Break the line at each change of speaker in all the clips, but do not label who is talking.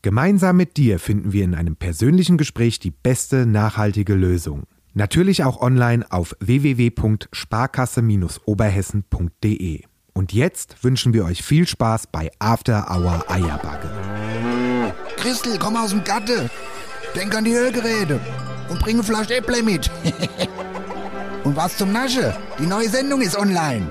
Gemeinsam mit dir finden wir in einem persönlichen Gespräch die beste nachhaltige Lösung. Natürlich auch online auf www.sparkasse-oberhessen.de. Und jetzt wünschen wir euch viel Spaß bei After Hour Eierbacke.
Christel, komm aus dem Gatte. Denk an die Ölgeräte. Und bringe Flasch Äpple mit. und was zum Nasche? Die neue Sendung ist online.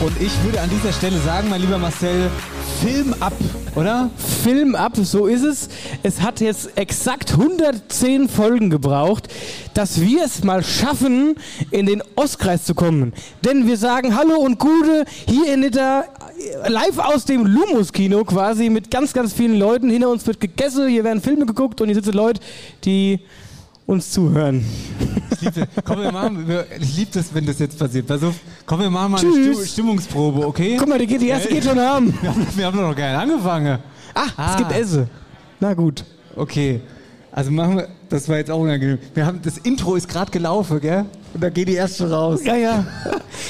Und ich würde an dieser Stelle sagen, mein lieber Marcel, Film ab, oder?
Film ab, so ist es. Es hat jetzt exakt 110 Folgen gebraucht, dass wir es mal schaffen, in den Ostkreis zu kommen. Denn wir sagen Hallo und Gute hier in Nitter, live aus dem Lumus-Kino quasi, mit ganz, ganz vielen Leuten. Hinter uns wird gegessen, hier werden Filme geguckt und hier sitzen Leute, die uns zuhören.
Ich liebe, komm, wir machen, wir, ich liebe das, wenn das jetzt passiert. Pass auf, komm, wir machen mal eine
Tschüss.
Stu- Stimmungsprobe, okay?
Guck mal, die, geht- die erste geht schon haben.
Wir haben, wir haben doch noch gar nicht angefangen.
Ah,
Ah.
es gibt Esse. Na gut.
Okay, also machen wir, das war jetzt auch unangenehm. Wir haben, das Intro ist gerade gelaufen, gell? Und da geht die erste raus.
Ja, ja.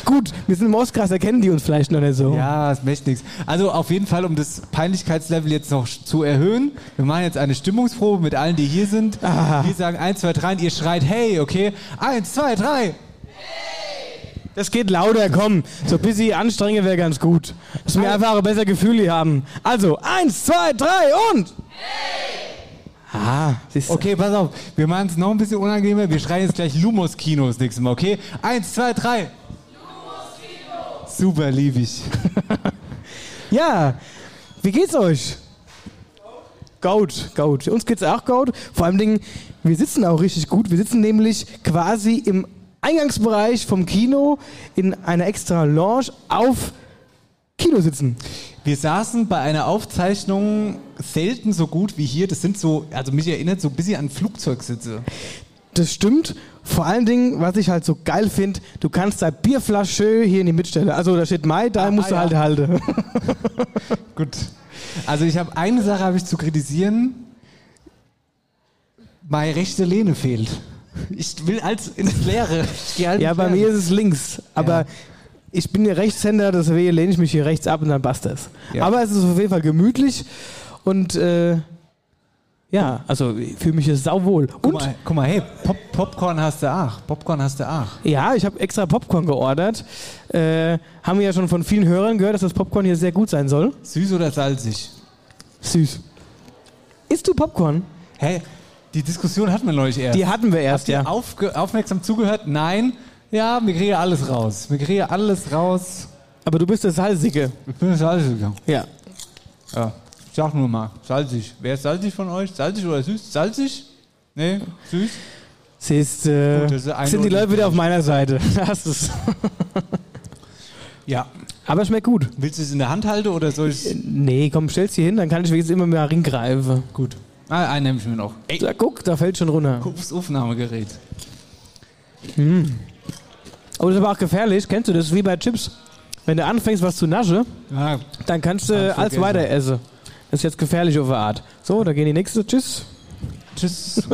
gut, wir sind im Ostkreis, erkennen die uns vielleicht noch nicht so.
Ja, es möchte nichts. Also auf jeden Fall, um das Peinlichkeitslevel jetzt noch sch- zu erhöhen, wir machen jetzt eine Stimmungsprobe mit allen, die hier sind.
Ah.
Wir sagen 1, 2, 3 und ihr schreit Hey, okay? 1, 2, 3.
Das geht lauter, komm. So ein bisschen anstrengend wäre ganz gut. Dass wir einfach ein besser Gefühl haben. Also, eins, zwei, drei und... Ah, siehst du.
Okay, pass auf, wir machen es noch ein bisschen unangenehmer. Wir schreien jetzt gleich Lumos Kino das nächste Mal, okay? Eins, zwei, drei. Super, lieb ich.
Ja, wie geht's euch? Gut, gut. Uns geht's auch gut. Vor allem Dingen, wir sitzen auch richtig gut. Wir sitzen nämlich quasi im Eingangsbereich vom Kino in einer extra Lounge auf Kino sitzen.
Wir saßen bei einer Aufzeichnung selten so gut wie hier. Das sind so, also mich erinnert so ein bisschen an Flugzeugsitze.
Das stimmt. Vor allen Dingen, was ich halt so geil finde, du kannst da Bierflasche hier in die Mitstelle. Also da steht Mai, da musst
ah,
du
ja.
halt halten.
Gut. Also ich habe eine Sache habe ich zu kritisieren. Meine rechte Lehne fehlt. Ich will als ins Leere. Ich geh halt
ja,
ins
bei
Leere.
mir ist es links. Aber
Ja.
ich bin ja Rechtshänder, deswegen lehne ich mich hier rechts ab und dann passt das.
Ja.
Aber es ist auf jeden Fall gemütlich und äh, ja, also ich fühle mich hier sauwohl.
Guck
Und
mal, guck mal hey, Pop Popcorn hast du auch. Popcorn hast du auch.
ja, ich habe extra Popcorn geordert. Äh, haben wir ja schon von vielen Hörern gehört, dass das Popcorn hier sehr gut sein soll.
Süß oder salzig?
Süß. Isst du Popcorn?
Hä? Die Diskussion hatten wir neulich erst.
Die hatten wir erst,
Habt ihr
ja.
aufge- aufmerksam zugehört? Nein. Ja, mir kriege alles raus. Mir kriege alles raus.
Aber du bist der Salzige.
Ich bin salzig gegangen.
Ja.
Ja. Ich sag nur mal, salzig. Wer ist salzig von euch? Salzig oder süß? Salzig? Nee, süß.
Siehst, äh,
Gut, das
sind
ist
die
eindeutig.
Leute wieder auf meiner Seite. Da hast du's.
Ja.
Aber schmeckt gut. Äh,
Willst du es in der Hand halten oder soll ich
Nee, komm, stell's hier hin, dann kann ich wenigstens immer mehr ringreifen.
Gut. Ah, einen nehme ich mir noch. Ey,
Da, guck, da fällt schon runter. Hm.
aufs Aufnahmegerät.
Aber das ist aber auch gefährlich, kennst du das? Ist Wie bei Chips. Wenn du anfängst, was zu nasche,
Ja,
dann kannst du
Kannst
alles
vergessen.
weiter essen. Das ist jetzt gefährlich auf eine Art. So, da gehen die nächste. Tschüss.
tschüss.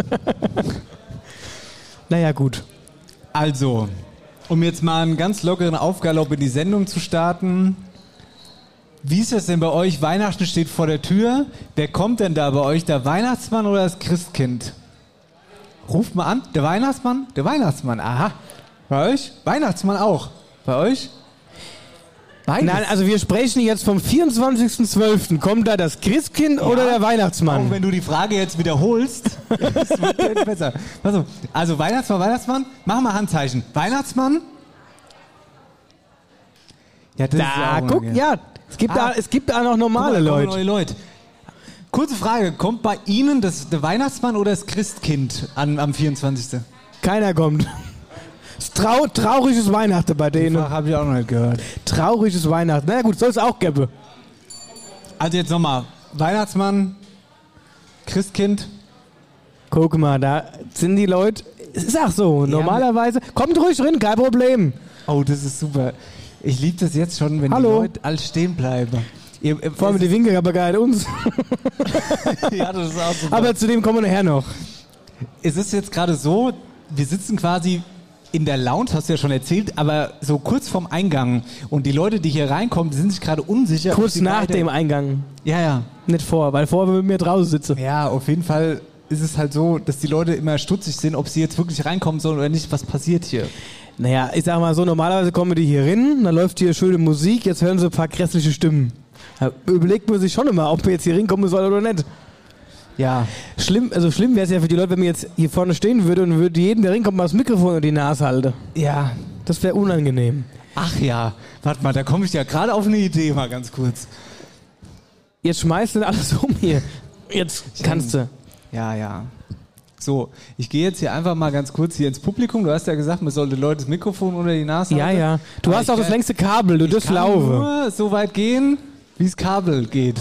Naja, gut.
Also, um jetzt mal einen ganz lockeren Aufgalopp in die Sendung zu starten. Wie ist das denn bei euch? Weihnachten steht vor der Tür. Wer kommt denn da bei euch? Der Weihnachtsmann oder das Christkind? Ruft mal an. Der Weihnachtsmann? Der Weihnachtsmann. Aha. Bei euch? Weihnachtsmann auch. Bei euch?
Beides.
Nein, also wir sprechen jetzt vom 24.12. Kommt da das Christkind oder der
Auch
Weihnachtsmann?
wenn du die Frage jetzt wiederholst, das wird nicht besser. Pass auf. Also Weihnachtsmann, Weihnachtsmann, mach mal Handzeichen. Weihnachtsmann? Ja, das
Da,
auch
guck,
mal,
ja. Es gibt,
Ah.
da, es gibt da noch normale
Guck mal, kommen
Leute.
Neue Leute. Kurze Frage, kommt bei Ihnen das der Weihnachtsmann oder das Christkind an, am 24.?
Keiner kommt. Es ist Trau trauriges Weihnachten bei denen.
habe ich auch noch nicht gehört.
Trauriges Weihnachten. Na gut, soll es auch gäbe.
Also jetzt nochmal, Weihnachtsmann, Christkind,
Guck mal, da sind die Leute. Es ist auch so. Normalerweise. Kommt ruhig drin, kein Problem.
Oh, das ist super. Ich liebe das jetzt schon, wenn
Hallo.
die Leute all stehen bleiben. Ihr, ihr,
Vor allem die Winkel, aber gar nicht uns.
ja, das ist auch super. Aber
Aber zu dem kommen wir nachher noch.
es ist jetzt gerade so, wir sitzen quasi in der Lounge, hast du ja schon erzählt, aber so kurz vorm Eingang. Und die Leute, die hier reinkommen, die sind sich gerade unsicher. ob
Kurz
sie
nach
beide-
dem Eingang.
Ja, ja.
Nicht vor, weil vorher mit mir draußen sitze.
Ja, auf jeden Fall ist es halt so, dass die Leute immer stutzig sind, ob sie jetzt wirklich reinkommen sollen oder nicht. Was passiert hier?
Naja, ich sag mal so, normalerweise kommen die hier hin, dann läuft hier schöne Musik, jetzt hören sie ein paar grässliche Stimmen. Da überlegt man sich schon immer, ob wir jetzt hier hinkommen sollen oder nicht.
Ja.
Schlimm, also schlimm wäre es ja für die Leute, wenn wir jetzt hier vorne stehen würde und würde jeden, der reinkommt, mal das Mikrofon in die Nase halten.
Ja.
Das wäre unangenehm.
Ach ja. Warte mal, da komme ich ja gerade auf eine Idee, mal ganz kurz.
Jetzt schmeißt du alles um hier. Jetzt kannst du.
Ja, ja. So, ich gehe jetzt hier einfach mal ganz kurz hier ins Publikum. Du hast ja gesagt, man sollte Leute das Mikrofon unter die Nase
Ja,
halten.
ja. Du
Aber
hast
ich
auch das
kann-
längste Kabel, du
Ich
dürft
kann
laufen.
nur so weit gehen, wie es Kabel geht.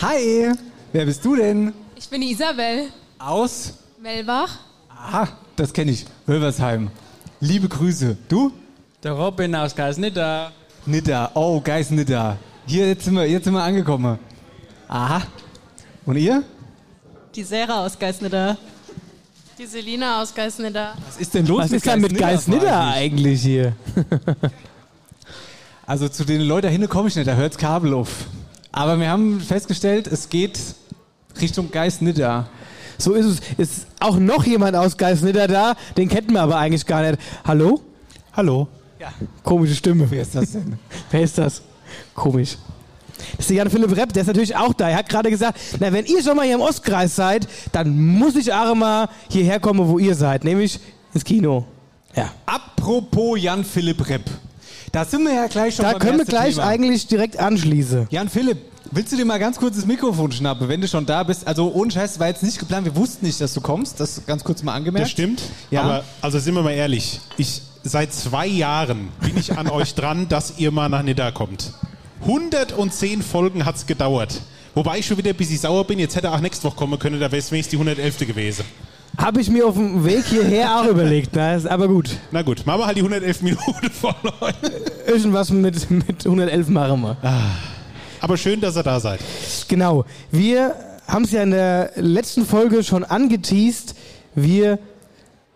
Hi, wer bist du denn?
Ich bin die Isabel
Aus?
Melbach.
Aha, Ah, das kenne ich. Höversheim. Liebe Grüße. Du?
Der Robin aus Geisnitter.
Nitter. Oh, Geist Nitter. Hier, jetzt sind wir, jetzt sind wir angekommen. Aha. Und ihr?
Die Sarah aus Geisnitter.
Die Selina aus Geisnitter.
Was ist denn los
Was ist denn mit Geist Nidder
frage ich mich?
eigentlich hier?
Also zu den Leuten da hinten komme ich nicht, da hört Kabel auf. Aber wir haben festgestellt, es geht Richtung Geist Nidda.
So ist es. Ist auch noch jemand aus Geist Nidder da, den kennen wir aber eigentlich gar nicht. Hallo?
Hallo.
Komische Stimme.
Wer ist das denn?
Wer ist das? Komisch. Das ist der Jan-Philipp Repp, der ist natürlich auch da. Er hat gerade gesagt, na, wenn ihr schon mal hier im Ostkreis seid, dann muss ich auch mal hierher kommen, wo ihr seid, nämlich ins Kino. Ja.
Apropos Jan-Philipp Repp. Da sind wir ja gleich schon
Da
beim
können wir
ersten
gleich
Thema.
eigentlich direkt anschließen.
Jan-Philipp, willst du dir mal ganz kurz das Mikrofon schnappen, wenn du schon da bist? Also ohne Scheiß, das war jetzt nicht geplant, wir wussten nicht, dass du kommst. Das ganz kurz mal angemerkt.
Das stimmt.
Ja.
Aber also sind wir mal ehrlich, ich seit zwei Jahren bin ich an euch dran, dass ihr mal nach Nidda kommt. 110 Folgen hat's gedauert. Wobei ich schon wieder ein bisschen sauer bin, jetzt hätte er auch nächste Woche kommen können, da wäre es wenigstens die 111. gewesen.
Habe ich mir auf dem Weg hierher auch überlegt, ne? ist aber gut.
Na gut, machen wir halt die 111 Minuten von euch. Ah.
Irgendwas mit, mit 111 machen wir.
Aber schön, dass ihr da seid.
Genau. Wir haben es ja in der letzten Folge schon angeteased. Wir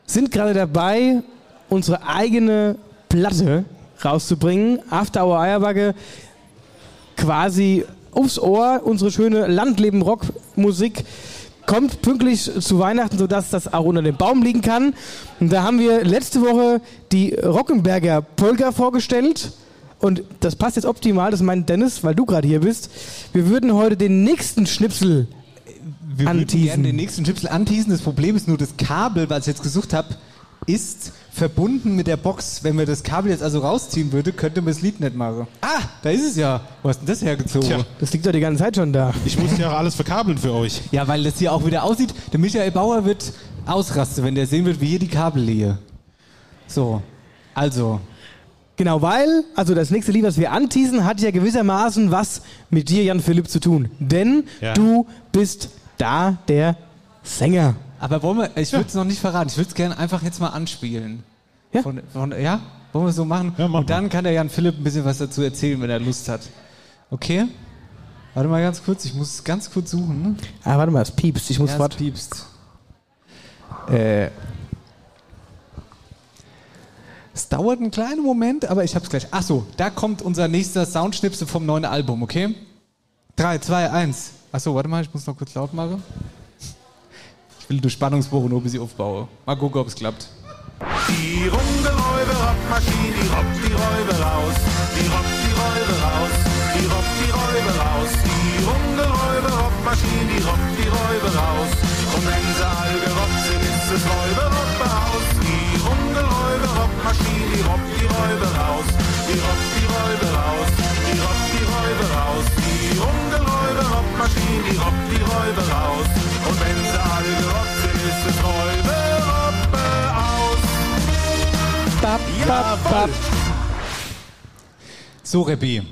sind gerade dabei, unsere eigene Platte rauszubringen. After Hour Eierbacke quasi aufs Ohr. Unsere schöne Landleben-Rock-Musik kommt pünktlich zu Weihnachten, sodass das auch unter dem Baum liegen kann. Und da haben wir letzte Woche die Rockenberger Polka vorgestellt. Und das passt jetzt optimal, das meint Dennis, weil du gerade hier bist. Wir würden heute den nächsten Schnipsel
Wir würden
Anteasen.
gerne den nächsten Schnipsel anteasen. Das Problem ist nur, das Kabel, was ich jetzt gesucht habe, ist verbunden mit der Box. Wenn wir das Kabel jetzt also rausziehen würde, könnte man das Lied nicht machen. Ah, da ist es ja. Wo hast denn das hergezogen?
Tja.
Das liegt doch die ganze Zeit schon da.
Ich muss ja auch alles verkabeln für euch.
Ja, weil das hier auch wieder aussieht. Der Michael Bauer wird ausrasten, wenn der sehen wird, wie hier die Kabel liegen. So, also.
Genau, weil, also das nächste Lied, was wir anteasen, hat ja gewissermaßen was mit dir, Jan-Philipp, zu tun. Denn
Ja.
du bist da der Sänger.
Aber wollen wir, ich würde es noch nicht verraten. Ich würde es gerne einfach jetzt mal anspielen.
Ja.
Von, von, ja? Wollen wir es so machen?
Ja, mach
Und dann kann der Jan Philipp ein bisschen was dazu erzählen, wenn er Lust hat. Okay? Warte mal ganz kurz, ich muss es ganz kurz suchen. Ne?
Ah, warte mal, es piepst. Ich muss
Ja, es
fort.
piepst. Äh. Es dauert einen kleinen Moment, aber ich hab's gleich. Ach so, da kommt unser nächster Soundschnipsel vom neuen Album, okay? 3, 2, 1. Ach so, warte mal, ich muss noch kurz laut machen. Ich will durch Spannungsbogen ob ich sie aufbaue. Mal gucken, ob es klappt.
Die Runde Räuber, Maschine, die robbt die Räuber raus. Die robbt die Räuber er die Rob, die Räuber raus. Und wenn sie alle gerobbt sind, ist es Räuber, Robbe aus.
Bap, bap, bap.
So, Reppi.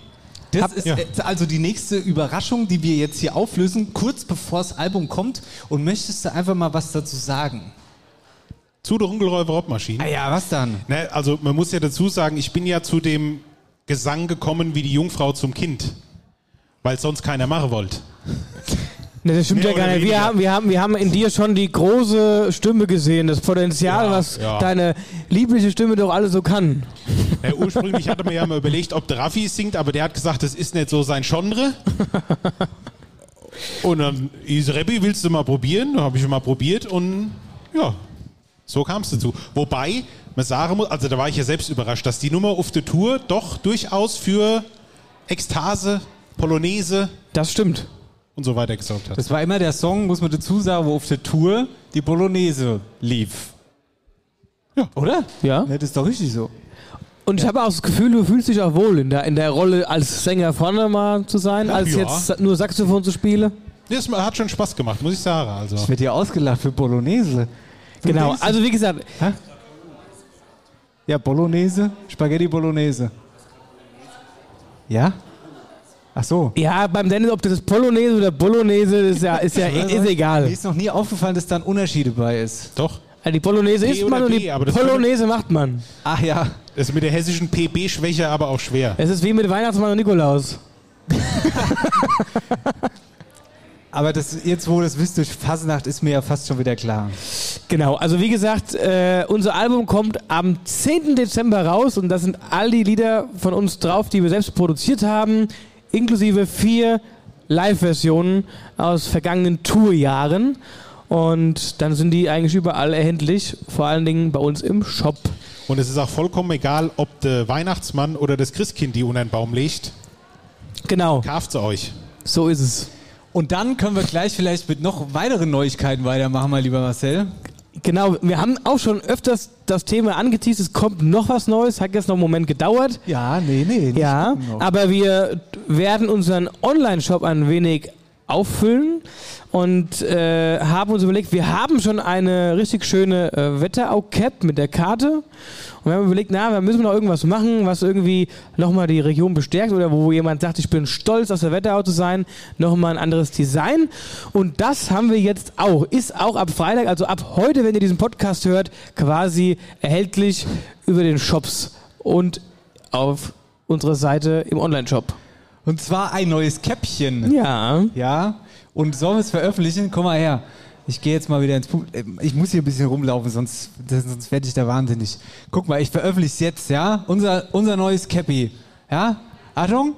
Das
Hab-
ist
ja.
jetzt also die nächste Überraschung, die wir jetzt hier auflösen, kurz bevor das Album kommt. Und möchtest du einfach mal was dazu sagen? Ah
Zu der Hungelräuber-Rob-Maschine.
ja, was dann?
Ne, also man muss ja dazu sagen, ich bin ja zu dem Gesang gekommen wie die Jungfrau zum Kind, weil sonst keiner machen wollte.
Ne, das stimmt
Mehr
ja gar
oder
nicht. Wir
weniger.
haben, wir, haben, wir haben in dir schon die große Stimme gesehen, das Potenzial,
Ja,
was
ja.
deine liebliche Stimme doch alle so kann.
Ne, ursprünglich hatte man ja mal überlegt, ob der Raffi singt, aber der hat gesagt, das ist nicht so sein Genre. Und dann hieß Rebbi, willst du mal probieren? Dann habe ich mal probiert und ja, so kam es dazu. Wobei, man sagen muss, also da war ich ja selbst überrascht, dass die Nummer auf der Tour doch durchaus für Ekstase, Polonaise
Das stimmt.
und so weiter gesorgt hat.
Das war immer der Song, muss man dazu sagen, wo auf der Tour die Bolognese lief. Ja, oder?
Ja.
Ne, Das ist doch richtig so.
Und ich habe auch das Gefühl, du fühlst dich auch wohl in der, in der Rolle als Sänger vorne mal zu sein, als
ja.
jetzt nur Saxophon zu spielen.
Das hat schon Spaß gemacht, muss ich sagen. Also.
Ich werde hier ausgelacht für Bolognese.
Genau,
denkst-
also wie gesagt,
Ja, Bolognese, Spaghetti Bolognese. Ja? Ach so.
ja, beim Dennis, ob das ist Polonaise oder Bolognese, das ist ja, ist ja ist
Mir
egal.
ist noch nie aufgefallen, dass da ein Unterschied dabei ist.
Doch.
Also die Polonaise
P
isst
oder
man und
B,
die
aber das
Polonaise macht man.
Ach ja.
Das ist mit der hessischen PB-Schwäche aber auch schwer.
Es ist wie mit Weihnachtsmann und Nikolaus.
Aber das, jetzt, wo das wisst durch Fasnacht, ist mir ja fast schon wieder klar.
Genau, also wie gesagt, äh, unser Album kommt am 10. Dezember raus und da sind all die Lieder von uns drauf, die wir selbst produziert haben, inklusive vier Live-Versionen aus vergangenen Tourjahren. Und dann sind die eigentlich überall erhältlich, vor allen Dingen bei uns im Shop.
Und es ist auch vollkommen egal, ob der Weihnachtsmann oder das Christkind die unter den Baum legt.
Genau,
Kauft's euch.
so ist es.
Und dann können wir gleich vielleicht mit noch weiteren Neuigkeiten weitermachen, mein lieber Marcel.
Genau, wir haben auch schon öfters das Thema angeteased, es kommt noch was Neues, hat jetzt noch einen Moment gedauert.
Ja, nee, nee.
Ja, aber wir werden unseren Online-Shop ein wenig auffüllen und äh, haben uns überlegt, wir haben schon eine richtig schöne äh, Wetterau-Cap mit der Karte und wir haben überlegt, na, wir müssen noch irgendwas machen, was irgendwie nochmal die Region bestärkt oder wo jemand sagt, ich bin stolz, aus der Wetterau zu sein, nochmal ein anderes Design und das haben wir jetzt auch, ist auch ab Freitag, also ab heute, wenn ihr diesen Podcast hört, quasi erhältlich über den Shops und auf unserer Seite im Online-Shop.
Und zwar ein neues Käppchen.
Ja.
Ja. Und sollen wir es veröffentlichen? Komm mal her. Ich gehe jetzt mal wieder ins Publikum. Ich muss hier ein bisschen rumlaufen, sonst, das- sonst werde ich da wahnsinnig. Guck mal, ich veröffentliche es jetzt, ja? Unser, unser neues Cappy. Ja? Achtung.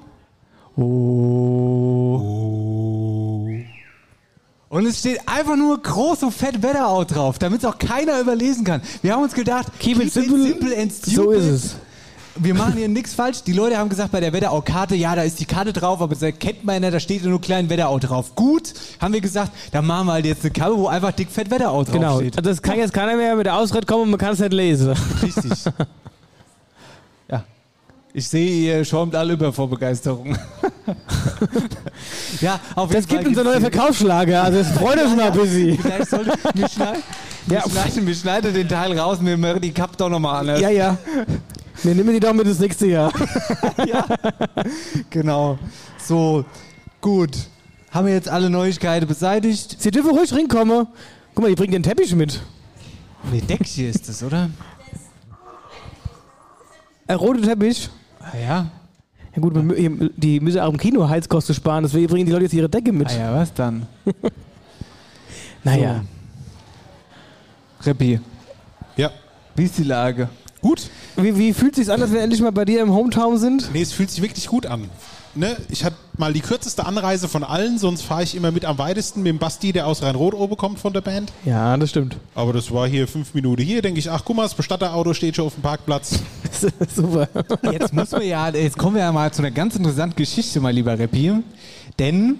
Oh. Und es steht einfach nur groß und fett Wetterau drauf, damit es auch keiner überlesen kann. Wir haben uns gedacht,
Keep it simple,
and
So ist es.
wir machen hier nichts falsch. Die Leute haben gesagt, bei der Wetterau-Karte, ja, da ist die Karte drauf, aber das erkennt man ja, da steht ja nur klein Wetterau drauf. Gut, haben wir gesagt, dann machen wir halt jetzt eine Karte, wo einfach dick fett Wetterau drauf
Genau.
steht.
Also das kann jetzt keiner mehr mit der Ausrede kommen und man kann es nicht lesen.
Richtig. ja. Ich sehe, ihr schäumt alle über vor Begeisterung. ja, auf jeden
Das
Fall
gibt uns eine neue
gibt's hier-
Verkaufsschlager. Also es freut uns mal ein bisschen.
Vielleicht sollte, wir, schneiden, wir,
Ja.
schneiden, wir schneiden den Teil raus, wir machen die Cup doch nochmal an.
Ja, ja. Wir nehmen die doch mit ins nächste Jahr.
Genau. So, gut. Haben wir jetzt alle Neuigkeiten beseitigt?
Sie dürfen ruhig reinkommen. Guck mal, die bringt den Teppich mit.
Nee, Deckchen ist das, oder?
Ein roter Teppich.
Ah ja.
Ja gut, wir mü- die müssen auch im Kino Heizkosten sparen, deswegen bringen die Leute jetzt ihre Decke mit.
Ah ja, was dann?
Naja.
Reppi,
Ja.
wie ist die Lage?
Gut.
Wie, wie fühlt sich's an, dass wir endlich mal bei dir im Hometown sind?
Nee, es fühlt sich wirklich gut an. Ne? Ich hatte mal die kürzeste Anreise von allen, sonst fahre ich immer mit am weitesten mit dem Basti, der aus Rhein-Rot oben kommt von der Band.
Ja, das stimmt.
Aber das war hier fünf Minuten hier, denke ich, ach guck mal, das Bestatterauto steht schon auf dem Parkplatz.
Super.
Jetzt müssen wir ja, jetzt kommen wir ja mal zu einer ganz interessanten Geschichte, mein lieber Reppi. Denn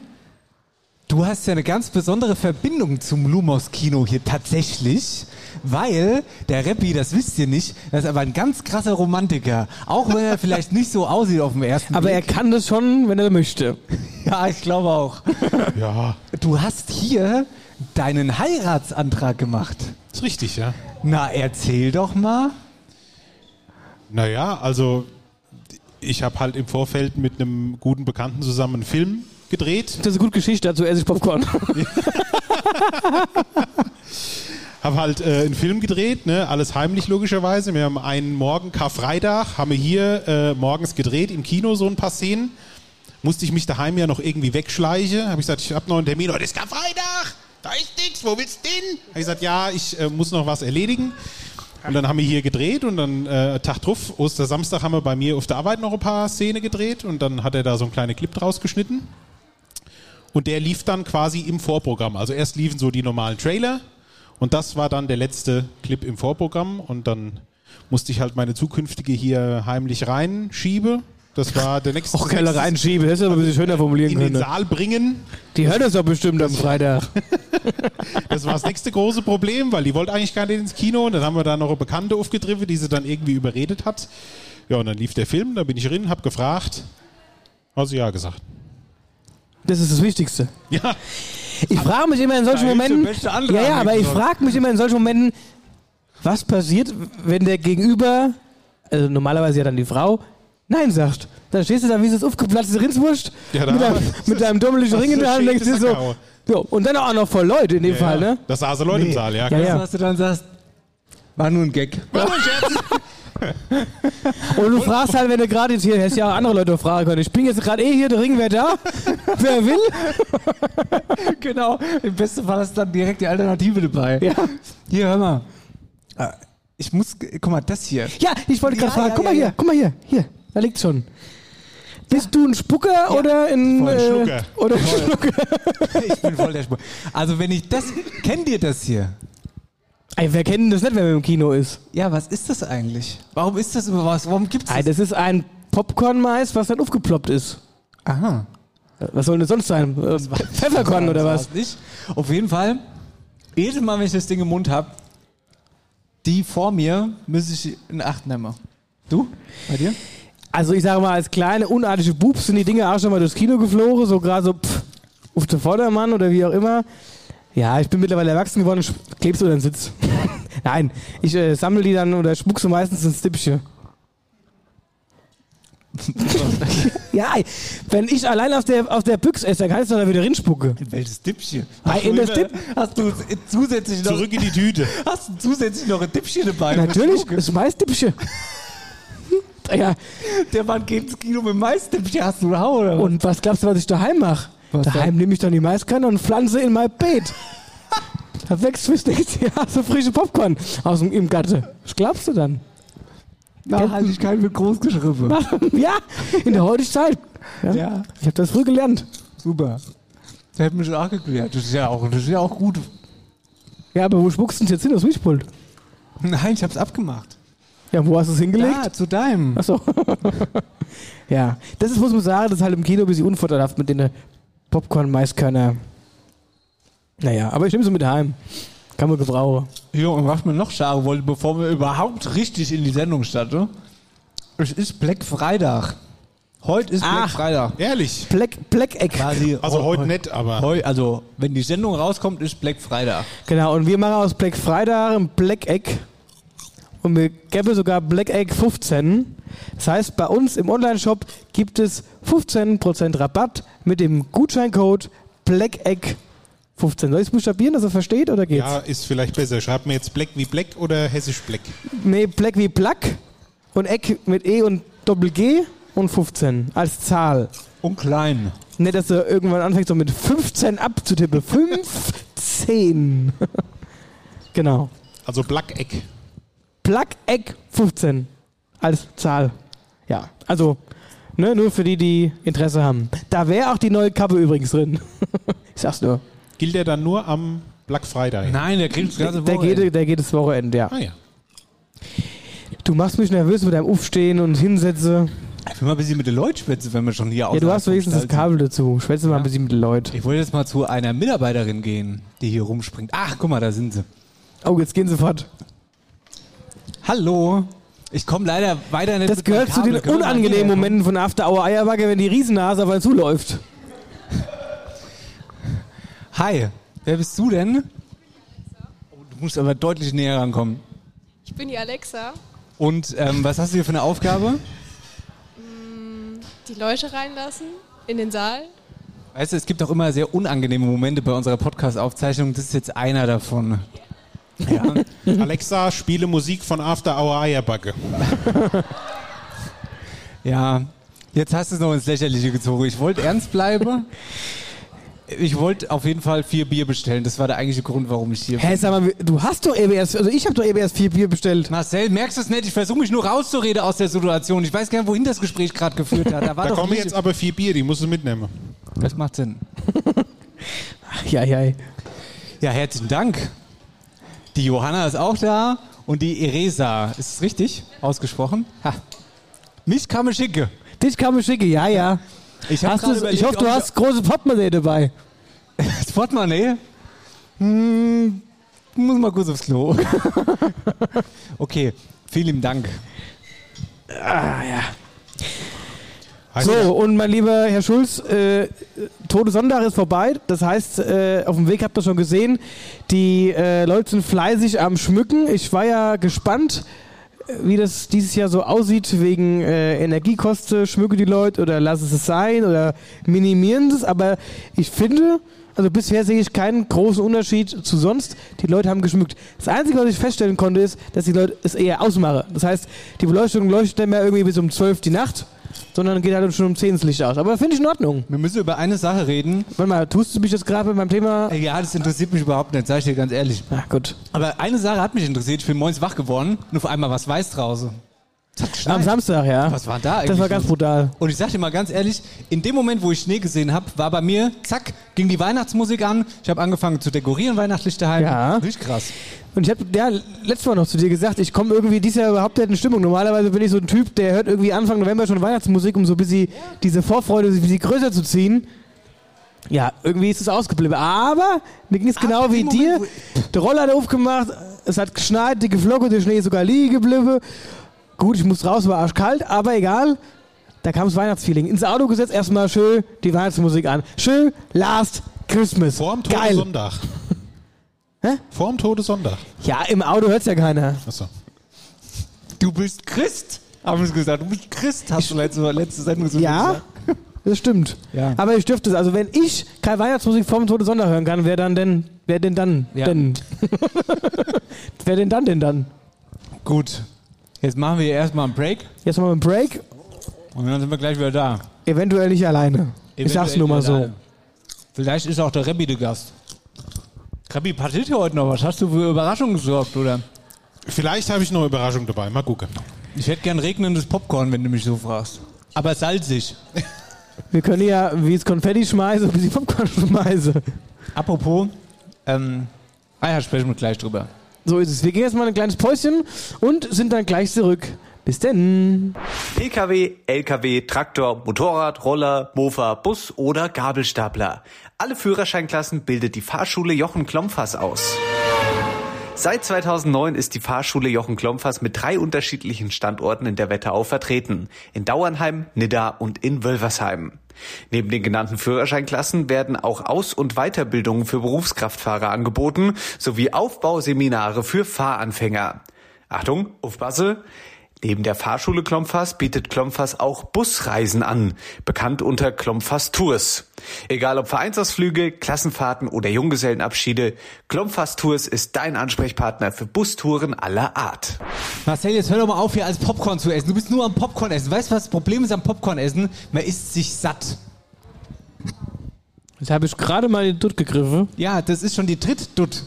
du hast ja eine ganz besondere Verbindung zum Lumos-Kino hier tatsächlich. Weil der Reppi, das wisst ihr nicht, das ist aber ein ganz krasser Romantiker. Auch wenn er vielleicht nicht so aussieht auf dem ersten
Aber er
Blick.
kann das schon, wenn er möchte.
Ja, ich glaube auch.
Ja,
Du hast hier deinen Heiratsantrag gemacht.
ist richtig, ja.
Na, erzähl doch mal.
Naja, also ich habe halt im Vorfeld mit einem guten Bekannten zusammen einen Film gedreht.
Das ist eine gute Geschichte, dazu esse ich Popcorn.
Hab halt äh, einen Film gedreht, ne? alles heimlich logischerweise. Wir haben einen Morgen, Karfreitag, haben wir hier äh, morgens gedreht, im Kino so ein paar Szenen. Musste ich mich daheim ja noch irgendwie wegschleichen. Habe ich gesagt, ich habe noch einen Termin. Heute ist Karfreitag, da ist nichts, wo willst du hin? Habe ich gesagt, ja, ich äh, muss noch was erledigen. Und dann haben wir hier gedreht und dann äh, Tag drauf, Ostersamstag, haben wir bei mir auf der Arbeit noch ein paar Szenen gedreht und dann hat er da so einen kleinen Clip draus geschnitten. Und der lief dann quasi im Vorprogramm. Also erst liefen so die normalen Trailer und das war dann der letzte Clip im Vorprogramm und dann musste ich halt meine zukünftige hier heimlich reinschiebe. Das war der nächste
Och, Keller reinschiebe, das ist aber ein bisschen schöner formulieren
in den
können. ne?
Saal bringen.
Die hört das doch bestimmt am Freitag.
Das war das nächste große Problem, weil die wollte eigentlich gar nicht ins Kino. Und dann haben wir da noch eine Bekannte aufgetrieben, die sie dann irgendwie überredet hat. Ja, und dann lief der Film, da bin ich drin, hab gefragt. Also ja gesagt.
Das ist das Wichtigste.
Ja,
Ich frage mich immer in solchen
Da hättest du
Momenten.
beste andere
Ja, ja, aber
anbieten
ich
sollen.
frage mich immer in solchen Momenten, was passiert, wenn der Gegenüber, also normalerweise ja dann die Frau, Nein sagt. Dann stehst du da wie so das aufgeplatzte Rindswurst
Ja, da-
mit, deinem, mit deinem dummeligen Ring in der Hand und denkst dir so.
Sackgaue.
Jo, und dann auch noch voll Leute in dem Fall,
ja.
ne?
Das saßen Leute im
Nee.
Saal, ja.
Ja,
klar.
ja.
Was du dann sagst, war nur ein Gag.
Und du fragst halt, wenn du gerade jetzt hier, hättest ja auch andere Leute fragen können. Ich bin jetzt gerade eh hier, der Ring wäre da. Wer will?
genau. Im besten Fall ist dann direkt die Alternative dabei.
Ja,
Hier, hör mal. Ah, Ich muss, guck mal, das hier.
ja ich wollte gerade
Ja,
fragen.
ja,
guck
ja,
mal hier,
ja.
guck mal hier, hier, da liegt's schon. Bist du ein Spucker oder ein.
Voll ein
Äh,
Schlucker.
oder ein Schlucker.
Ich bin voll der Spur. Also, wenn ich das. Kennt ihr das hier?
Ey, wer kennt denn das nicht, wenn man im Kino ist?
Ja, was ist das eigentlich? Warum ist das über was? Warum gibt's
Ey,
das?
das ist ein Popcorn-Mais, was dann aufgeploppt ist.
Aha.
Was soll denn das sonst sein? Äh, Pfefferkorn oder was?
Ich. Auf jeden Fall, jedes Mal, wenn ich das Ding im Mund habe, die vor mir, müsste ich in Acht nehmen. Du? Bei dir?
Also ich sage mal, als kleine, unartige Bubs sind die Dinger auch schon mal durchs Kino geflogen, so gerade so pff, auf der Vordermann oder wie auch immer. Ja, ich bin mittlerweile erwachsen geworden, ich kleb's unter den Sitz. Nein, ich äh, sammle die dann oder spuck sie meistens ins Stippchen. ja, ey, wenn ich allein auf der, auf der Büchse esse, dann kann ich doch da wieder rinspucke.
Welches Dippchen?
Bei in das Tipp?
Hast du zusätzlich noch,
Zurück in die Tüte.
hast du zusätzlich noch ein Dippchen dabei?
Natürlich, das ist meist Stippchen. ja,
Der Mann geht ins Kino mit Mais-Dippchen. Hast du Hau oder was?
Und was glaubst du, was ich daheim mache?
Was
Daheim nehme ich dann die Maiskanne und pflanze in mein Beet. da wächst fürs nächste Jahr so frische Popcorn aus dem im Gatte. Was glaubst du dann?
Nachhaltigkeit wird groß geschrieben.
ja, in der heutigen Zeit. Ja.
Ja,
Ich habe das früh gelernt.
super. Der hat mich auch geklärt. Das ist ja auch, das ist ja auch gut.
Ja, aber wo spuckst du denn jetzt hin aus Mischpult?
Nein, ich hab's abgemacht.
Ja, wo hast du es hingelegt?
Ja, zu deinem.
Achso. ja, das ist, muss man sagen, das ist halt im Kino ein bisschen unvorteilhaft mit den äh, Popcorn-Maiskörner. Naja, aber ich nehme sie mit heim. Kann man gebrauchen.
Ja, und was man noch sagen wollte, bevor wir überhaupt richtig in die Sendung starten, es ist Black Freitag. Heute ist Black
Ach.
Freitag.
Ehrlich.
Black, Black Egg.
Quasi
Also
heu-
heute
heu-
nicht, aber
Heu, also, wenn die Sendung rauskommt, ist Black Freitag.
Genau, und wir machen aus Black Friday ein Black Egg. Und wir gäbe sogar Black Egg 15. Das heißt, bei uns im Onlineshop gibt es 15% Rabatt mit dem Gutscheincode Black Egg 15. Soll ich es buchstabieren, dass er versteht oder geht's?
ja, ist vielleicht besser. Schreibt mir jetzt Black wie Black oder Hessisch Black.
Nee, Black wie Black und Egg mit E und Doppel G und 15 als Zahl.
Und klein.
Nicht, dass er irgendwann anfängt, so mit 15 abzutippen. 15. genau.
Also Black Egg.
Plug Egg 15 als Zahl. Ja, also ne, nur für die, die Interesse haben. Da wäre auch die neue Kappe übrigens drin. ich sag's nur.
Gilt er dann nur am Black Friday?
Nein, der kriegt das ganze
Der
Wochenende.
geht, der geht das Wochenende, ja.
Ah ja.
Du machst mich nervös mit deinem Aufstehen und Hinsätze.
Ich will mal ein bisschen mit den Leuten schwätzen, wenn wir schon hier
Ja, du hast wenigstens das Kabel dazu. Schwätze mal ein bisschen mit den Leuten.
Ich wollte jetzt mal zu einer Mitarbeiterin gehen, die hier rumspringt. Ach, guck mal, da sind sie.
Oh, jetzt gehen sie fort.
Hallo. Ich komme leider weiter nicht
Das
mit meinem
gehört zu den
Kabel. Können wir mal
unangenehmen
hierher kommen?
Momenten von After Hour Eierbacke, wenn die Riesennase auf einen zuläuft.
Hi, wer bist du denn? Oh, du musst aber deutlich näher rankommen.
Ich bin die Alexa.
Und ähm, was hast du hier für eine Aufgabe?
Die Leute reinlassen in den Saal.
Weißt du, es gibt auch immer sehr unangenehme Momente bei unserer Podcast-Aufzeichnung. Das ist jetzt einer davon. Ja.
Alexa, spiele Musik von After Hour Eierbacke.
Ja, jetzt hast du es noch ins Lächerliche gezogen. Ich wollte ernst bleiben. Ich wollte auf jeden Fall vier Bier bestellen. Das war der eigentliche Grund, warum ich hier
Hä,
bin.
sag mal, du hast doch EBS, also ich habe doch EBS 4 Bier bestellt.
Marcel, merkst du es nicht? Ich versuche mich nur rauszureden aus der Situation. Ich weiß gar nicht, wohin das Gespräch gerade geführt hat. Da war
Da
doch
kommen
nicht-
jetzt aber vier Bier, die musst du mitnehmen.
Das macht Sinn.
Ja, ja.
Ja, herzlichen Dank. Die Johanna ist auch da und die Eresa. Ist es richtig ausgesprochen? Ha. Mich kann man schicken.
Dich kann man schicken, ja, ja.
Ich, hab
Hast
gerade
du's- ich
überlegt,
hoffe, du
ob
hast große Portemonnaie dabei.
Das Portemonnaie? Hm, muss mal kurz aufs Klo. okay, vielen Dank.
So, und mein lieber Herr Schulz, äh, Tode Sonntag ist vorbei. Das heißt, äh, auf dem Weg habt ihr schon gesehen, die äh, Leute sind fleißig am Schmücken. Ich war ja gespannt, äh, wie das dieses Jahr so aussieht wegen äh, Energiekosten. Schmücken die Leute oder lassen sie es sein oder minimieren sie es. Aber ich finde, also bisher sehe ich keinen großen Unterschied zu sonst. Die Leute haben geschmückt. Das Einzige, was ich feststellen konnte, ist, dass die Leute es eher ausmachen. Das heißt, die Beleuchtung leuchtet nicht mehr irgendwie bis um 12 die Nacht sondern geht halt schon um 10 ins Licht aus. Aber finde ich in Ordnung.
Wir müssen über eine Sache reden.
Warte mal, tust du mich jetzt gerade mit meinem Thema?
Äh, Ja, das interessiert mich überhaupt nicht, sag ich dir ganz ehrlich.
Na gut.
Aber eine Sache hat mich interessiert. Ich bin morgens wach geworden und auf einmal was weiß draußen. Es hat geschneit.
Am Samstag, ja.
Was war da eigentlich?
das war ganz
los?
brutal.
Und ich sag dir mal ganz ehrlich, in dem Moment, wo ich Schnee gesehen habe, war bei mir, zack, ging die Weihnachtsmusik an. Ich habe angefangen zu dekorieren weihnachtlich daheim.
Ja.
Richtig krass.
Und ich habe ja letztes Mal noch zu dir gesagt, ich komme irgendwie dieses Jahr überhaupt nicht in Stimmung. Normalerweise bin ich so ein Typ, der hört irgendwie Anfang November schon Weihnachtsmusik, um so ein bisschen diese Vorfreude ein bisschen größer zu ziehen. Ja, irgendwie ist es ausgeblieben. Aber mir ging es genau
in
wie
dem Moment,
dir. Der Roller hat aufgemacht, es hat geschneit, dicke Flocke, der Schnee ist sogar liegen geblieben. Gut, ich muss raus, war arschkalt, aber egal. Da kam das Weihnachtsfeeling. Ins Auto gesetzt, erstmal schön die Weihnachtsmusik an. Schön, Last Christmas.
Vorm Tode
Geil.
Sonntag.
Hä?
Vorm Tode Sonntag.
Ja, im Auto hört's ja keiner.
Achso.
Du bist Christ, haben sie gesagt. Du bist Christ, hast du letzte, letzte Sendung so
Ja,
gesagt.
das stimmt.
Ja.
Aber ich dürfte es. Also wenn ich keine Weihnachtsmusik vom Tode Sonder hören kann, wer dann denn? Wer denn dann?
Ja.
Denn? wer denn dann denn dann?
Gut. Jetzt machen wir hier erstmal einen Break
Jetzt machen wir einen Break.
und dann sind wir gleich wieder da.
Eventuell nicht alleine. ich
Eventuell
sag's nur mal
wieder
so.
da. Vielleicht ist auch der Rebbi der Gast. Rebbi, passiert hier heute noch was? Hast du für Überraschungen gesorgt, oder?
Vielleicht habe ich noch eine Überraschung dabei. Mal gucken.
Ich hätte gern regnendes Popcorn, wenn du mich so fragst. Aber salzig.
Wir können ja, wie es Konfetti schmeiße, bis ich Popcorn schmeiße.
Apropos, ähm, ah ja, sprechen wir gleich drüber.
So ist es. Wir gehen jetzt mal ein kleines Päuschen und sind dann gleich zurück. Bis denn.
Pkw, Lkw, Traktor, Motorrad, Roller, Mofa, Bus oder Gabelstapler. Alle Führerscheinklassen bildet die Fahrschule Jochen Klompfers aus. Seit 2009 ist die Fahrschule Jochen Klompfers mit drei unterschiedlichen Standorten in der Wetterau vertreten. In Dauernheim, Nidda und in Wölversheim. Neben den genannten Führerscheinklassen werden auch Aus- und Weiterbildungen für Berufskraftfahrer angeboten, sowie Aufbauseminare für Fahranfänger. Achtung, aufpasse! Neben der Fahrschule Klompfers bietet Klompfers auch Busreisen an, bekannt unter Klompfers Tours. Egal ob Vereinsausflüge, Klassenfahrten oder Junggesellenabschiede, Klompfers Tours ist dein Ansprechpartner für Bustouren aller Art.
Marcel, jetzt hör doch mal auf, hier als Popcorn zu essen. Du bist nur am Popcorn essen. Weißt du, was das Problem ist am Popcorn essen? Man isst sich satt.
Jetzt habe ich gerade mal den Dutt gegriffen.
Ja, das ist schon die Trittdutt.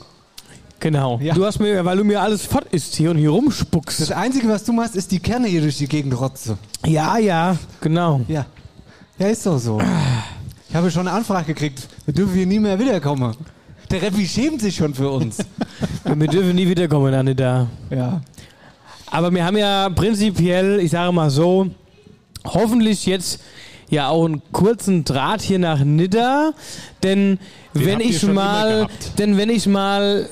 Genau.
Ja.
Du hast mir, weil du mir alles fort ist hier und hier rumspuckst.
Das Einzige, was du machst, ist die Kerne hier durch die Gegend rotze.
Ja, ja, genau.
Ja. Ja, ist doch so. Ich habe schon eine Anfrage gekriegt. Wir dürfen hier nie mehr wiederkommen. Der Reppi schämt sich schon für uns.
Wir dürfen nie wiederkommen, Anita.
ja.
Aber wir haben ja prinzipiell, ich sage mal so, hoffentlich jetzt ja auch einen kurzen Draht hier nach Nidda, denn wenn
habt ihr
ich
schon immer
mal,
gehabt.
denn wenn ich mal,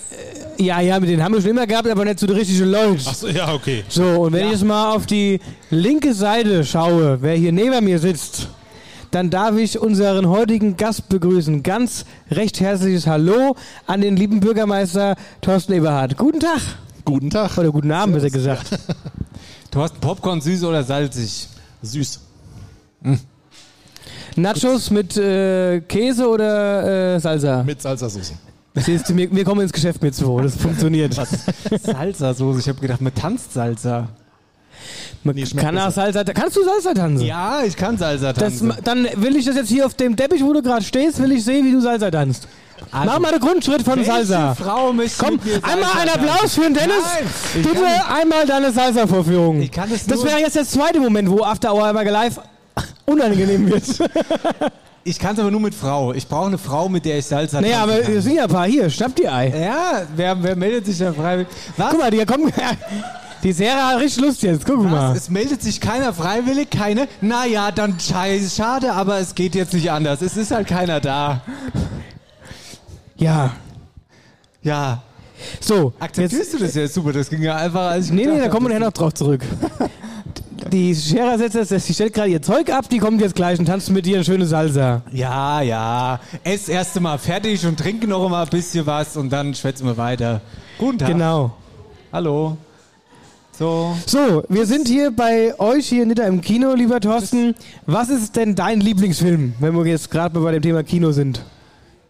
äh, ja, ja, mit denen haben wir schon immer gehabt, aber nicht so die richtigen Leute.
Achso, ja, okay.
So, und wenn ich jetzt mal auf die linke Seite schaue, wer hier neben mir sitzt, dann darf ich unseren heutigen Gast begrüßen. Ganz recht herzliches Hallo an den lieben Bürgermeister Thorsten Eberhard. Guten Tag.
Guten Tag.
Oder guten Abend, besser gesagt.
Thorsten, Popcorn süß oder salzig?
Süß.
Nachos mit äh, Käse oder äh, Salsa?
Mit Salsasauce.
Siehst du, wir, wir kommen ins Geschäft mit zwei, das funktioniert.
Salsa-Soße. Ich habe gedacht, man tanzt Salsa.
Man
Nee, schmeckt
kann auch Salsa, kannst du Salsa tanzen?
Ja, ich kann Salsa
Das,
tanzen.
ma- dann will ich das jetzt hier auf dem Teppich, wo du gerade stehst, will ich sehen, wie du Salsa tanzt.
Also,
Mach mal den Grundschritt von
Welche
Salsa.
Frau möchte
Komm,
mit mir
einmal
Salsa
einen
tanzen?
Applaus für den Dennis.
Nein, ich
Bitte
kann nicht.
einmal deine Salsa-Vorführung.
Ich kann es
Das
nur-
wäre jetzt der zweite Moment, wo After Hour Hamburger Live unangenehm wird.
Ich kann es aber nur mit Frau. Ich brauche eine Frau, mit der ich Salsa
naja,
tanzen
aber
kann.
wir sind ja ein paar. Hier, schnapp die Ei.
Ja, wer, wer meldet sich da freiwillig? Was?
Guck mal, die kommen. Die Serie hat richtig Lust jetzt. Guck mal.
Was? Es meldet sich keiner freiwillig, keine. Naja, dann schei- schade, aber es geht jetzt nicht anders. Es ist halt keiner da.
Ja.
Ja.
So.
Akzeptierst du das jetzt? Super, das ging ja einfach als.
Nee, nee, da kommen wir nachher noch drauf zurück. Die Scherer setzt jetzt, sie stellt gerade ihr Zeug ab, die kommt jetzt gleich und tanzt mit dir eine schöne Salsa.
Ja, ja. Ess erst mal fertig und trinke noch mal ein bisschen was und dann schwätzen wir weiter. Guten Tag.
Genau.
Hallo. So.
So, wir sind hier bei euch hier hinter im Kino, lieber Thorsten. Was ist denn dein Lieblingsfilm, wenn wir jetzt gerade mal bei dem Thema Kino sind?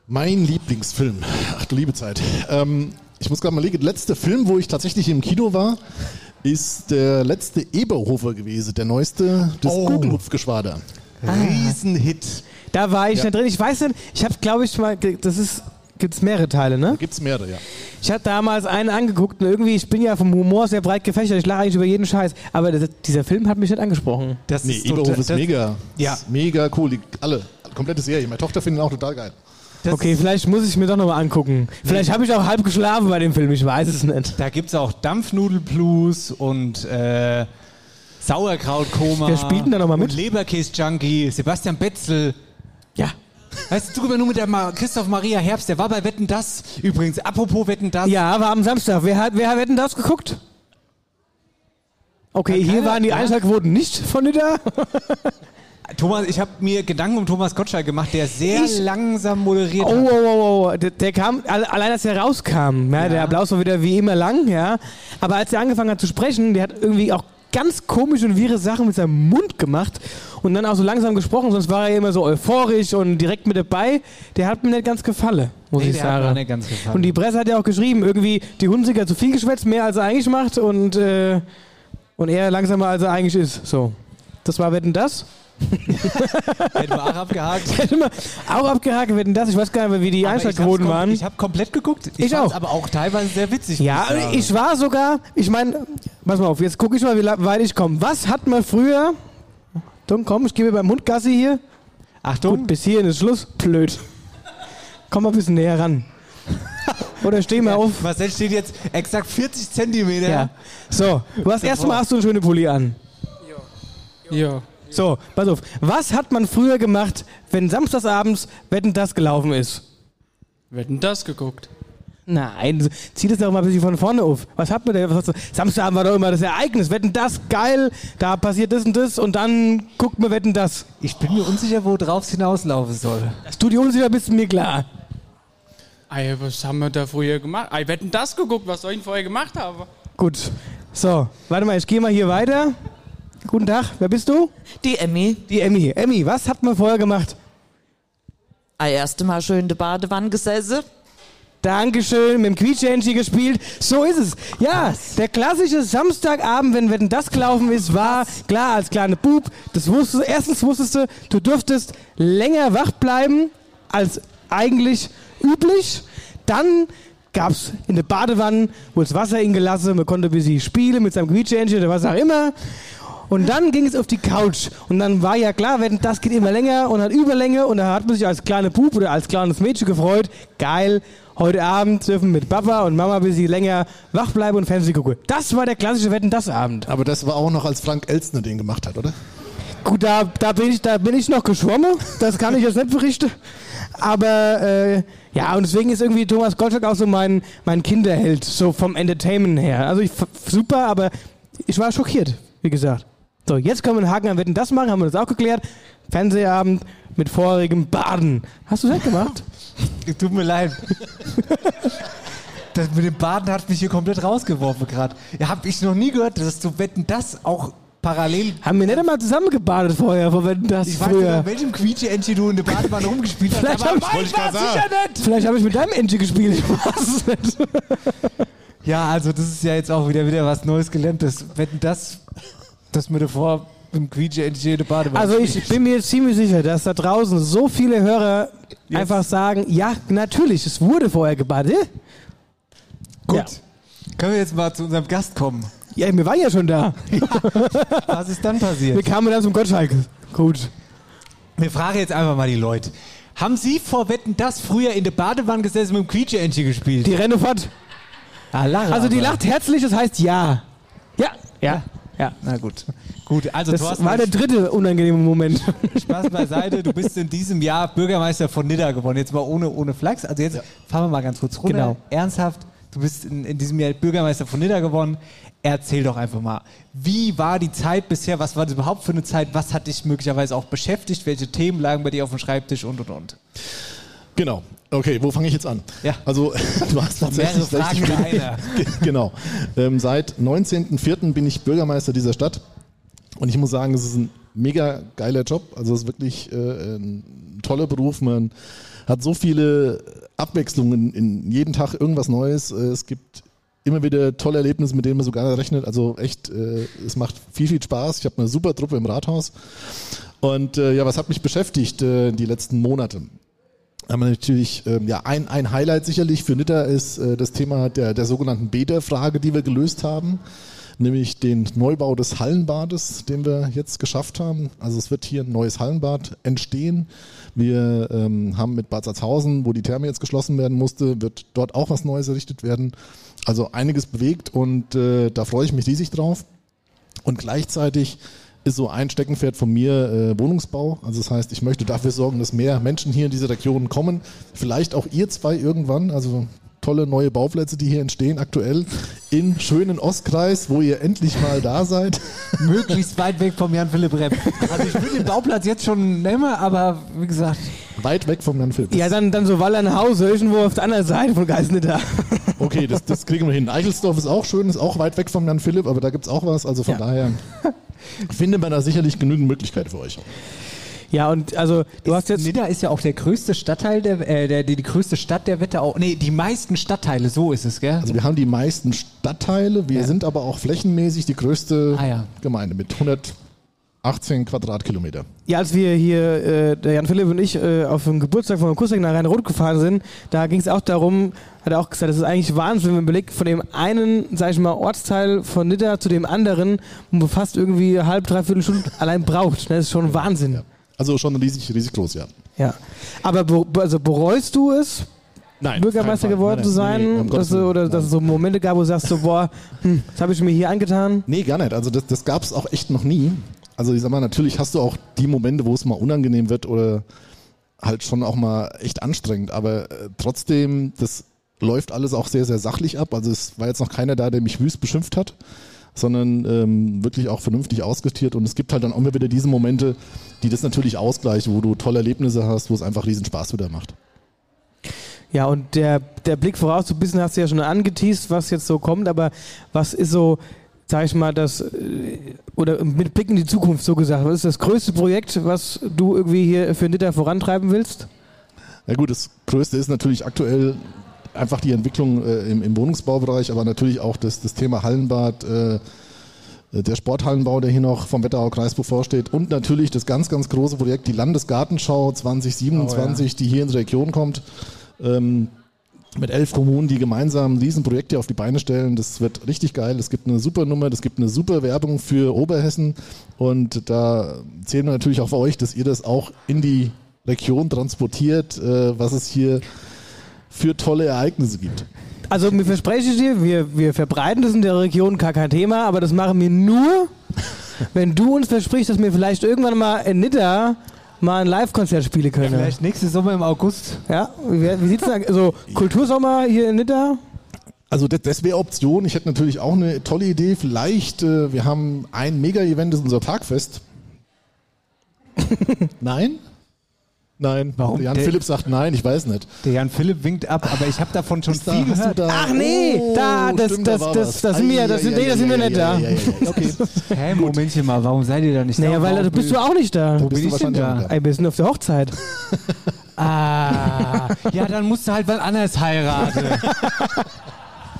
Mein Lieblingsfilm. Ach du liebe Zeit. Ähm, ich muss gerade mal legen. Der letzte Film, wo ich tatsächlich im Kino war, ist der letzte Eberhofer gewesen. Der neueste des
Oh.
Gugelhupfgeschwader.
Ah. Riesenhit.
Da war ich
Ja.
nicht drin. Ich weiß nicht, ich habe, glaube ich, mal, ge- das ist, gibt's mehrere Teile, ne?
Gibt's mehrere, ja.
Ich habe damals einen angeguckt und irgendwie, ich bin ja vom Humor sehr breit gefächert, ich lache eigentlich über jeden Scheiß, aber das, dieser Film hat mich nicht angesprochen.
Das
Nee,
ist
Eberhof
total-
ist
das,
mega.
Ja.
Ist mega cool. Die, alle. Komplette Serie. Meine Tochter findet ihn auch total geil.
Das
Okay, vielleicht muss ich mir doch nochmal angucken. Vielleicht habe ich auch halb geschlafen bei dem Film, ich weiß es nicht.
Da gibt es auch Dampfnudelblues und äh, Sauerkrautkoma.
Wer spielt denn da noch mal mit?
Und Leberkäse-Junkie, Sebastian Betzel.
Ja.
Weißt du, drüber nur mit der Ma Christoph Maria Herbst, der war bei Wetten Das. Übrigens, apropos Wetten Das.
Ja, war am Samstag. Wer hat, wer hat denn das geguckt? Okay,
Hat
hier
keiner-
waren die
ja.
Einschaltquoten nicht von Nidda.
Thomas, ich habe mir Gedanken um Thomas Gottschalk gemacht, der sehr
Ich-
langsam moderiert
Oh,
hat.
oh, oh, oh. Der, der kam, alle- allein als der rauskam, ja, der Applaus war wieder wie immer lang, ja. Aber als er angefangen hat zu sprechen, der hat irgendwie auch ganz komische und wirre Sachen mit seinem Mund gemacht und dann auch so langsam gesprochen, sonst war er ja immer so euphorisch und direkt mit dabei. Der hat mir nicht ganz gefallen, muss
Nee,
ich
der hat mir auch
sagen.
nicht ganz gefallen.
Und die Presse hat ja auch geschrieben, irgendwie die Hunziker hat zu viel geschwätzt, mehr als er eigentlich macht und, äh, und er langsamer als er eigentlich ist. So. Das war wetten das?
Hätten wir auch abgehakt.
auch abgehakt, wetten das? Ich weiß gar nicht, mehr, wie die
Aber ich
Einschaltquoten
hab's kom-
waren.
Ich habe komplett geguckt.
Ich
fand's
auch.
aber auch teilweise sehr witzig.
Ja,
muss sagen.
ich war sogar, ich meine, pass mal auf, jetzt gucke ich mal, wie la- weit ich komme. Was hat man früher, dumm, komm, ich gebe beim Hund Gassi hier.
Achtung.
Gut, bis hierhin ist Schluss, blöd. Komm mal ein bisschen näher ran. Oder steh mal auf.
Marcel steht jetzt exakt 40 Zentimeter.
Ja. So, du hast erstmal hast du einen schönen Pulli an.
Ja.
So, pass auf. Was hat man früher gemacht, wenn samstagsabends Wetten das gelaufen ist?
Wetten das geguckt.
Nein, zieh das doch mal ein bisschen von vorne auf. Was hat man denn? Was hat's- Samstagabend war doch immer das Ereignis. Wetten das, geil, da passiert das und das und dann guckt man Wetten das.
Ich bin mir unsicher, wo drauf es hinauslaufen soll.
Das tut die unsicher, bist du mir klar.
Ei, was haben wir da früher gemacht? Ei, wetten das geguckt, was soll ich denn vorher gemacht haben?
Gut. So, warte mal, ich gehe mal hier weiter. Guten Tag, wer bist du?
Die Emmy.
Die Emmy. Emmy, was hat man vorher gemacht?
Ah, erste Mal schön in der Badewanne gesessen.
Dankeschön, mit dem Quietschenchi gespielt. So ist es. Ja, der klassische Samstagabend, wenn Wetten das gelaufen ist, war klar als kleine Bub. Das wusstest, erstens wusstest du, du durftest länger wach bleiben als eigentlich üblich. Dann gab's in der Badewanne, wurde das Wasser hingelassen, man konnte ein bisschen spielen mit seinem Quietschenchi oder was auch immer. Und dann ging es auf die Couch. Und dann war ja klar, wenn das geht immer länger und hat Überlänge. Und da hat man sich als kleine Bub oder als kleines Mädchen gefreut. Geil, heute Abend dürfen mit Papa und Mama ein bisschen länger wach bleiben und Fernsehen gucken. Das war der klassische Wetten-Das-Abend.
Aber das war auch noch, als Frank Elstner den gemacht hat, oder?
Gut, da, da, bin ich, da bin ich noch geschwommen. Das kann ich jetzt nicht berichten. Aber äh, ja, und deswegen ist irgendwie Thomas Gottschalk auch so mein, mein Kinderheld. So vom Entertainment her. Also ich, f- super, aber ich war schockiert, wie gesagt. So, jetzt können wir einen Haken an Wetten das machen, haben wir das auch geklärt. Fernsehabend mit vorherigem Baden. Hast du das gemacht?
Tut mir leid. Das mit dem Baden hat mich hier komplett rausgeworfen gerade. Ja, hab ich noch nie gehört, dass du Wetten das auch parallel.
Haben wir nicht einmal zusammengebadet vorher, vor Wetten das
Ich weiß nicht,
früher.
mit welchem Quietsche-Entchen du in der Badewanne rumgespielt hast.
Vielleicht
aber
hab ich-
mein
Wollte ich
war's
grad sagen.
sicher nicht.
Vielleicht habe ich mit deinem Engine gespielt, ich weiß es nicht.
Ja, also das ist ja jetzt auch wieder wieder was Neues gelernt. Das Wetten das, das mir davor im Quietsche-Entchen in der Badewanne.
Also ich bin mir ziemlich sicher, dass da draußen so viele Hörer einfach sagen, ja, natürlich, es wurde vorher gebadet.
Gut. Können wir jetzt mal zu unserem Gast kommen?
Ja, wir waren ja schon da.
Was ist dann passiert?
Wir kamen dann zum Gottschalk. Gut.
Wir fragen jetzt einfach mal die Leute. Haben Sie vor Wetten das früher in der Badewanne gesessen mit dem Quietsche-Entchen gespielt?
Die Renofat.
Ah, lach
Also die
aber.
lacht herzlich, das heißt ja. Ja, ja, ja.
Na gut. Gut, also
Das
Thorsten,
war der dritte unangenehme Moment.
Spaß beiseite. Du bist in diesem Jahr Bürgermeister von Nidda geworden. Jetzt mal ohne, ohne Flachs. Also jetzt fahren wir mal ganz kurz runter.
Genau.
Ernsthaft, du bist in, in diesem Jahr Bürgermeister von Nidda geworden. Erzähl doch einfach mal, wie war die Zeit bisher? Was war das überhaupt für eine Zeit? Was hat dich möglicherweise auch beschäftigt? Welche Themen lagen bei dir auf dem Schreibtisch und und und?
Genau. Okay, wo fange ich jetzt an?
Ja.
Also, du hast
Noch
tatsächlich
mehrere
recht.
Fragen in
Ge-
einer.
genau. Ähm, seit 19.04. bin ich Bürgermeister dieser Stadt. Und ich muss sagen, es ist ein mega geiler Job. Also, es ist wirklich äh, ein toller Beruf. Man hat so viele Abwechslungen. In jeden Tag irgendwas Neues. Äh, Es gibt immer wieder tolle Erlebnisse, mit denen man so gar nicht rechnet. Also, echt, äh, es macht viel, viel Spaß. Ich habe eine super Truppe im Rathaus. Und äh, ja, was hat mich beschäftigt äh, die letzten Monate? haben wir natürlich, ähm, ja, ein, ein Highlight sicherlich für Nitter ist äh, das Thema der, der sogenannten Beta-Frage, die wir gelöst haben, nämlich den Neubau des Hallenbades, den wir jetzt geschafft haben. Also es wird hier ein neues Hallenbad entstehen. Wir ähm, haben mit Bad Salzhausen, wo die Therme jetzt geschlossen werden musste, wird dort auch was Neues errichtet werden. Also einiges bewegt und äh, da freue ich mich riesig drauf. Und gleichzeitig ist so ein Steckenpferd von mir äh, Wohnungsbau. Also das heißt, ich möchte dafür sorgen, dass mehr Menschen hier in diese Region kommen. Vielleicht auch ihr zwei irgendwann. Also tolle neue Bauplätze, die hier entstehen aktuell im schönen Ostkreis, wo ihr endlich mal da seid.
Möglichst weit weg vom Jan Philipp Repp. Also ich will den Bauplatz jetzt schon nehmen, aber wie gesagt.
Weit weg vom Jan Philipp.
Ja, dann, dann so Wallernhausen, irgendwo auf der anderen Seite von Geißnitter.
Okay, das, das kriegen wir hin. Eichelsdorf ist auch schön, ist auch weit weg vom Jan Philipp, aber da gibt es auch was. Also von daher findet man da sicherlich genügend Möglichkeiten für euch.
Ja, und also du hast jetzt.
Nidda ist ja auch der größte Stadtteil der, äh, der die, die größte Stadt der Wetterau. Nee, die meisten Stadtteile, so ist es, gell?
Also wir haben die meisten Stadtteile, wir sind aber auch flächenmäßig die größte
Ah, ja.
Gemeinde mit 118 Quadratkilometer.
Ja, als wir hier, äh, der Jan Philipp und ich, äh, auf dem Geburtstag von meinem Cousin nach Rhein-Rot gefahren sind, da ging es auch darum, hat er auch gesagt, das ist eigentlich Wahnsinn, wenn man überlegt, von dem einen, sag ich mal, Ortsteil von Nidda zu dem anderen, wo man fast irgendwie halb, dreiviertel Stunden allein braucht. Ne? Das ist schon Wahnsinn.
Also schon riesig, riesig groß, ja.
Ja. Aber be also bereust du es,
Nein,
Bürgermeister
auf keinen Fall.
geworden zu
Nein, nein. Nee,
sein?
nee, um
dass
Gottes
du,
Willen.
oder dass es so Momente gab, wo du sagst, so, boah, hm, das habe ich mir hier angetan?
Nee, gar nicht. Also das, das gab es auch echt noch nie. Also ich sag mal, natürlich hast du auch die Momente, wo es mal unangenehm wird oder halt schon auch mal echt anstrengend. Aber äh, trotzdem, das läuft alles auch sehr, sehr sachlich ab. Also es war jetzt noch keiner da, der mich wüst beschimpft hat, sondern ähm, wirklich auch vernünftig ausgestiert. Und es gibt halt dann auch immer wieder diese Momente, die das natürlich ausgleichen, wo du tolle Erlebnisse hast, wo es einfach riesen Spaß wieder macht.
Ja, und der, der Blick voraus, so ein bisschen hast du ja schon angeteased, was jetzt so kommt, aber was ist so, sag ich mal, das, äh, oder mit Blick in die Zukunft so gesagt, was ist das größte Projekt, was du irgendwie hier für Nitter vorantreiben willst?
Ja gut, das Größte ist natürlich aktuell einfach die Entwicklung äh, im, im Wohnungsbaubereich, aber natürlich auch das, das Thema Hallenbad, äh, der Sporthallenbau, der hier noch vom Wetterau-Kreis bevorsteht und natürlich das ganz, ganz große Projekt, die Landesgartenschau 2027, die hier in die Region kommt. Ähm, mit elf Kommunen, die gemeinsam diesen Projekt hier auf die Beine stellen. Das wird richtig geil. Es gibt eine super Nummer, es gibt eine super Werbung für Oberhessen. Und da zählen wir natürlich auch für euch, dass ihr das auch in die Region transportiert, äh, was es hier für tolle Ereignisse gibt.
Also, mir verspreche ich dir, wir, wir verbreiten das in der Region gar kein Thema, aber das machen wir nur, wenn du uns versprichst, dass wir vielleicht irgendwann mal in Nitter mal ein Live-Konzert spielen können.
Vielleicht nächstes Sommer im August.
also, Ja, wie, wie sieht's denn da? So, Kultursommer hier in Nitter?
Also das, das wäre Option. Ich hätte natürlich auch eine tolle Idee. Vielleicht, äh, wir haben ein Mega-Event, das ist unser Tagfest. nein? Nein.
Warum?
Der Jan
Der-
Philipp sagt nein, ich weiß nicht.
Der Jan Philipp winkt ab, aber ich habe davon schon
Ist da-
viel
hast du
gehört.
da- Oh,
Ach nee, da, das, das, das, das, sind wir, das sind, nee, das sind wir nicht da.
Hä, Momentchen mal, warum seid ihr da nicht
Naja,
da?
weil da
Warum
bist du auch nicht da.
Wo bin ich denn da?
Ey, wir sind auf der Hochzeit.
Ah, ja, dann musst du halt wann anders heiraten.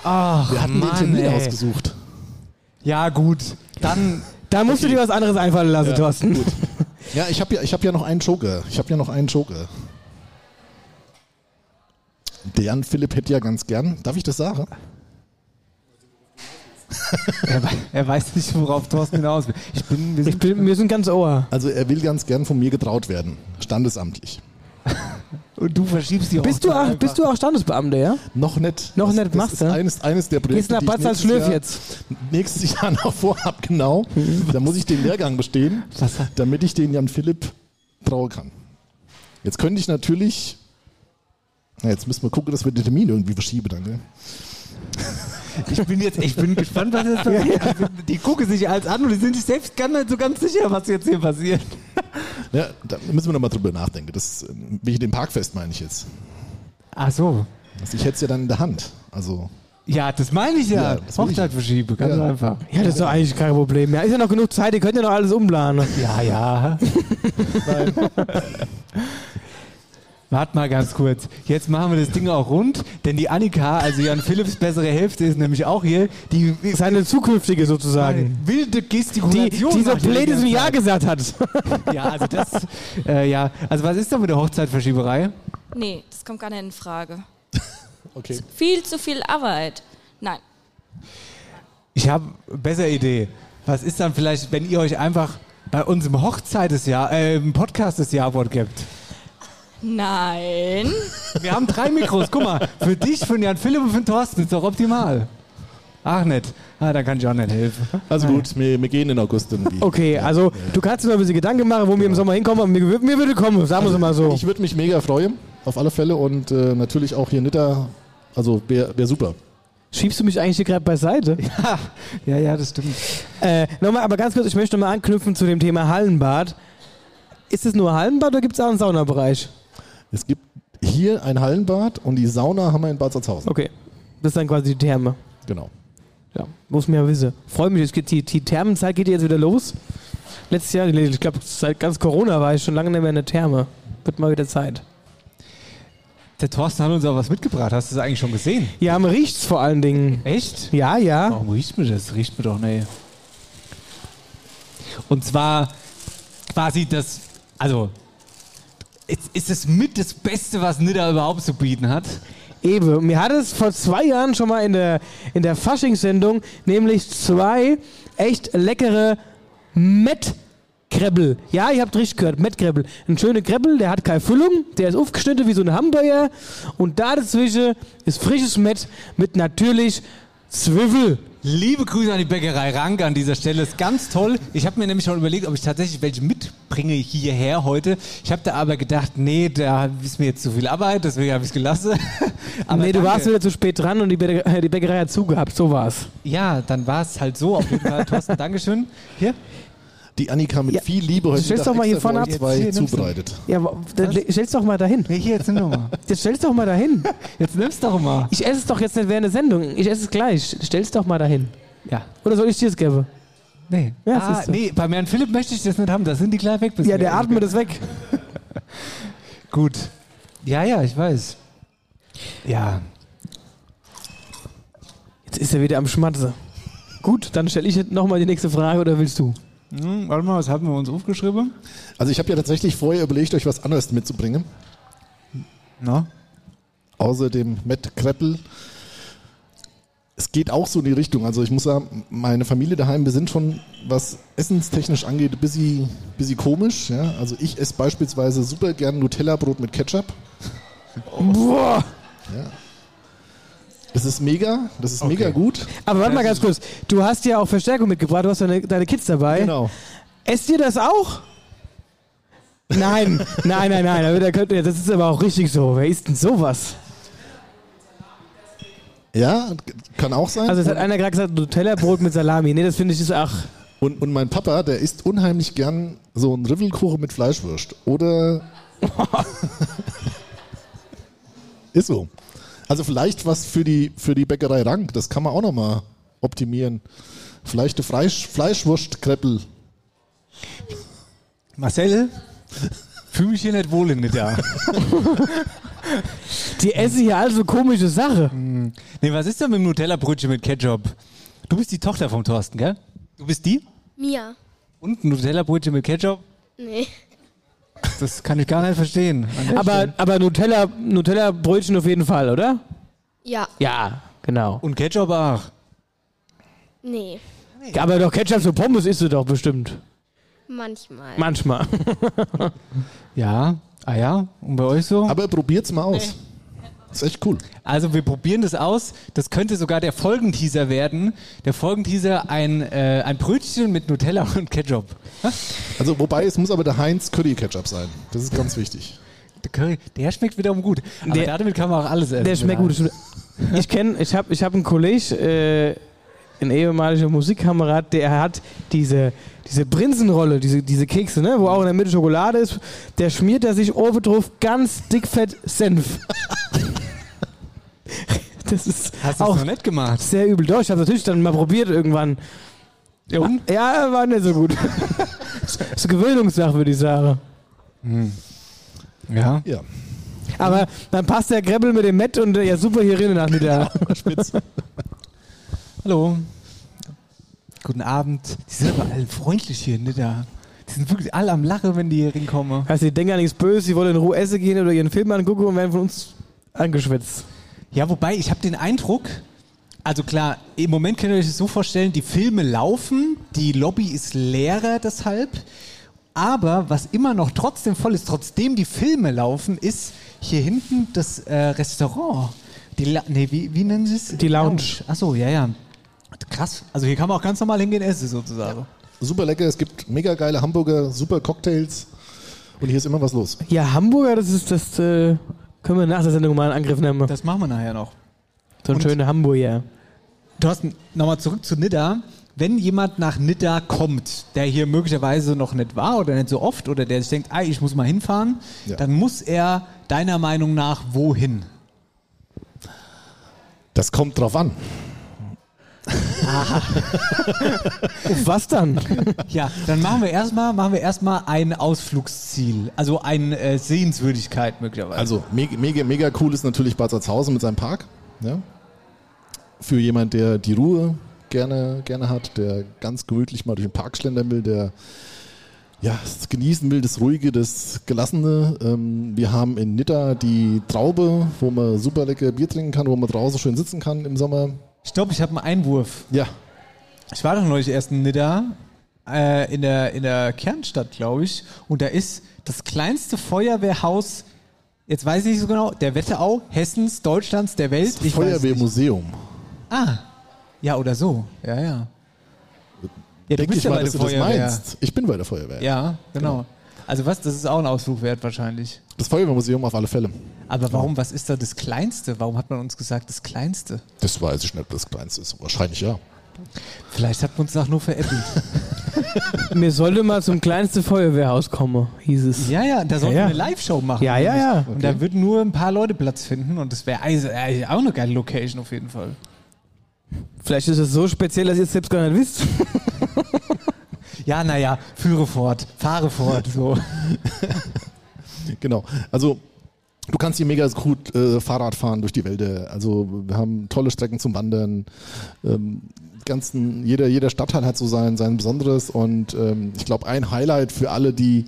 Ach,
Wir hatten
Mann,
den Termin
ey.
ausgesucht.
Ja, gut. Dann.
Da musst du dir was anderes einfallen lassen,
Ja,
Thorsten.
gut. Ja, ich habe ja, ich hab ja noch einen Joker. Ich habe ja noch einen Joker. Der Jan Philipp hätte ja ganz gern. Darf ich das sagen?
er, wei- er weiß nicht, worauf Thorsten hinaus will. Ich bin, wir sind,
wir sind ganz ohr.
Also er will ganz gern von mir getraut werden, standesamtlich.
Und du verschiebst die
Bist du,
Hochzeit
auch,
einfach.
bist du auch Standesbeamter, ja?
Noch nicht.
Noch
Das-
nicht,
das
machst
ist
du?
Eines, eines der Projekte,
Gehst nach
die
Bad
ich nächstes
Salzlöw
Jahr-
jetzt.
Nächstes Jahr noch vorhab, genau. da muss ich den Lehrgang bestehen, damit ich den Jan Philipp trauen kann. Jetzt könnte ich natürlich. Na, jetzt müssen wir gucken, dass wir den Termin irgendwie verschieben, dann, gell?
Ich bin jetzt, ich bin gespannt, was jetzt passiert. Ich bin- Die gucken sich alles an und die sind sich selbst gar nicht so ganz sicher, was jetzt hier passiert.
Ja, da müssen wir nochmal drüber nachdenken. Das, äh, wegen dem Parkfest meine ich jetzt.
Ach so.
Also ich hätte es ja dann in der Hand. Also,
Ja, das meine ich
Ja,
ja.
das will ich.
Hochzeit verschieben, ganz
Ja.
einfach.
Ja, das ist doch eigentlich kein Problem. Ja, ist ja noch genug Zeit, ihr könnt ja noch alles umplanen.
Ja, ja. Warte mal ganz kurz. Jetzt machen wir das Ding auch rund, denn die Annika, also Jan Philipps bessere Hälfte, ist nämlich auch hier. Die
Seine zukünftige sozusagen.
wilde
Die,
Gestikulation.
die so
macht die die
blöd ist
ganze
und Ja
Zeit.
gesagt hat.
Ja, also das, äh, ja. Also was ist denn mit der Hochzeitverschieberei?
Nee, das kommt gar nicht in Frage.
okay.
Viel zu viel Arbeit. Nein.
Ich habe bessere Idee. Was ist dann vielleicht, wenn ihr euch einfach bei uns im Hochzeit des Jahr, äh, im Podcast des Jahrwort gibt?
Nein.
Wir haben drei Mikros. Guck mal, für dich, für den Jan Philipp und für den Thorsten ist doch optimal. Ach nicht. Ah, da kann ich auch nicht helfen.
also gut, wir, wir gehen in August irgendwie.
Okay, also du kannst dir noch ein bisschen Gedanken machen, wo wir im Sommer hinkommen, aber mir, wür- mir würde kommen, sagen wir es mal so.
Ich würde mich mega freuen, auf alle Fälle. Und äh, natürlich auch hier Nitter. Also wäre wär super.
Schiebst du mich eigentlich hier gerade beiseite?
Ja, ja, ja, das stimmt.
Äh, nochmal, aber ganz kurz, ich möchte nochmal anknüpfen zu dem Thema Hallenbad. Ist es nur Hallenbad oder gibt es auch einen Saunabereich?
Es gibt hier ein Hallenbad und die Sauna haben wir in Bad Salzhausen.
Okay, das ist dann quasi die Therme.
Genau.
Ja, muss man ja wissen. Freue mich, es geht, die, die Thermenzeit geht jetzt wieder los. Letztes Jahr, ich glaube, seit ganz Corona war ich schon lange nicht mehr in der Therme. Wird mal wieder Zeit.
Der Thorsten hat uns auch was mitgebracht. Hast du das eigentlich schon gesehen?
Ja, man riecht's vor allen Dingen.
Echt?
Ja, ja.
Warum riecht mir das? Riecht mir doch nicht. Und zwar quasi das, also ist, ist es mit das Beste, was Nidda überhaupt zu bieten hat.
Eben, mir hat es vor zwei Jahren schon mal in der, in der Faschingssendung nämlich zwei echt leckere Mettkrebbel. Ja, ihr habt richtig gehört, Mettkrebbel. Ein schöner Krebbel, der hat keine Füllung, der ist aufgeschnitten wie so ein Hamburger und da dazwischen ist frisches Mett mit natürlich Zwiebel.
Liebe Grüße an die Bäckerei Rank an dieser Stelle. Ist ganz toll. Ich habe mir nämlich schon überlegt, ob ich tatsächlich welche mitbringe hierher heute. Ich habe da aber gedacht, nee, da ist mir jetzt zu viel Arbeit, deswegen habe ich es gelassen. Aber
nee, du
danke.
warst wieder zu spät dran und die, Bäcker, äh, die Bäckerei hat zugehabt, so war's.
Ja, dann war es halt so. Auf jeden Fall, Thorsten, Dankeschön. Hier.
Die Annika mit viel Liebe heute
Stell's doch mal hier vorne ab.
zwei
Jetzt hier, nimm's
zubereitet.
Ja, aber dann le- stell's doch mal dahin.
Nee, hier, jetzt nimm doch mal.
Jetzt stell's doch mal dahin.
Jetzt nimm's doch mal.
Ich esse es doch jetzt nicht während der Sendung. Ich esse es gleich. Stell's doch mal dahin.
Ja.
Oder soll ich dir es geben?
Nee.
Ja,
ah,
siehst du.
nee, bei Herrn Philipp möchte ich das nicht haben. Da sind die gleich weg. Also,
Ja, der atmet es weg.
Gut. Ja, ja, ich weiß. Ja.
Jetzt ist er wieder am Schmatze. Gut, dann stelle ich nochmal die nächste Frage oder willst du?
Hm, warte mal, was haben wir uns aufgeschrieben?
Also ich habe ja tatsächlich vorher überlegt, euch was anderes mitzubringen.
Na?
Außer dem Matt Kreppel. Es geht auch so in die Richtung. Also ich muss sagen, meine Familie daheim, wir sind schon, was essenstechnisch angeht, ein bisschen, bisschen komisch. Ja? Also ich esse beispielsweise super gern Nutella-Brot mit Ketchup.
Boah!
Ja. Das ist mega, das ist mega gut.
Aber warte mal ganz kurz. Du hast ja auch Verstärkung mitgebracht. Du hast deine, deine Kids dabei.
Genau.
Esst ihr das auch? Nein, nein, nein, nein. Da wird- da könnt ihr- Das ist aber auch richtig so. Wer isst denn sowas?
Ja, kann auch sein.
Also es hat einer gerade gesagt, Nutella-Brot mit Salami. Nee, das finde ich ist ach.
Und, und mein Papa, der isst unheimlich gern so einen Rivelkuchen mit Fleischwurst. Oder. ist so. Also vielleicht was für die, für die Bäckerei Rank, das kann man auch nochmal optimieren. Vielleicht eine Fleisch, Fleischwurstkreppel.
Marcel, fühle mich hier nicht wohl in der.
Die essen hier also komische Sache.
Mhm.
Nee, was ist denn mit dem Nutella-Brötchen mit Ketchup? Du bist die Tochter vom Thorsten, gell? Du bist die?
Mia.
Und ein Nutella-Brötchen mit Ketchup?
Nee.
Das kann ich gar nicht verstehen.
Aber, aber Nutella, Nutella-Brötchen auf jeden Fall, oder?
Ja.
Ja, genau.
Und Ketchup auch.
Nee.
Aber doch Ketchup für Pommes isst du doch bestimmt.
Manchmal.
Manchmal.
Ja, ah ja, und bei euch so?
Aber probiert's mal aus. Ist echt cool.
Also wir probieren das aus. Das könnte sogar der Folgenteaser werden. Der Folgenteaser, ein, äh, ein Brötchen mit Nutella und Ketchup.
Also wobei, es muss aber der Heinz Curry Ketchup sein. Das ist ganz wichtig.
Der Curry, der schmeckt wiederum gut. Aber
Der-
damit kann man auch alles essen.
Der schmeckt gut. das stimmt. Ich kenne, ich habe ich hab einen Kollegen, äh, ein ehemaliger Musikkamerad, der hat diese, diese Prinzenrolle, diese, diese Kekse, ne, wo auch in der Mitte Schokolade ist, der schmiert er sich oben drauf ganz dickfett Senf. das ist
Hast du
auch
es noch nicht gemacht?
sehr übel. Doch, ich habe natürlich dann mal probiert irgendwann. Ja, ja, war nicht so gut. das ist Gewöhnungssache, würde ich sagen.
Hm. Ja.
Ja.
Aber dann passt der Grebbel mit dem Met und äh, ja super hier rein nachmittag.
Hallo. Guten Abend. Die sind aber alle freundlich hier, ne? Da. Die sind wirklich alle am Lachen, wenn die hier reinkommen.
Also die denken ja nichts Böses, die wollen in Ruhe essen gehen oder ihren Film angucken und werden von uns angeschwitzt.
Ja, wobei, ich habe den Eindruck, also klar, im Moment könnt ihr euch das so vorstellen, die Filme laufen, die Lobby ist leerer deshalb. Aber was immer noch trotzdem voll ist, trotzdem die Filme laufen, ist hier hinten das äh, Restaurant. Die La nee, wie, wie nennen sie es? Die Lounge. Achso, ja, ja. Krass. Also hier kann man auch ganz normal hingehen essen sozusagen.
Super lecker, es gibt mega geile Hamburger, super Cocktails. Und hier ist immer was los.
Ja, Hamburger, das ist das, äh, können wir nach der Sendung mal einen Angriff nehmen.
Das machen wir nachher noch.
So ein
Und-
schöner Hamburger.
Thorsten, nochmal zurück zu Nidda. Wenn jemand nach Nidda kommt, der hier möglicherweise noch nicht war oder nicht so oft oder der sich denkt, ah, ich muss mal hinfahren,
Ja.
dann muss er deiner Meinung nach wohin?
Das kommt drauf an.
Auf was dann?
Ja, dann machen wir erstmal machen wir erstmal ein Ausflugsziel, also eine äh, Sehenswürdigkeit möglicherweise.
Also mega, mega, mega cool ist natürlich Bad Salzhausen mit seinem Park. Ja? Für jemand, der die Ruhe gerne, gerne hat, der ganz gemütlich mal durch den Park schlendern will, der ja, es genießen will, das Ruhige, das Gelassene. Ähm, wir haben in Nidda die Traube, wo man super lecker Bier trinken kann, wo man draußen schön sitzen kann im Sommer.
Ich glaube, ich habe einen Einwurf.
Ja.
Ich war doch neulich erst in Nidda, äh, in, der, in der Kernstadt, glaube ich. Und da ist das kleinste Feuerwehrhaus, jetzt weiß ich nicht so genau, der Wetterau, Hessens, Deutschlands, der Welt. Ich weiß nicht.
Feuerwehrmuseum.
Ah, ja, oder so. Ja, ja. Ja,
Denk ich mal, dass du das
Feuerwehr.
meinst. Ich bin bei der Feuerwehr.
Ja, genau. Also was, das ist auch ein Ausflug wert wahrscheinlich.
Das Feuerwehrmuseum auf alle Fälle.
Aber warum, was ist da das Kleinste? Warum hat man uns gesagt, das Kleinste?
Das weiß ich nicht, ob das kleinste ist. Wahrscheinlich ja.
Vielleicht hat man uns doch nur veräppelt.
Mir sollte mal zum kleinsten Feuerwehrhaus kommen, hieß es.
Ja, ja, da sollten
Ja, ja.
wir eine Live-Show machen.
Ja, ja, ja.
Und da würden nur ein paar Leute Platz finden und das wäre also, äh, auch eine geile Location auf jeden Fall.
Vielleicht ist es so speziell, dass ihr es selbst gar nicht wisst.
Ja, naja, führe fort, fahre fort, so.
Genau. Also du kannst hier mega gut äh, Fahrrad fahren durch die Wälder. Also wir haben tolle Strecken zum Wandern. Ähm, ganzen, jeder, jeder Stadtteil hat so sein, sein Besonderes. Und ähm, ich glaube, ein Highlight für alle, die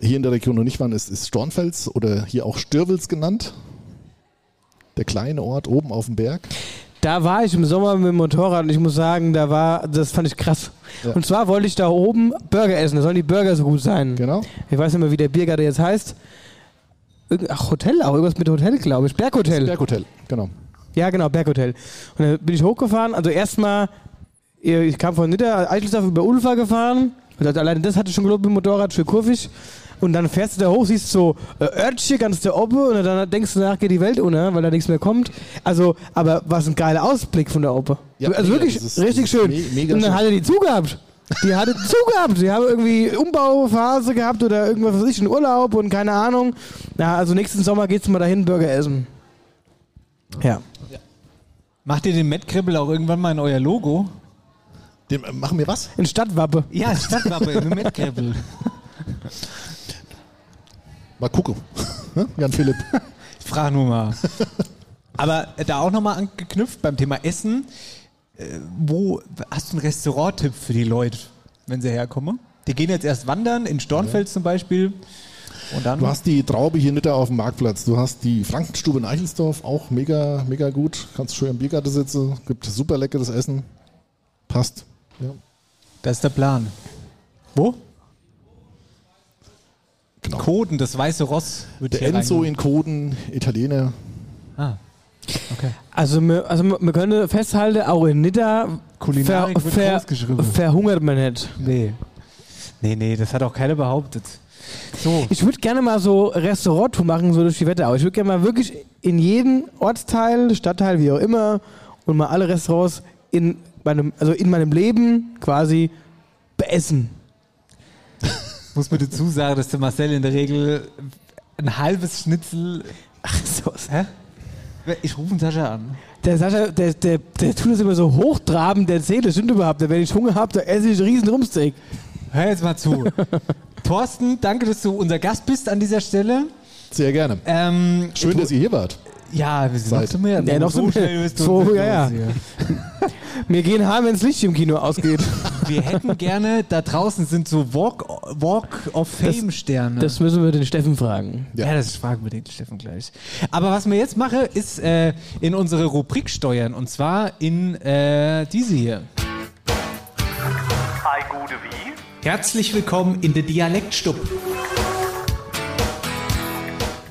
hier in der Region noch nicht waren, ist, ist Stornfels oder hier auch Stürwels genannt. Der kleine Ort oben auf dem Berg.
Da war ich im Sommer mit dem Motorrad und ich muss sagen, da war, das fand ich krass.
Ja.
Und zwar wollte ich da oben Burger essen, da sollen die Burger so gut sein.
Genau.
Ich weiß nicht mehr, wie der Biergarten jetzt heißt. Irgend- Ach, Hotel auch, irgendwas mit Hotel, glaube ich. Berghotel.
Das Berghotel, genau.
Ja, genau, Berghotel. Und dann bin ich hochgefahren, also erstmal, ich kam von Nitter, Eichelsdorf über Ulfa gefahren Und das, allein das hatte ich schon gelobt mit dem Motorrad, schön kurvig. Und dann fährst du da hoch, siehst so äh, Örtchen ganz der Oppe und dann denkst du, danach geht die Welt unter, weil da nichts mehr kommt. Also, aber was ein geiler Ausblick von der Oppe.
Ja,
also
mega,
wirklich
das ist-
richtig
das ist
schön.
me- mega
und dann
schön.
hatte die zugehabt. Die hatte zugehabt. Die haben irgendwie Umbauphase gehabt oder irgendwas was weiß ich, einen Urlaub und keine Ahnung. Na, also nächsten Sommer geht's mal dahin, Burger essen. Ja.
Macht ihr den Mettkribbel auch irgendwann mal in euer Logo?
äh, machen wir was?
In Stadtwappe.
Ja, Stadtwappe, in den Mettkribbel.
Mal gucken. Ne, Jan Philipp.
Ich frage nur mal. Aber da auch nochmal angeknüpft beim Thema Essen. Äh, Wo hast du einen Restauranttipp für die Leute, wenn sie herkommen? Die gehen jetzt erst wandern, in Stornfeld zum Beispiel. Und dann.
Du hast die Traube hier nicht da auf dem Marktplatz. Du hast die Frankenstube in Eichelsdorf, auch mega, mega gut. Kannst schön im Biergarten sitzen, gibt super leckeres Essen. Passt. Ja.
Das ist der Plan. Wo?
Genau.
Koden, das weiße Ross. Wird
Der
hier
Enzo
rein-
in Koden, Italiener.
Ah, okay.
Also, wir, also wir können festhalten, auch in Nidda
Kulinarik wird
ver, ver,
großgeschrieben.
verhungert man nicht.
Nee. Nee, nee, das hat auch keiner behauptet. So.
Ich würde gerne mal so Restaurant-Tour machen, so durch die Wetterau. Ich würde gerne mal wirklich in jedem Ortsteil, Stadtteil, wie auch immer, und mal alle Restaurants in meinem, also in meinem Leben quasi beessen.
Muss man dazu sagen, dass der Marcel in der Regel ein halbes Schnitzel.
Ach so.
Hä? Ich rufe den Sascha an.
Der Sascha, der, der, der tut das immer so hochtrabend, der erzählt, das stimmt überhaupt. nicht. Wenn ich Hunger habe, da esse ich einen riesen Rumsteak.
Hör jetzt mal zu. Thorsten, danke, dass du unser Gast bist an dieser Stelle.
Sehr gerne.
Ähm,
Schön,
ich-
dass ihr hier wart.
Ja, wir sind noch
Seid.
zu mehr.
Ja, noch so,
schnell bist du
so
nicht
ja, ja.
los hier.
Mir gehen Haare, wenn das Licht im Kino ausgeht.
Wir hätten gerne, da draußen sind so Walk, Walk of Fame-Sterne.
Das müssen wir den Steffen fragen.
Ja. das fragen wir den Steffen gleich. Aber was wir jetzt mache, ist äh, in unsere Rubrik steuern und zwar in äh, diese hier.
Ei, gute wie?
Herzlich willkommen in der Dialektstub.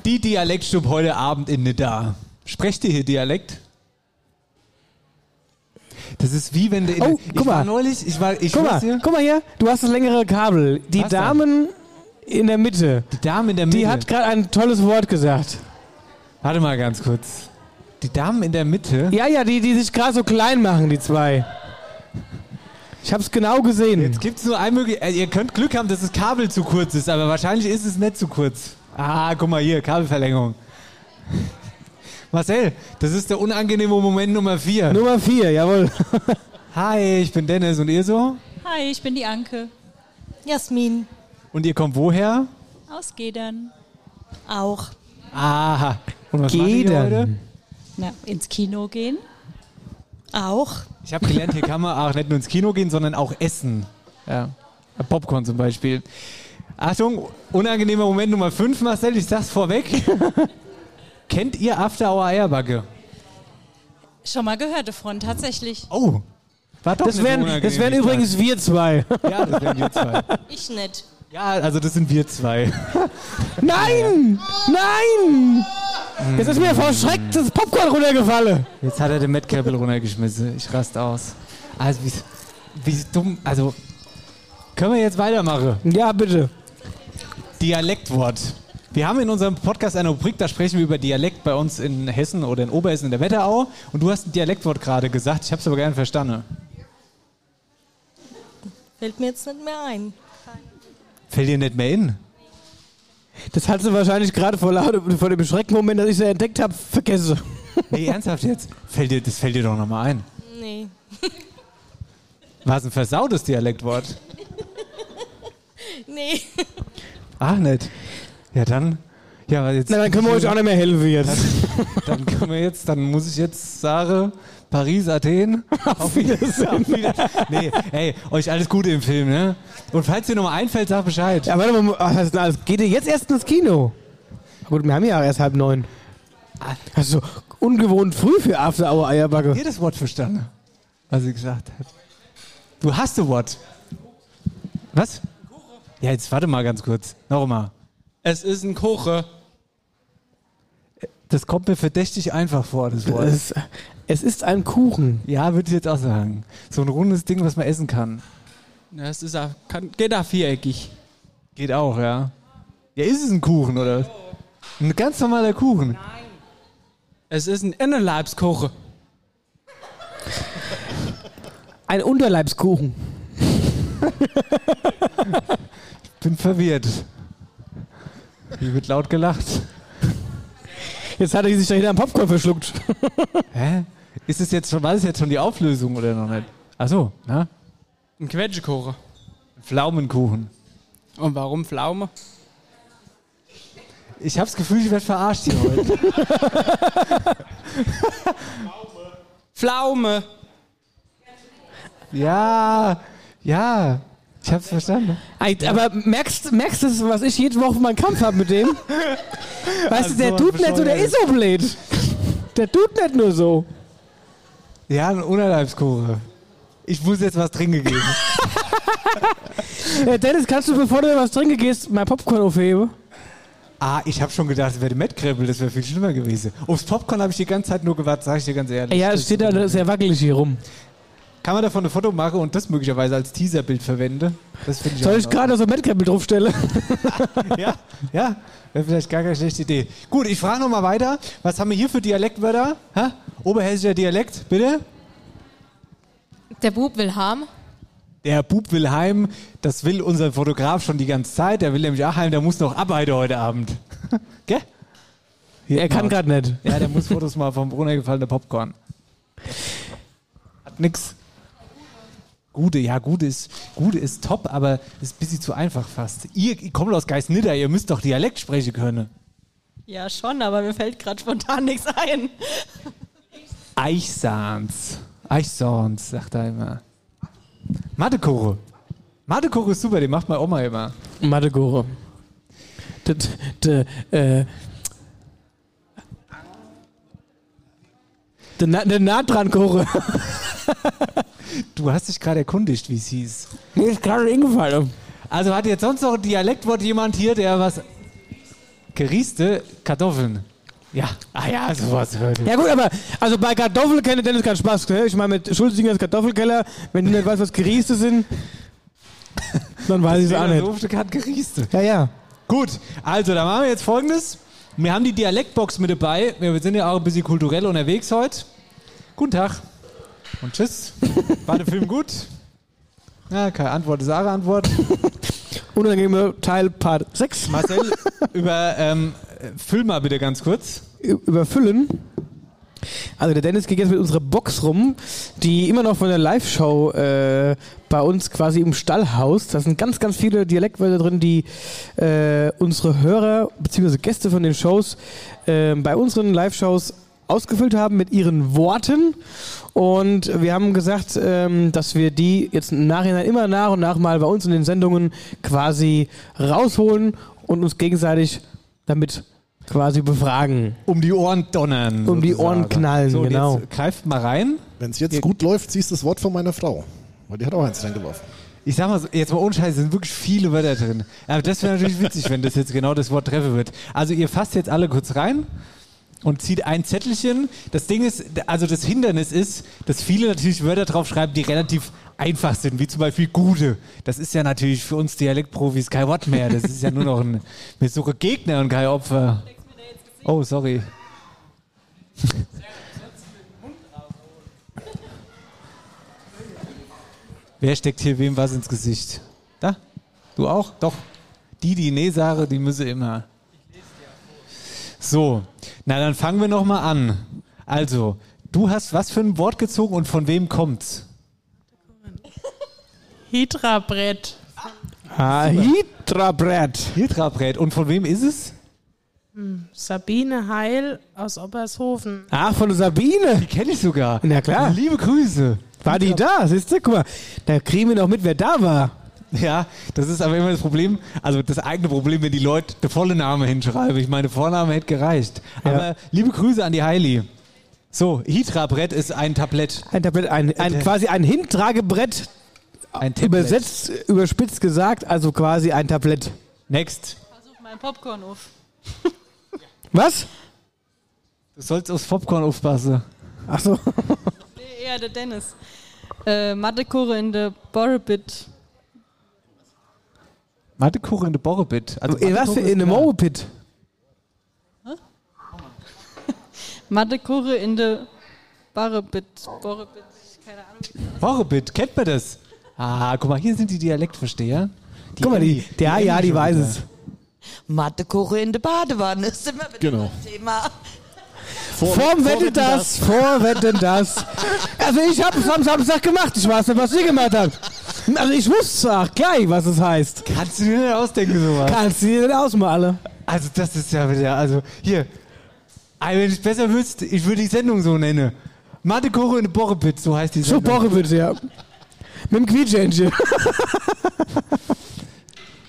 Die Dialektstub heute Abend in Nidda. Sprecht ihr hier Dialekt? Das ist wie wenn du in
Oh,
ich
guck
war
mal.
neulich, ich war ich
guck,
weiß
mal
hier,
guck mal hier, du hast das längere Kabel. Die
Was denn?
Damen in der Mitte,
die Dame in der Mitte.
die hat gerade ein tolles Wort gesagt.
Warte mal ganz kurz. Die Damen in der Mitte.
Ja, ja, die, die sich gerade so klein machen, die zwei. Ich hab's genau gesehen.
Jetzt gibt es nur ein möglich. äh, Ihr könnt Glück haben, dass das Kabel zu kurz ist, aber wahrscheinlich ist es nicht zu kurz. Ah, guck mal hier, Kabelverlängerung. Marcel, das ist der unangenehme Moment Nummer 4.
Nummer vier, jawohl.
Hi, ich bin Dennis und ihr so?
Hi, ich bin die Anke. Jasmin.
Und ihr kommt woher?
Aus Gedern. Auch.
Aha. Und was
Gedern.
macht ihr heute?
Na, ins Kino gehen. Auch.
Ich habe gelernt, hier kann man auch nicht nur ins Kino gehen, sondern auch essen. Ja. Popcorn zum Beispiel. Achtung, unangenehmer Moment Nummer 5, Marcel, ich sag's vorweg. Kennt ihr After Hour Eierbacke?
Schon mal gehört davon, tatsächlich.
Oh, war doch
Das
nicht so
wären, das
unangenehm,
wären
ich
übrigens wir zwei.
sag. Ja, das wären wir zwei.
Ich nicht.
Ja, also das sind wir zwei.
Nein! Nein!
Hm.
Jetzt ist mir vor Schreck das Popcorn runtergefallen.
Jetzt hat er den Metcalbel runtergeschmissen. Ich raste aus. Also, wie, wie dumm. Also, können wir jetzt weitermachen?
Ja, bitte.
Dialektwort. Wir haben in unserem Podcast eine Rubrik, da sprechen wir über Dialekt bei uns in Hessen oder in Oberhessen in der Wetterau. Und du hast ein Dialektwort gerade gesagt, ich habe es aber gar nicht verstanden.
Fällt mir jetzt nicht mehr ein.
Fällt dir nicht mehr in?
Das hat sie wahrscheinlich gerade vor, laut, vor dem Schreckmoment, dass ich sie entdeckt habe, vergessen.
Nee, ernsthaft jetzt? Fällt dir, das fällt dir doch nochmal ein.
Nee.
War es ein versautes Dialektwort?
Nee.
Ach nicht. Ja, dann. Ja, aber jetzt.
Na, dann können wir euch auch nicht mehr helfen jetzt.
Dann können wir jetzt, dann muss ich jetzt sagen, Paris, Athen. Auf Wiedersehen. Auf Wiedersehen. Nee, ey, euch alles Gute im Film, ne? Und falls dir nochmal einfällt, sag Bescheid.
Ja, warte mal, was heißt denn alles? Geht ihr jetzt erst ins Kino? Na Gut, wir haben ja erst halb neun. Also ungewohnt früh für After Hour Eierbacke.
Jedes Wort verstanden, was ich gesagt habe. Du hast ein Wort. Was? Ja, jetzt warte mal ganz kurz. Nochmal.
Es ist ein Koche.
Das kommt mir verdächtig einfach vor, das Wort.
Es, es ist ein Kuchen.
ja, würde ich jetzt auch sagen. So ein rundes Ding, was man essen kann.
Das ist auch, kann, geht auch viereckig.
Geht auch, ja. Ja, ist es ein Kuchen, oder? Ein ganz normaler Kuchen.
Es ist ein Innerleibskuchen.
Ein Unterleibskuchen.
Bin verwirrt. Hier wird laut gelacht.
Jetzt hat er sich da hinter am Popcorn verschluckt.
Hä? Ist es jetzt schon, war das jetzt schon die Auflösung oder noch nicht? Achso, na?
Ein Quetschkuchen.
Pflaumenkuchen.
Und warum Pflaume?
Ich habe das Gefühl, ich werde verarscht hier heute.
Pflaume.
ja, ja. Ich hab's verstanden.
Ey, Aber merkst, merkst du, was ich jede Woche meinen Kampf habe mit dem? Weißt du, der
so ein
tut nicht so, der
bescheuert.
ist so blöd. Der tut nicht nur so.
Ja, ein Unterleibskuchen. Ich muss jetzt was drin gegeben.
Äh, Dennis, kannst du, bevor du was trinken gehst, mein Popcorn aufheben?
ah, ich habe schon gedacht, es wäre Mettkrebel, das wäre viel schlimmer gewesen. Aufs Popcorn habe ich die ganze Zeit nur gewartet, sage ich dir ganz ehrlich.
Ja, es steht da sehr wackelig hier rum.
Kann man davon ein Foto machen und das möglicherweise als Teaserbild verwende? Das finde ich auch
Soll
in
ich gerade so ein Mettkrebel draufstellen?
ja, ja, wäre vielleicht gar keine schlechte Idee. Gut, ich frage nochmal weiter. Was haben wir hier für Dialektwörter? Hä? Oberhessischer Dialekt, bitte?
Der Bub will haben.
Der Bub will heim. Das will unser Fotograf schon die ganze Zeit. Der will nämlich auch heim. Der muss noch arbeiten heute Abend. Gell?
er kann gerade nicht.
Ja, der muss Fotos mal vom Brunner gefallene Popcorn. Hat nix. Gute, ja, gute ist, gute ist top, aber ist ein bisschen zu einfach fast. Ihr, ihr kommt aus Geisnitter, ihr müsst doch Dialekt sprechen können.
Ja, schon, aber mir fällt gerade spontan nichts ein.
Eichsahns. Eichsahns, sagt er immer. Mathekore. Mathekore ist super, den macht meine Oma immer.
Mathekore. D d d äh. Der Na- der Nahtdrankore.
Du hast dich gerade erkundigt, wie es hieß.
Mir ist gerade eingefallen.
Also hat jetzt sonst noch ein Dialektwort jemand hier, der was. Gerieste Kartoffeln. Ja, ah ja, sowas hört.
Ja gut, aber also bei Kartoffelkeller Dennis keinen Spaß. Ne? Ich meine mit Schulzingers Kartoffelkeller, wenn du nicht weißt, was Gerieste sind, dann weiß ich es auch nicht.
Doofstück hat gerieste.
Ja, ja.
Gut, also dann machen wir jetzt folgendes. Wir haben die Dialektbox mit dabei. Wir sind ja auch ein bisschen kulturell unterwegs heute. Guten Tag und tschüss. War der Film gut? Ja, keine Antwort ist eine Antwort.
Unangenehme Teil Part 6.
Marcel, über ähm, Film mal bitte ganz kurz.
überfüllen. Also der Dennis geht jetzt mit unserer Box rum, die immer noch von der Live-Show äh, bei uns quasi im Stall haust. Da sind ganz, ganz viele Dialektwörter drin, die äh, unsere Hörer bzw. Gäste von den Shows äh, bei unseren Live-Shows ausgefüllt haben mit ihren Worten. Und wir haben gesagt, ähm, dass wir die jetzt im Nachhinein immer nach und nach mal bei uns in den Sendungen quasi rausholen und uns gegenseitig damit quasi befragen.
Um die Ohren donnern.
Um die
sozusagen.
Ohren knallen,
so, und
genau.
Jetzt äh, greift mal rein.
Wenn es jetzt gut läuft, siehst du das Wort von meiner Frau. Weil die hat auch eins reingeworfen.
Ich sag mal, so, jetzt mal ohne Scheiß, sind wirklich viele Wörter drin. Aber das wäre natürlich witzig, wenn das jetzt genau das Wort treffen wird. Also ihr fasst jetzt alle kurz rein und zieht ein Zettelchen. Das Ding ist, also das Hindernis ist, dass viele natürlich Wörter draufschreiben, die relativ einfach sind, wie zum Beispiel gute. Das ist ja natürlich für uns Dialektprofis kein Wort mehr. Das ist ja nur noch ein, wir suchen Gegner und kein Opfer. Oh, sorry. Wer steckt hier wem was ins Gesicht? Da? Du auch? Doch. Die, die nee sagen, die müsse immer. So, na dann fangen wir nochmal an. Also, du hast was für ein Wort gezogen und von wem kommt's?
Hydra-Brett.
Ah, Hitrabrett.
Hiltrabrät. Und von wem ist es?
Hm, Sabine Heil aus Obershofen.
Ach, Ah, von der Sabine. Die
kenne ich sogar.
Na klar.
Liebe Grüße.
War die da? Siehst du, guck mal. Da kriegen wir noch mit, wer da war.
Ja, das ist aber immer das Problem, also das eigene Problem, wenn die Leute den vollen Namen hinschreiben. Ich meine, Vorname hätte gereicht. Aber liebe Grüße an die Heili. So, Hitra-Brett ist ein Tablett. Äh,
Ein Tablett, ein, ein, quasi ein Hintragebrett.
Ein Tablet.
Übersetzt, überspitzt gesagt, also quasi ein Tablett.
Next.
Versuch mein Popcorn auf.
Was?
Du sollst aufs Popcorn aufpassen.
Ach so.
Nee, eher der Dennis. Äh, Mathekore in der Borobit.
Mathekuchen in der Borrebit. Also
Äh, was für in der Mauerpit?
Mathekuche in der Barrebit. Borrebit. Keine Ahnung.
Borrebit, kennt man das? Ah, guck mal, hier sind die Dialektversteher.
Guck mal, die- der- ja, die weiß es.
Mathekuche in der Badewanne. Sind wir wieder
Genau.
beim Thema?
Vor, vorm Wetten das, vor Wetten das. Also ich habe es am Samstag gemacht. Ich weiß nicht, was ihr gemacht habt. Also ich wusste auch gleich, was es heißt.
Kannst du dir nicht ausdenken sowas?
Kannst du dir nicht ausmalen.
Also das ist ja wieder, also hier. Ey, Wenn ich besser wüsste, ich würde die Sendung so nennen. Mathekuchen in der Borrebit, so heißt die
So
Sendung.
Borrebit, ja. Mit dem Quietschenchen.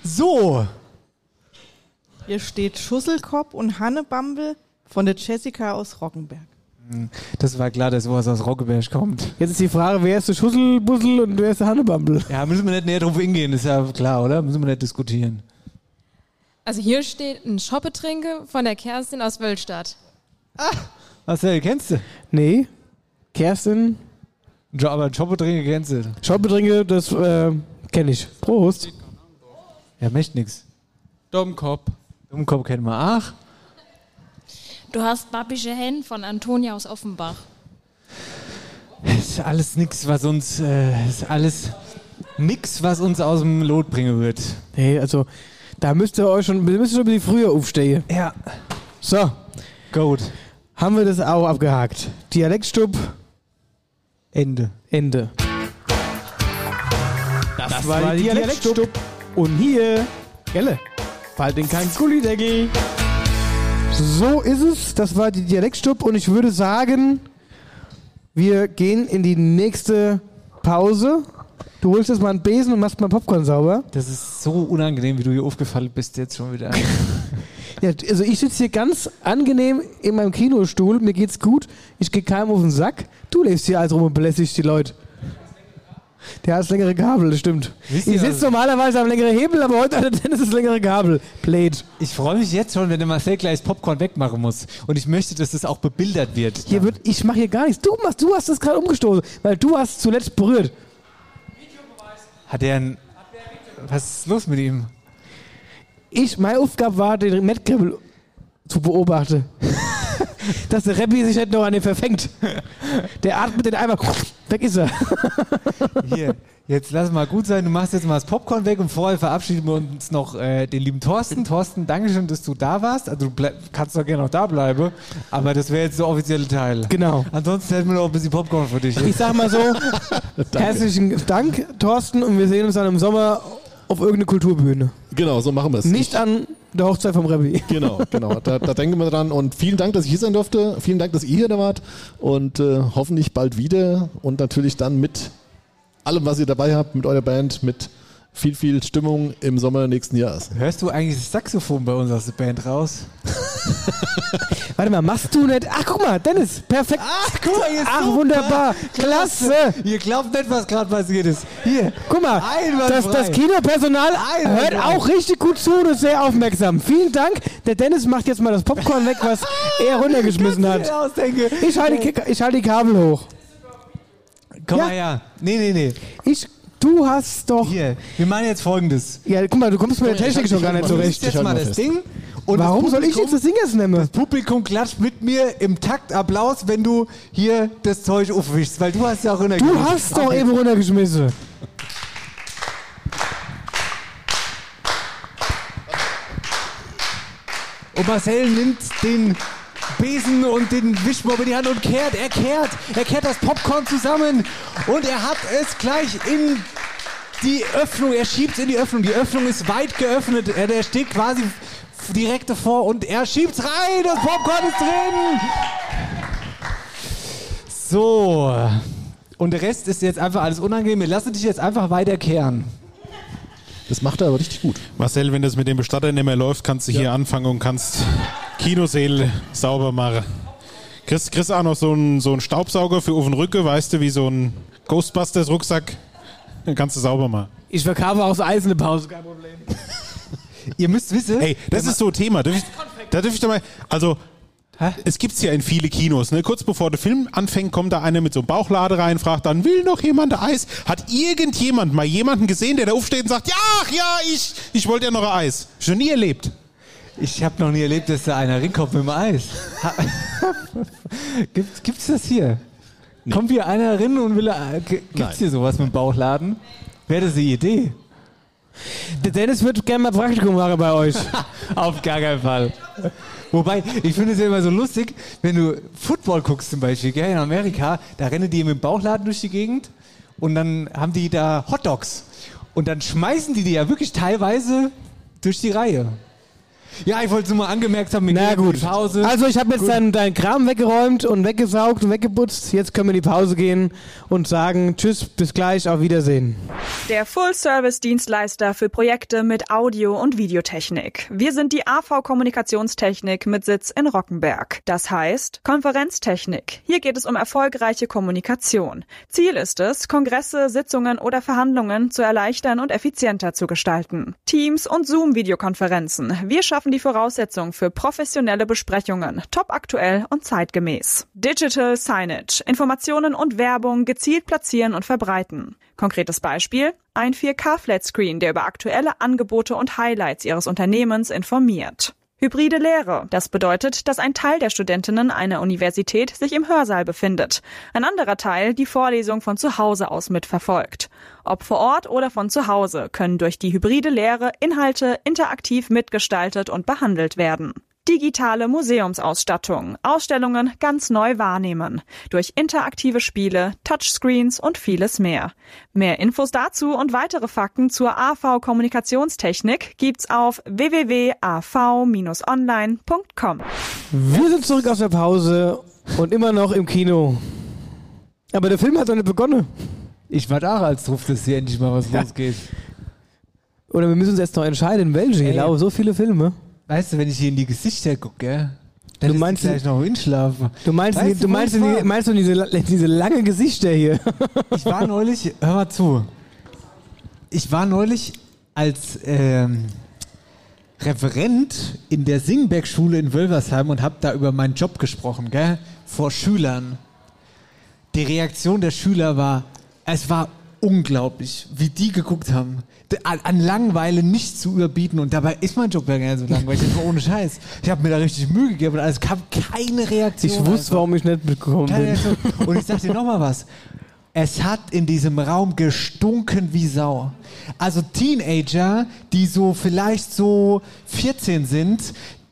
so.
Hier steht Schusselkopf und Hannebambel von der Jessica aus Roggenberg.
Das war klar, dass sowas aus Roggeberg kommt.
Jetzt ist die Frage, wer ist der Schusselbussel und wer ist der Hannebambel?
Ja, müssen wir nicht näher drauf hingehen, ist ja klar, oder? Müssen wir nicht diskutieren.
Also hier steht ein Schoppetränke von der Kerstin aus Wölstadt.
Marcel, kennst du?
Nee. Kerstin?
Jo, aber Schoppetränke kennst du.
Schoppetränke, das äh, kenne ich. Prost.
Ja, möchte nix.
Dummkopf.
Dummkopf kennen wir. Ach.
Du hast Babische Hen von Antonia aus Offenbach.
Ist alles nix, was uns, äh, ist alles nix, was uns aus dem Lot bringen wird.
Nee, also da müsst ihr euch schon, ihr müsst schon ein bisschen früher aufstehen.
Ja.
So.
Gut.
Haben wir das auch abgehakt. Dialektstub.
Ende.
Ende. Das, war, die Dialektstub. Und hier, Gelle, fallt in kein Gullideckel. So ist es. Das war die Dialektstub. Und ich würde sagen, wir gehen in die nächste Pause. Du holst jetzt mal einen Besen und machst mal Popcorn sauber.
Das ist so unangenehm, wie du hier aufgefallen bist jetzt schon wieder.
Ja, also ich sitze hier ganz angenehm in meinem Kinostuhl, mir geht's gut, ich gehe keinem auf den Sack. Du lebst hier alles rum und belästigst die Leute. Der hat das längere Kabel, das stimmt.
Wisst
ich
ihr,
sitze
also-
normalerweise am längeren Hebel, aber heute hat der Dennis das längere Kabel. Played.
Ich freue mich jetzt schon, wenn der Marcel gleich das Popcorn wegmachen muss. Und ich möchte, dass das auch bebildert wird.
Hier wird, ich mache hier gar nichts. Du, machst, du hast das gerade umgestoßen, weil du hast zuletzt berührt.
Hat er ein. Was ist los mit ihm?
Ich, meine Aufgabe war, den Metgribbel zu beobachten. Dass der Reppi sich nicht noch an den verfängt. Der atmet den einmal, weg ist er.
Hier, jetzt lass mal gut sein. Du machst jetzt mal das Popcorn weg und vorher verabschieden wir uns noch äh, den lieben Thorsten. Thorsten, Dankeschön, dass du da warst. Also du bleib, kannst doch gerne noch da bleiben, aber das wäre jetzt der offizielle Teil.
Genau.
Ansonsten hätten wir noch ein bisschen Popcorn für dich.
Ich sag mal so, herzlichen Dank, Thorsten, und wir sehen uns dann im Sommer auf irgendeine Kulturbühne.
Genau, so machen wir es.
Nicht an der Hochzeit vom Rabbi.
Genau, genau. Da, da denken wir dran. Und vielen Dank, dass ich hier sein durfte. Vielen Dank, dass ihr hier da wart. Und äh, hoffentlich bald wieder. Und natürlich dann mit allem, was ihr dabei habt, mit eurer Band, mit viel, viel Stimmung im Sommer nächsten Jahres.
Hörst du eigentlich das Saxophon bei uns aus der Band raus?
Warte mal, machst du nicht. Ach, guck mal, Dennis, perfekt.
Ach, Ah, guck mal, hier ist
Ach,
super.
wunderbar. Klasse.
Ihr glaubt nicht, was gerade passiert ist. Hier,
Guck mal,
Einwandfrei.
das, das Kinopersonal
Einwandfrei.
hört auch richtig gut zu und ist sehr aufmerksam. Vielen Dank. Der Dennis macht jetzt mal das Popcorn weg, was er runtergeschmissen hat.
Kannst du dir ausdenken.
Ich halte die, ich halte die Kabel hoch.
Komm
Ja.
mal her. Nee, nee, nee.
Ich, du hast doch.
Hier, wir machen jetzt folgendes.
Ja, guck mal, du kommst mit der Technik schon gar nicht
Du
zurecht.
nimmst jetzt mal das Ding. Und
Warum
das
soll ich
Publikum-
jetzt das Ding jetzt nehmen?
Das Publikum klatscht mit mir im Takt Applaus, wenn du hier das Zeug aufwischst, weil du hast ja auch
Du
runtergeschmissen.
hast doch eben runtergeschmissen.
Und Marcel nimmt den Besen und den Wischmob in die Hand und kehrt, er kehrt, er kehrt das Popcorn zusammen und er hat es gleich in die Öffnung, er schiebt es in die Öffnung, die Öffnung ist weit geöffnet, er, der steht quasi f- direkt davor und er schiebt's rein, das Popcorn ist drin! So, und der Rest ist jetzt einfach alles unangenehm, wir lassen dich jetzt einfach weiterkehren.
Das macht er aber richtig gut.
Marcel, wenn das mit dem Bestatter nicht mehr läuft, kannst du hier anfangen und kannst Kinoseele sauber machen. Chris, Chris auch noch so einen so einen Staubsauger für auf den Rücken, weißt du, wie so ein Ghostbusters-Rucksack. Den kannst du sauber machen.
Ich verkaufe aus Eis eine Pause, kein Problem.
Ihr müsst wissen.
Hey, das ist so ein Thema. Darf ich, da darf ich doch mal. Also, Es gibt's ja in viele Kinos. Ne? Kurz bevor der Film anfängt, kommt da einer mit so einem Bauchlade rein, fragt dann, will noch jemand Eis? Hat irgendjemand mal jemanden gesehen, der da aufsteht und sagt, ja, ach ja, ich, ich wollte ja noch ein Eis. Schon nie erlebt.
Ich habe noch nie erlebt, dass da einer Ringkopf im Eis. Ha- Gibt, gibt's das hier? Kommt hier einer rein und will. äh, g- Gibt's
Nein.
hier sowas mit dem Bauchladen? Wäre das die Idee?
Der Dennis wird gerne mal Praktikum machen bei euch.
Auf gar keinen Fall. Wobei, ich finde es ja immer so lustig, wenn du Football guckst zum Beispiel, gell, in Amerika, da rennen die mit dem Bauchladen durch die Gegend und dann haben die da Hotdogs. Und dann schmeißen die die ja wirklich teilweise durch die Reihe. Ja, ich wollte es nur mal angemerkt haben, wir
Na
gehen in
gut.
die Pause.
Also ich habe jetzt
Gut.
deinen deinen Kram weggeräumt und weggesaugt und weggeputzt. Jetzt können wir in die Pause gehen und sagen Tschüss, bis gleich, auf Wiedersehen.
Der Full-Service-Dienstleister für Projekte mit Audio- und Videotechnik. Wir sind die AV Kommunikationstechnik mit Sitz in Rockenberg. Das heißt Konferenztechnik. Hier geht es um erfolgreiche Kommunikation. Ziel ist es, Kongresse, Sitzungen oder Verhandlungen zu erleichtern und effizienter zu gestalten. Teams und Zoom-Videokonferenzen. Wir schaffen die Voraussetzung für professionelle Besprechungen, top aktuell und zeitgemäß. Digital Signage. Informationen und Werbung gezielt platzieren und verbreiten. Konkretes Beispiel? Ein 4K-Flatscreen, der über aktuelle Angebote und Highlights Ihres Unternehmens informiert. Hybride Lehre. Das bedeutet, dass ein Teil der Studentinnen einer Universität sich im Hörsaal befindet, ein anderer Teil die Vorlesung von zu Hause aus mitverfolgt. Ob vor Ort oder von zu Hause können durch die hybride Lehre Inhalte interaktiv mitgestaltet und behandelt werden. Digitale Museumsausstattung, Ausstellungen ganz neu wahrnehmen, durch interaktive Spiele, Touchscreens und vieles mehr. Mehr Infos dazu und weitere Fakten zur AV Kommunikationstechnik gibt's auf www.av-online.com.
Wir sind zurück aus der Pause und immer noch im Kino. Aber der Film hat noch nicht begonnen.
Ich war da, als drauf, dass hier endlich mal was losgeht.
Oder wir müssen uns jetzt noch entscheiden, welche.
Ey.
Ich glaube, so viele Filme.
Weißt du, wenn ich hier in die Gesichter gucke, gell?
Du meinst,
gleich noch hinschlafen.
du meinst,
Weißt
du,
wo
meinst,
ich war?
die, meinst du diese, la- diese lange Gesichter hier?
Ich war neulich, hör mal zu. Ich war neulich als ähm, Referent in der Singberg-Schule in Wölversheim und habe da über meinen Job gesprochen, gell? Vor Schülern. Die Reaktion der Schüler war, es war unglaublich, wie die geguckt haben. D- An, an Langeweile nicht zu überbieten. Und dabei ist mein Job ja gar nicht so langweilig, jetzt mal ohne Scheiß. Ich habe mir da richtig Mühe gegeben und alles kam keine Reaktion.
Ich wusste, warum ich nicht mitgekommen
Keine
bin.
Reaktion. Und ich sag dir nochmal was. Es hat in diesem Raum gestunken wie Sau. Also Teenager, die so vielleicht so 14 sind,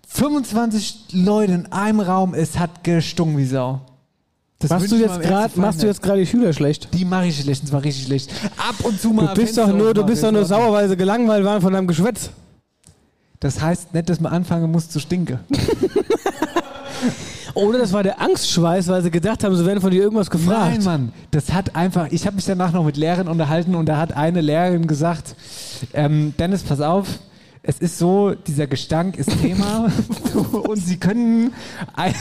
25 Leute in einem Raum, es hat gestunken wie Sau. Das
Machst
wünsch
du
ich
jetzt
meinem ärgsten
grad-
Feind
machst du
nicht.
jetzt gerade die Schüler schlecht?
Die mache ich schlecht, und zwar richtig schlecht. Ab und zu mal
Du bist doch
Fenster
nur, du
aufmachen,
bist doch nur
ist in Ordnung.
sauerweise gelangweilt waren von deinem Geschwätz.
Das heißt nicht, dass man anfangen muss zu stinken.
Oder das war der Angstschweiß, weil sie gedacht haben, sie werden von dir irgendwas gefragt.
Nein, Mann, das hat einfach. Ich habe mich danach noch mit Lehrern unterhalten und da hat eine Lehrerin gesagt: ähm, Dennis, pass auf, es ist so, dieser Gestank ist Thema und Sie können, ein,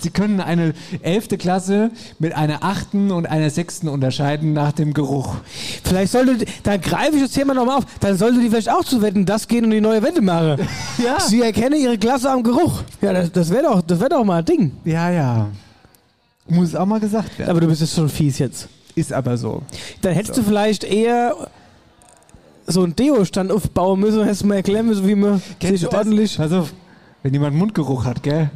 Sie können eine elfte Klasse mit einer achten und einer sechsten unterscheiden nach dem Geruch.
Vielleicht sollte, dann greife ich das Thema nochmal auf, dann sollte die vielleicht auch zu Wetten das gehen und die neue Wette machen.
Ja.
Sie erkennen ihre Klasse am Geruch. Ja, das, das wäre doch, das wär doch mal ein Ding.
Ja, ja. Muss auch mal gesagt werden.
Aber du bist jetzt schon fies jetzt.
Ist aber so.
Dann hättest du vielleicht eher so einen Deo-Stand aufbauen müssen und hättest mal erklären müssen, wie man sich
Kennst du das?
ordentlich...
Pass auf, wenn jemand Mundgeruch hat, gell?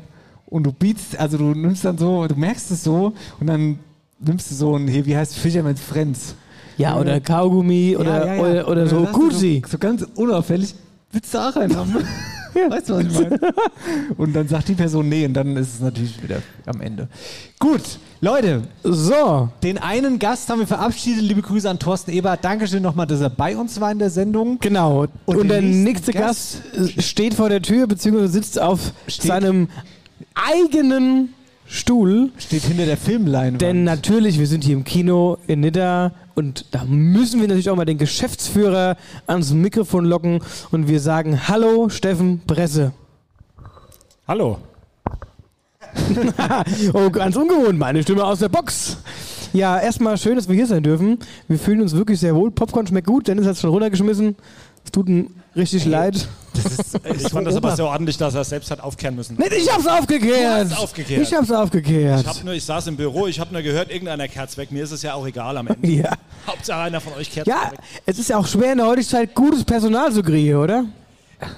Und du bietst, also du nimmst dann so, du merkst es so und dann nimmst du so ein, hier, wie heißt Fisherman's Friends?
Ja, oder Kaugummi oder, oder, oder
Und
so
dann hast du
Gucci.
So, so ganz unauffällig, willst du auch einen haben? Weißt du, was ich meine? Und dann sagt die Person nee und dann ist es natürlich wieder am Ende. Gut, Leute.
So.
Den einen Gast haben wir verabschiedet. Liebe Grüße an Thorsten Ebert. Dankeschön nochmal, dass er bei uns war in der Sendung.
Genau. Und,
den
der
nächsten
nächste Gast, äh, steht vor der Tür bzw. sitzt auf seinem eigenen Stuhl.
Steht hinter der Filmleinwand.
Denn natürlich, wir sind hier im Kino in Nidda und da müssen wir natürlich auch mal den Geschäftsführer ans Mikrofon locken und wir sagen Hallo Steffen Presse.
Hallo.
oh, ganz ungewohnt, meine Stimme aus der Box. Ja, erstmal schön, dass wir hier sein dürfen. Wir fühlen uns wirklich sehr wohl. Popcorn schmeckt gut, Dennis hat es schon runtergeschmissen. Es tut ihm richtig leid.
Ich fand das aber sehr ordentlich, dass er es selbst hat aufkehren müssen.
Nee, ich hab's aufgekehrt.
Du hast aufgekehrt.
Ich hab's aufgekehrt.
Ich, hab nur, ich saß im Büro, ich habe nur gehört, irgendeiner kehrt weg. Mir ist es ja auch egal am Ende.
Ja.
Hauptsache einer von euch kehrt
ja,
weg.
es ist ja auch schwer in der heutigen Zeit gutes Personal zu kriegen, oder?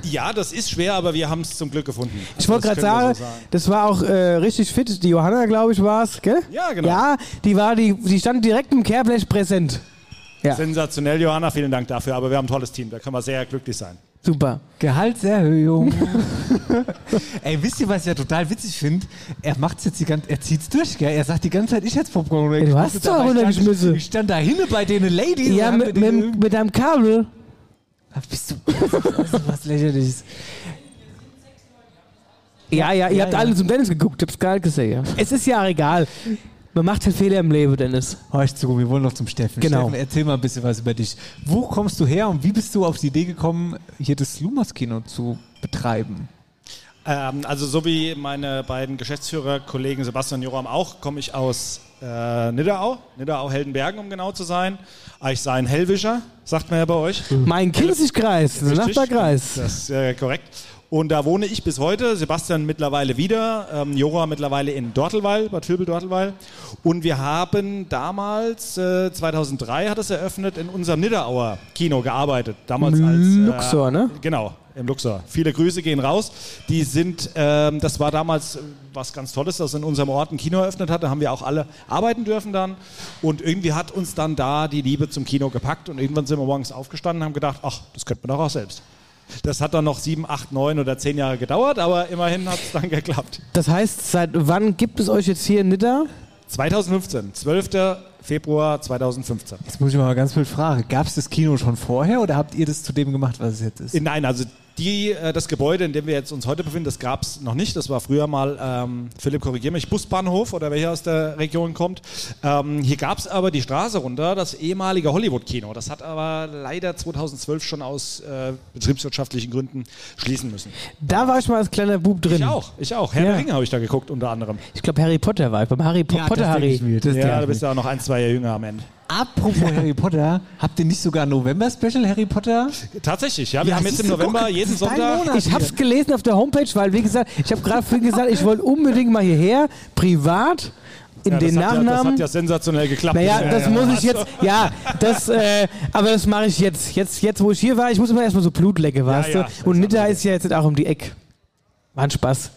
Ja, das ist schwer, aber wir haben es zum Glück gefunden.
Ich wollte
Das
gerade
können wir
sagen,
so
das war auch äh, richtig fit. Die Johanna, glaube ich, war es, gell?
Ja, genau.
Ja, die war die, die stand direkt im Kehrblech präsent.
Sensationell, Johanna, vielen Dank dafür. Aber wir haben ein tolles Team, da können wir sehr glücklich sein.
Super. Gehaltserhöhung.
Ey, wisst ihr, was ich ja total witzig finde? Er macht's jetzt die ganze er zieht's durch, gell? Er sagt die ganze Zeit, ich hätte Popcorn runtergeschmissen.
hast doch
Dabei
runtergeschmissen.
stand- Ich stand da hinne bei den Ladies. und
ja,
hab
mit,
mir den-
mit, mit deinem Kabel.
Bist du das ist was lächerliches.
Ja, ja, ihr
Ja,
habt
ja.
alle zum Dennis geguckt, ich hab's gar nicht gesehen. Ja. Es ist ja auch egal. Man macht halt Fehler im Leben, Dennis.
Hör ich zu, wir wollen noch zum Steffen.
Genau.
Steffen, erzähl mal ein bisschen was über dich. Wo kommst du her und wie bist du auf die Idee gekommen, hier das Lumas-Kino zu betreiben?
Ähm, also so wie meine beiden Geschäftsführerkollegen Sebastian und Joram auch, komme ich aus äh, Nidderau, Nidderau-Heldenbergen, um genau zu sein. Ah, Ich sei ein Hellwischer, sagt man ja bei euch.
Mein Kinzigkreis, der
Richtig.
Nachbarkreis.
Das ist äh, korrekt. Und da wohne ich bis heute, Sebastian mittlerweile wieder, ähm, Jora mittlerweile in Dortelweil, Bad Vilbel-Dortelweil. Und wir haben damals, äh, 2003 hat es eröffnet, in unserem Nidderauer Kino gearbeitet. Damals als... Äh,
Luxor, ne?
Genau, im Luxor. Viele Grüße gehen raus. Die sind, ähm, das war damals äh, was ganz Tolles, dass in unserem Ort ein Kino eröffnet hat. Da haben wir auch alle arbeiten dürfen dann. Und irgendwie hat uns dann da die Liebe zum Kino gepackt. Und irgendwann sind wir morgens aufgestanden und haben gedacht, ach, das könnte man doch auch selbst. Das hat dann noch sieben, acht, neun oder zehn Jahre gedauert, aber immerhin hat es dann geklappt.
Das heißt, seit wann gibt es euch jetzt hier in Nidda?
2015, 12. Februar 2015.
Jetzt muss ich mal ganz viel fragen. Gab es das Kino schon vorher oder habt ihr das zu dem gemacht, was es jetzt ist?
Äh, Nein, also die, äh, das Gebäude, in dem wir jetzt uns heute befinden, das gab es noch nicht. Das war früher mal, ähm, Philipp, korrigier mich, Busbahnhof oder wer hier aus der Region kommt. Ähm, hier gab es aber die Straße runter, das ehemalige Hollywood-Kino. Das hat aber leider 2012 schon aus äh, betriebswirtschaftlichen Gründen schließen müssen.
Da war ich mal als kleiner Bub drin.
Ich auch, ich auch. Herr
Ja.
der Ringe habe ich da geguckt unter anderem.
Ich glaube, Harry Potter war ich. Beim Harry
Ja,
Potter
das
Harry.
denk ich mir, das denk
ja,
ich
du bist
mir.
ja auch noch ein, zwei Jahre jünger am Ende.
Apropos Harry Potter, habt ihr nicht sogar ein November-Special Harry Potter?
Tatsächlich, ja. Wir
Ja,
haben jetzt im
siehst du,
November
guck,
jeden
das ist dein
Sonntag.
Monat.
Ich hab's gelesen auf der Homepage, weil, wie gesagt, ich habe gerade vorhin gesagt, ich wollte unbedingt mal hierher, privat, in den
Ja, das hat Ja, das
Nachnamen.
hat ja sensationell geklappt.
naja, das muss ich jetzt, ja, das, äh, aber das mache ich jetzt. jetzt. Jetzt, wo ich hier war, ich muss immer erstmal so Blut lecken, weißt
ja,
du? Und Nidda ist ja jetzt auch um die Ecke. War ein Spaß.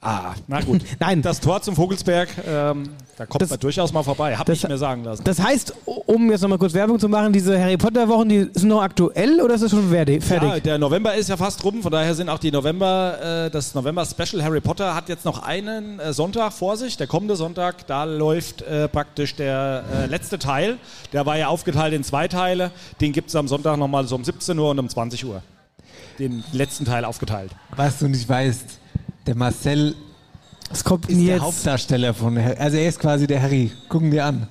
Ah, na gut.
Nein.
Das Tor zum Vogelsberg, ähm, da kommt
Das-
man durchaus mal vorbei. Hab ich mir sagen lassen.
Das heißt, um jetzt nochmal kurz Werbung zu machen, diese Harry Potter-Wochen, die sind noch aktuell oder ist das schon fertig?
Ja, der November ist ja fast rum, von daher sind auch die November, äh, das November-Special Harry Potter hat jetzt noch einen äh, Sonntag vor sich, der kommende Sonntag, da läuft äh, praktisch der äh, letzte Teil, der war ja aufgeteilt in zwei Teile, den gibt es am Sonntag nochmal so um 17 Uhr und um 20 Uhr, den letzten Teil aufgeteilt.
Was du nicht weißt, der Marcel
es kommt
ist
jetzt.
der Hauptdarsteller von Harry. Also er ist quasi der Harry. Gucken wir an.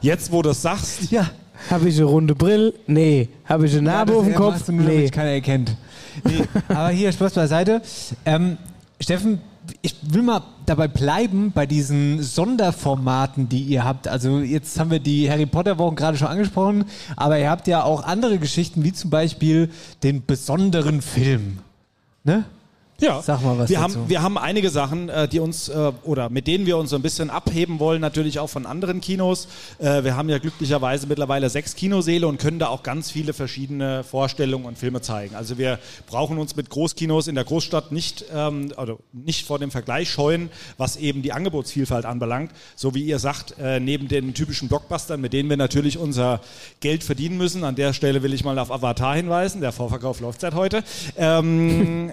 Jetzt, wo du es sagst,
ja.
Habe ich eine runde Brille? Nee. Habe ich eine Narbe
das
auf dem
er
Kopf?
machst du nur, damit
Nee.
keiner erkennt. Nee. Aber hier, Spaß beiseite. Ähm, Steffen, ich will mal dabei bleiben bei diesen Sonderformaten, die ihr habt. Also jetzt haben wir die Harry Potter Wochen gerade schon angesprochen, aber ihr habt ja auch andere Geschichten, wie zum Beispiel den besonderen Film. Ne?
Ja.
Sag mal was
wir
dazu.
Haben, wir haben einige Sachen, äh, die uns äh, oder mit denen wir uns so ein bisschen abheben wollen, natürlich auch von anderen Kinos. Äh, Wir haben ja glücklicherweise mittlerweile sechs Kinosäle und können da auch ganz viele verschiedene Vorstellungen und Filme zeigen. Also wir brauchen uns mit Großkinos in der Großstadt nicht, ähm, also nicht vor dem Vergleich scheuen, was eben die Angebotsvielfalt anbelangt. So wie ihr sagt, äh, neben den typischen Blockbustern, mit denen wir natürlich unser Geld verdienen müssen. An der Stelle will ich mal auf Avatar hinweisen. Der Vorverkauf läuft seit heute. Ähm,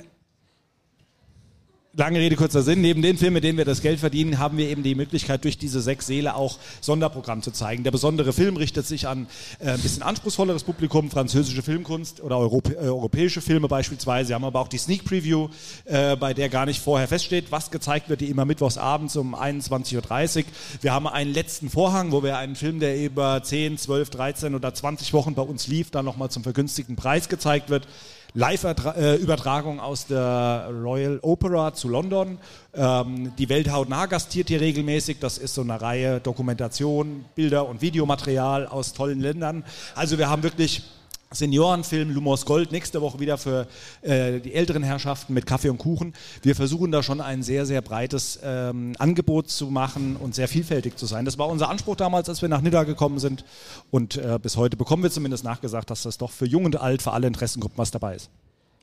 Lange Rede, kurzer Sinn. Neben den Filmen, mit denen wir das Geld verdienen, haben wir eben die Möglichkeit, durch diese sechs Säle auch Sonderprogramm zu zeigen. Der besondere Film richtet sich an äh, ein bisschen anspruchsvolleres Publikum, französische Filmkunst oder Europ äh, europäische Filme beispielsweise. Wir haben aber auch die Sneak Preview, äh, bei der gar nicht vorher feststeht, was gezeigt wird, die immer mittwochs abends um 21.30 Uhr. Wir haben einen letzten Vorhang, wo wir einen Film, der über 10, 12, 13 oder 20 Wochen bei uns lief, dann nochmal zum vergünstigten Preis gezeigt wird. Live-Übertragung aus der Royal Opera zu London. Ähm, die Welt hautnah gastiert hier regelmäßig. Das ist so eine Reihe Dokumentation, Bilder und Videomaterial aus tollen Ländern. Also wir haben wirklich Seniorenfilm Lumos Gold nächste Woche wieder für äh, die älteren Herrschaften mit Kaffee und Kuchen. Wir versuchen da schon ein sehr, sehr breites ähm, Angebot zu machen und sehr vielfältig zu sein. Das war unser Anspruch damals, als wir nach Nidda gekommen sind. Und äh, bis heute bekommen wir zumindest nachgesagt, dass das doch für jung und alt, für alle Interessengruppen was dabei ist.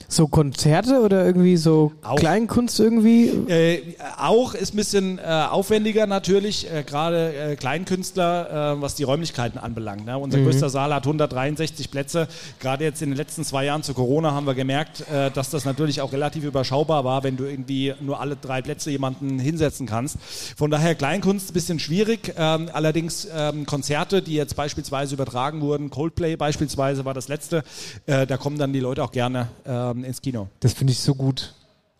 So Konzerte oder irgendwie so
Auch.
Kleinkunst irgendwie?
Äh, auch ist ein bisschen äh, aufwendiger natürlich, äh, gerade äh, Kleinkünstler, äh, was die Räumlichkeiten anbelangt. Ne? Unser
Mhm.
größter Saal hat 163 Plätze. Gerade jetzt in den letzten zwei Jahren zu Corona haben wir gemerkt, äh, dass das natürlich auch relativ überschaubar war, wenn du irgendwie nur alle drei Plätze jemanden hinsetzen kannst. Von daher Kleinkunst ein bisschen schwierig. Ähm, allerdings ähm, Konzerte, die jetzt beispielsweise übertragen wurden, Coldplay beispielsweise war das letzte, äh, da kommen dann die Leute auch gerne ähm, ins Kino.
Das finde ich so gut.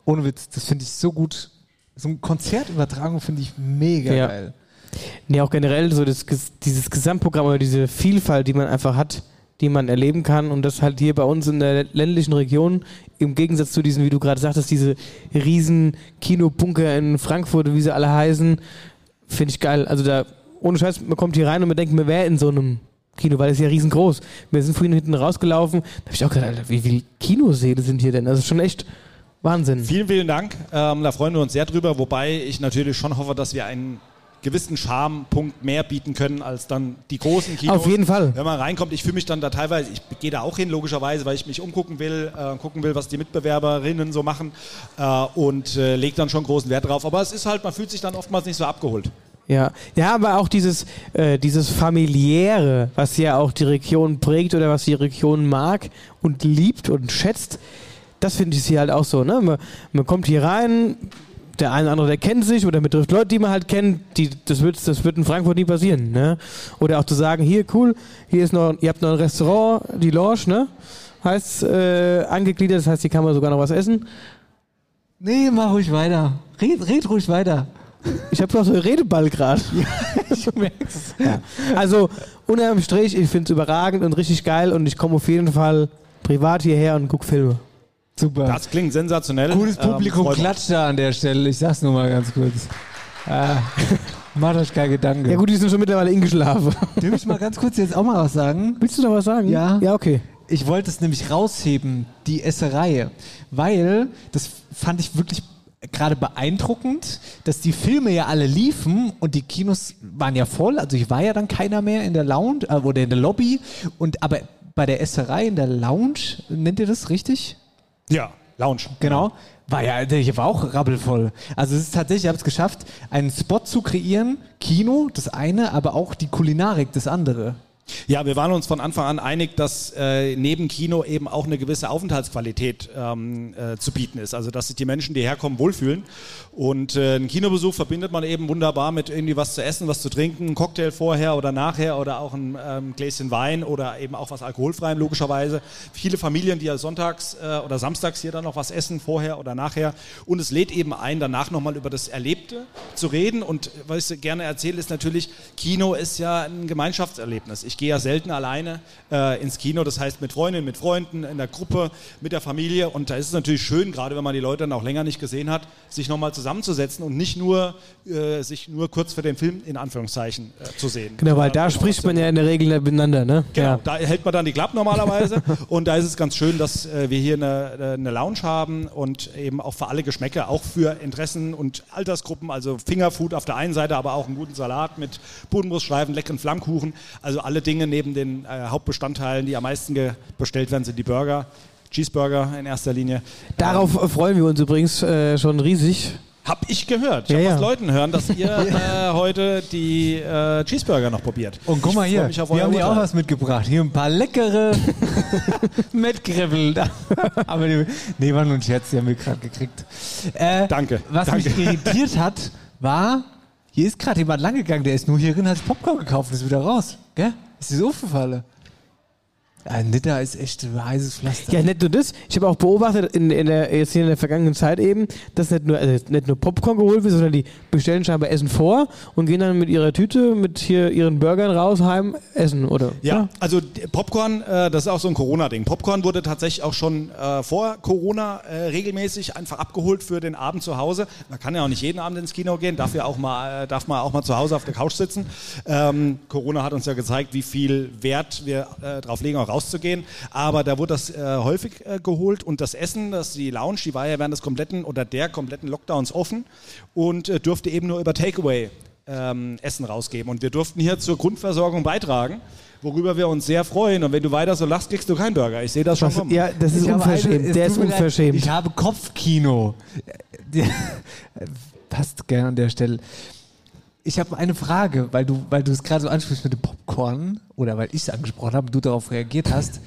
Ohne Witz, das finde ich so gut. So eine Konzertübertragung finde ich mega
Ja.
geil.
Nee, auch generell so das, ges- dieses Gesamtprogramm oder diese Vielfalt, die man einfach hat, die man erleben kann und das halt hier bei uns in der ländlichen Region im Gegensatz zu diesen, wie du gerade sagtest, diese riesen Kinobunker in Frankfurt, wie sie alle heißen, finde ich geil. Also da, ohne Scheiß, man kommt hier rein und man denkt, man wäre in so einem Kino, weil das ist ja riesengroß. Wir sind vorhin hinten rausgelaufen, da habe ich auch gedacht, Alter, wie viele Kinosäle sind hier denn? Also schon echt Wahnsinn.
Vielen, vielen Dank. Ähm, da freuen wir uns sehr drüber, wobei ich natürlich schon hoffe, dass wir einen gewissen Charmepunkt mehr bieten können als dann die großen Kinos.
Auf jeden Fall.
Wenn man reinkommt, ich fühle mich dann da teilweise, ich gehe da auch hin, logischerweise, weil ich mich umgucken will, äh, gucken will, was die Mitbewerberinnen so machen äh, und äh, lege dann schon großen Wert drauf. Aber es ist halt, man fühlt sich dann oftmals nicht so abgeholt.
Ja, ja, aber auch dieses, äh, dieses familiäre, was ja auch die Region prägt oder was die Region mag und liebt und schätzt, das finde ich hier halt auch so. Ne? Man, man kommt hier rein, der eine oder andere, der kennt sich oder man trifft Leute, die man halt kennt, die, das, wird, das wird in Frankfurt nie passieren. Ne? Oder auch zu sagen, hier cool, hier ist noch, ihr habt noch ein Restaurant, die Lounge, ne? heißt äh, angegliedert, das heißt, hier kann man sogar noch was essen.
Nee, mach ruhig weiter. Red, red ruhig weiter.
Ich habe doch so einen Redeball gerade.
ich merk's.
Ja. Also unterm Strich, ich finde es überragend und richtig geil und ich komme auf jeden Fall privat hierher und gucke Filme.
Super.
Das klingt sensationell.
Gutes
Ähm,
Publikum
freut mich.
klatscht da an der Stelle. Ich sag's nur mal ganz kurz. Ah, macht euch keine Gedanken.
Ja gut, die sind schon mittlerweile ingeschlafen.
Darf ich mal ganz kurz jetzt auch mal was sagen?
Willst du noch was sagen?
Ja.
Ja, okay.
Ich wollte es nämlich rausheben, die Esserei, weil das fand ich wirklich gerade beeindruckend, dass die Filme ja alle liefen und die Kinos waren ja voll, also ich war ja dann keiner mehr in der Lounge äh, oder in der Lobby und aber bei der Esserei in der Lounge, nennt ihr das richtig?
Ja, Lounge.
Genau. War ja, ich war auch rabbelvoll. Also es ist tatsächlich, ich habe es geschafft, einen Spot zu kreieren, Kino, das eine, aber auch die Kulinarik, das andere.
Ja, wir waren uns von Anfang an einig, dass äh, neben Kino eben auch eine gewisse Aufenthaltsqualität ähm, äh, zu bieten ist. Also, dass sich die Menschen, die herkommen, wohlfühlen. Und äh, einen Kinobesuch verbindet man eben wunderbar mit irgendwie was zu essen, was zu trinken, einen Cocktail vorher oder nachher oder auch ein ähm, Gläschen Wein oder eben auch was Alkoholfreiem, logischerweise. Viele Familien, die ja sonntags äh, oder samstags hier dann noch was essen, vorher oder nachher. Und es lädt eben ein, danach nochmal über das Erlebte zu reden. Und was ich gerne erzähle, ist natürlich, Kino ist ja ein Gemeinschaftserlebnis. Ich gehe ja selten alleine äh, ins Kino, das heißt mit Freundinnen, mit Freunden, in der Gruppe, mit der Familie. Und da ist es natürlich schön, gerade wenn man die Leute dann auch länger nicht gesehen hat, sich nochmal zusammenzusetzen und nicht nur äh, sich nur kurz für den Film in Anführungszeichen äh, zu sehen.
Genau, weil da spricht man ja in der Regel miteinander, ne?
Genau,
Ja.
da hält man dann die Klappe normalerweise. und da ist es ganz schön, dass äh, wir hier eine, eine Lounge haben und eben auch für alle Geschmäcker, auch für Interessen und Altersgruppen. Also Fingerfood auf der einen Seite, aber auch einen guten Salat mit Bodenbruststreifen, leckeren Flammkuchen. Also alle Dinge neben den äh, Hauptbestandteilen, die am meisten ge- bestellt werden, sind die Burger, Cheeseburger in erster Linie. Ähm,
Darauf äh, freuen wir uns übrigens äh, schon riesig.
Hab ich gehört. Ich
Ja,
hab
ja.
aus Leuten hören, dass ihr äh, heute die äh, Cheeseburger noch probiert.
Und guck mal
Ich freu
hier,
mich auf
wir
euer
haben dir auch
Urteil.
was mitgebracht. Hier ein paar leckere Mettgriffel. Aber die, nee, war nur ein Scherz, die haben wir gerade gekriegt. Äh,
Danke.
Was
danke.
mich irritiert hat, war, hier ist gerade jemand langgegangen, der ist nur hierin, hat sich Popcorn gekauft und ist wieder raus. Gell? Ist dir so aufgefallen?
Ja, Nidda ist echt ein heißes Pflaster.
Ja, nicht nur das. Ich habe auch beobachtet, in, in der, jetzt hier in der vergangenen Zeit eben, dass nicht nur, also nicht nur Popcorn geholt wird, sondern die bestellen scheinbar Essen vor und gehen dann mit ihrer Tüte, mit hier ihren Burgern raus, heim, essen, oder?
Ja, also d- Popcorn, äh, das ist auch so ein Corona-Ding. Popcorn wurde tatsächlich auch schon äh, vor Corona äh, regelmäßig einfach abgeholt für den Abend zu Hause. Man kann ja auch nicht jeden Abend ins Kino gehen, darf ja auch mal, äh, darf man auch mal zu Hause auf der Couch sitzen. Ähm, Corona hat uns ja gezeigt, wie viel Wert wir äh, drauf legen, auch rauszugehen. Aber da wurde das äh, häufig äh, geholt und das Essen, das die Lounge, die war ja während des kompletten oder der kompletten Lockdowns offen und äh, durfte eben nur über Takeaway ähm, Essen rausgeben. Und wir durften hier zur Grundversorgung beitragen, worüber wir uns sehr freuen. Und wenn du weiter so lachst, kriegst du keinen Burger. Ich sehe das schon
Was-
kommen.
ja, das ist
Ich habe
unverschämt.
eine-
Der ist
tut mir leid.
unverschämt.
Ich habe Kopfkino. Passt gern an der Stelle. Ich habe eine Frage, weil du, weil du es gerade so ansprichst mit dem Popcorn oder weil ich es angesprochen habe und du darauf reagiert hast.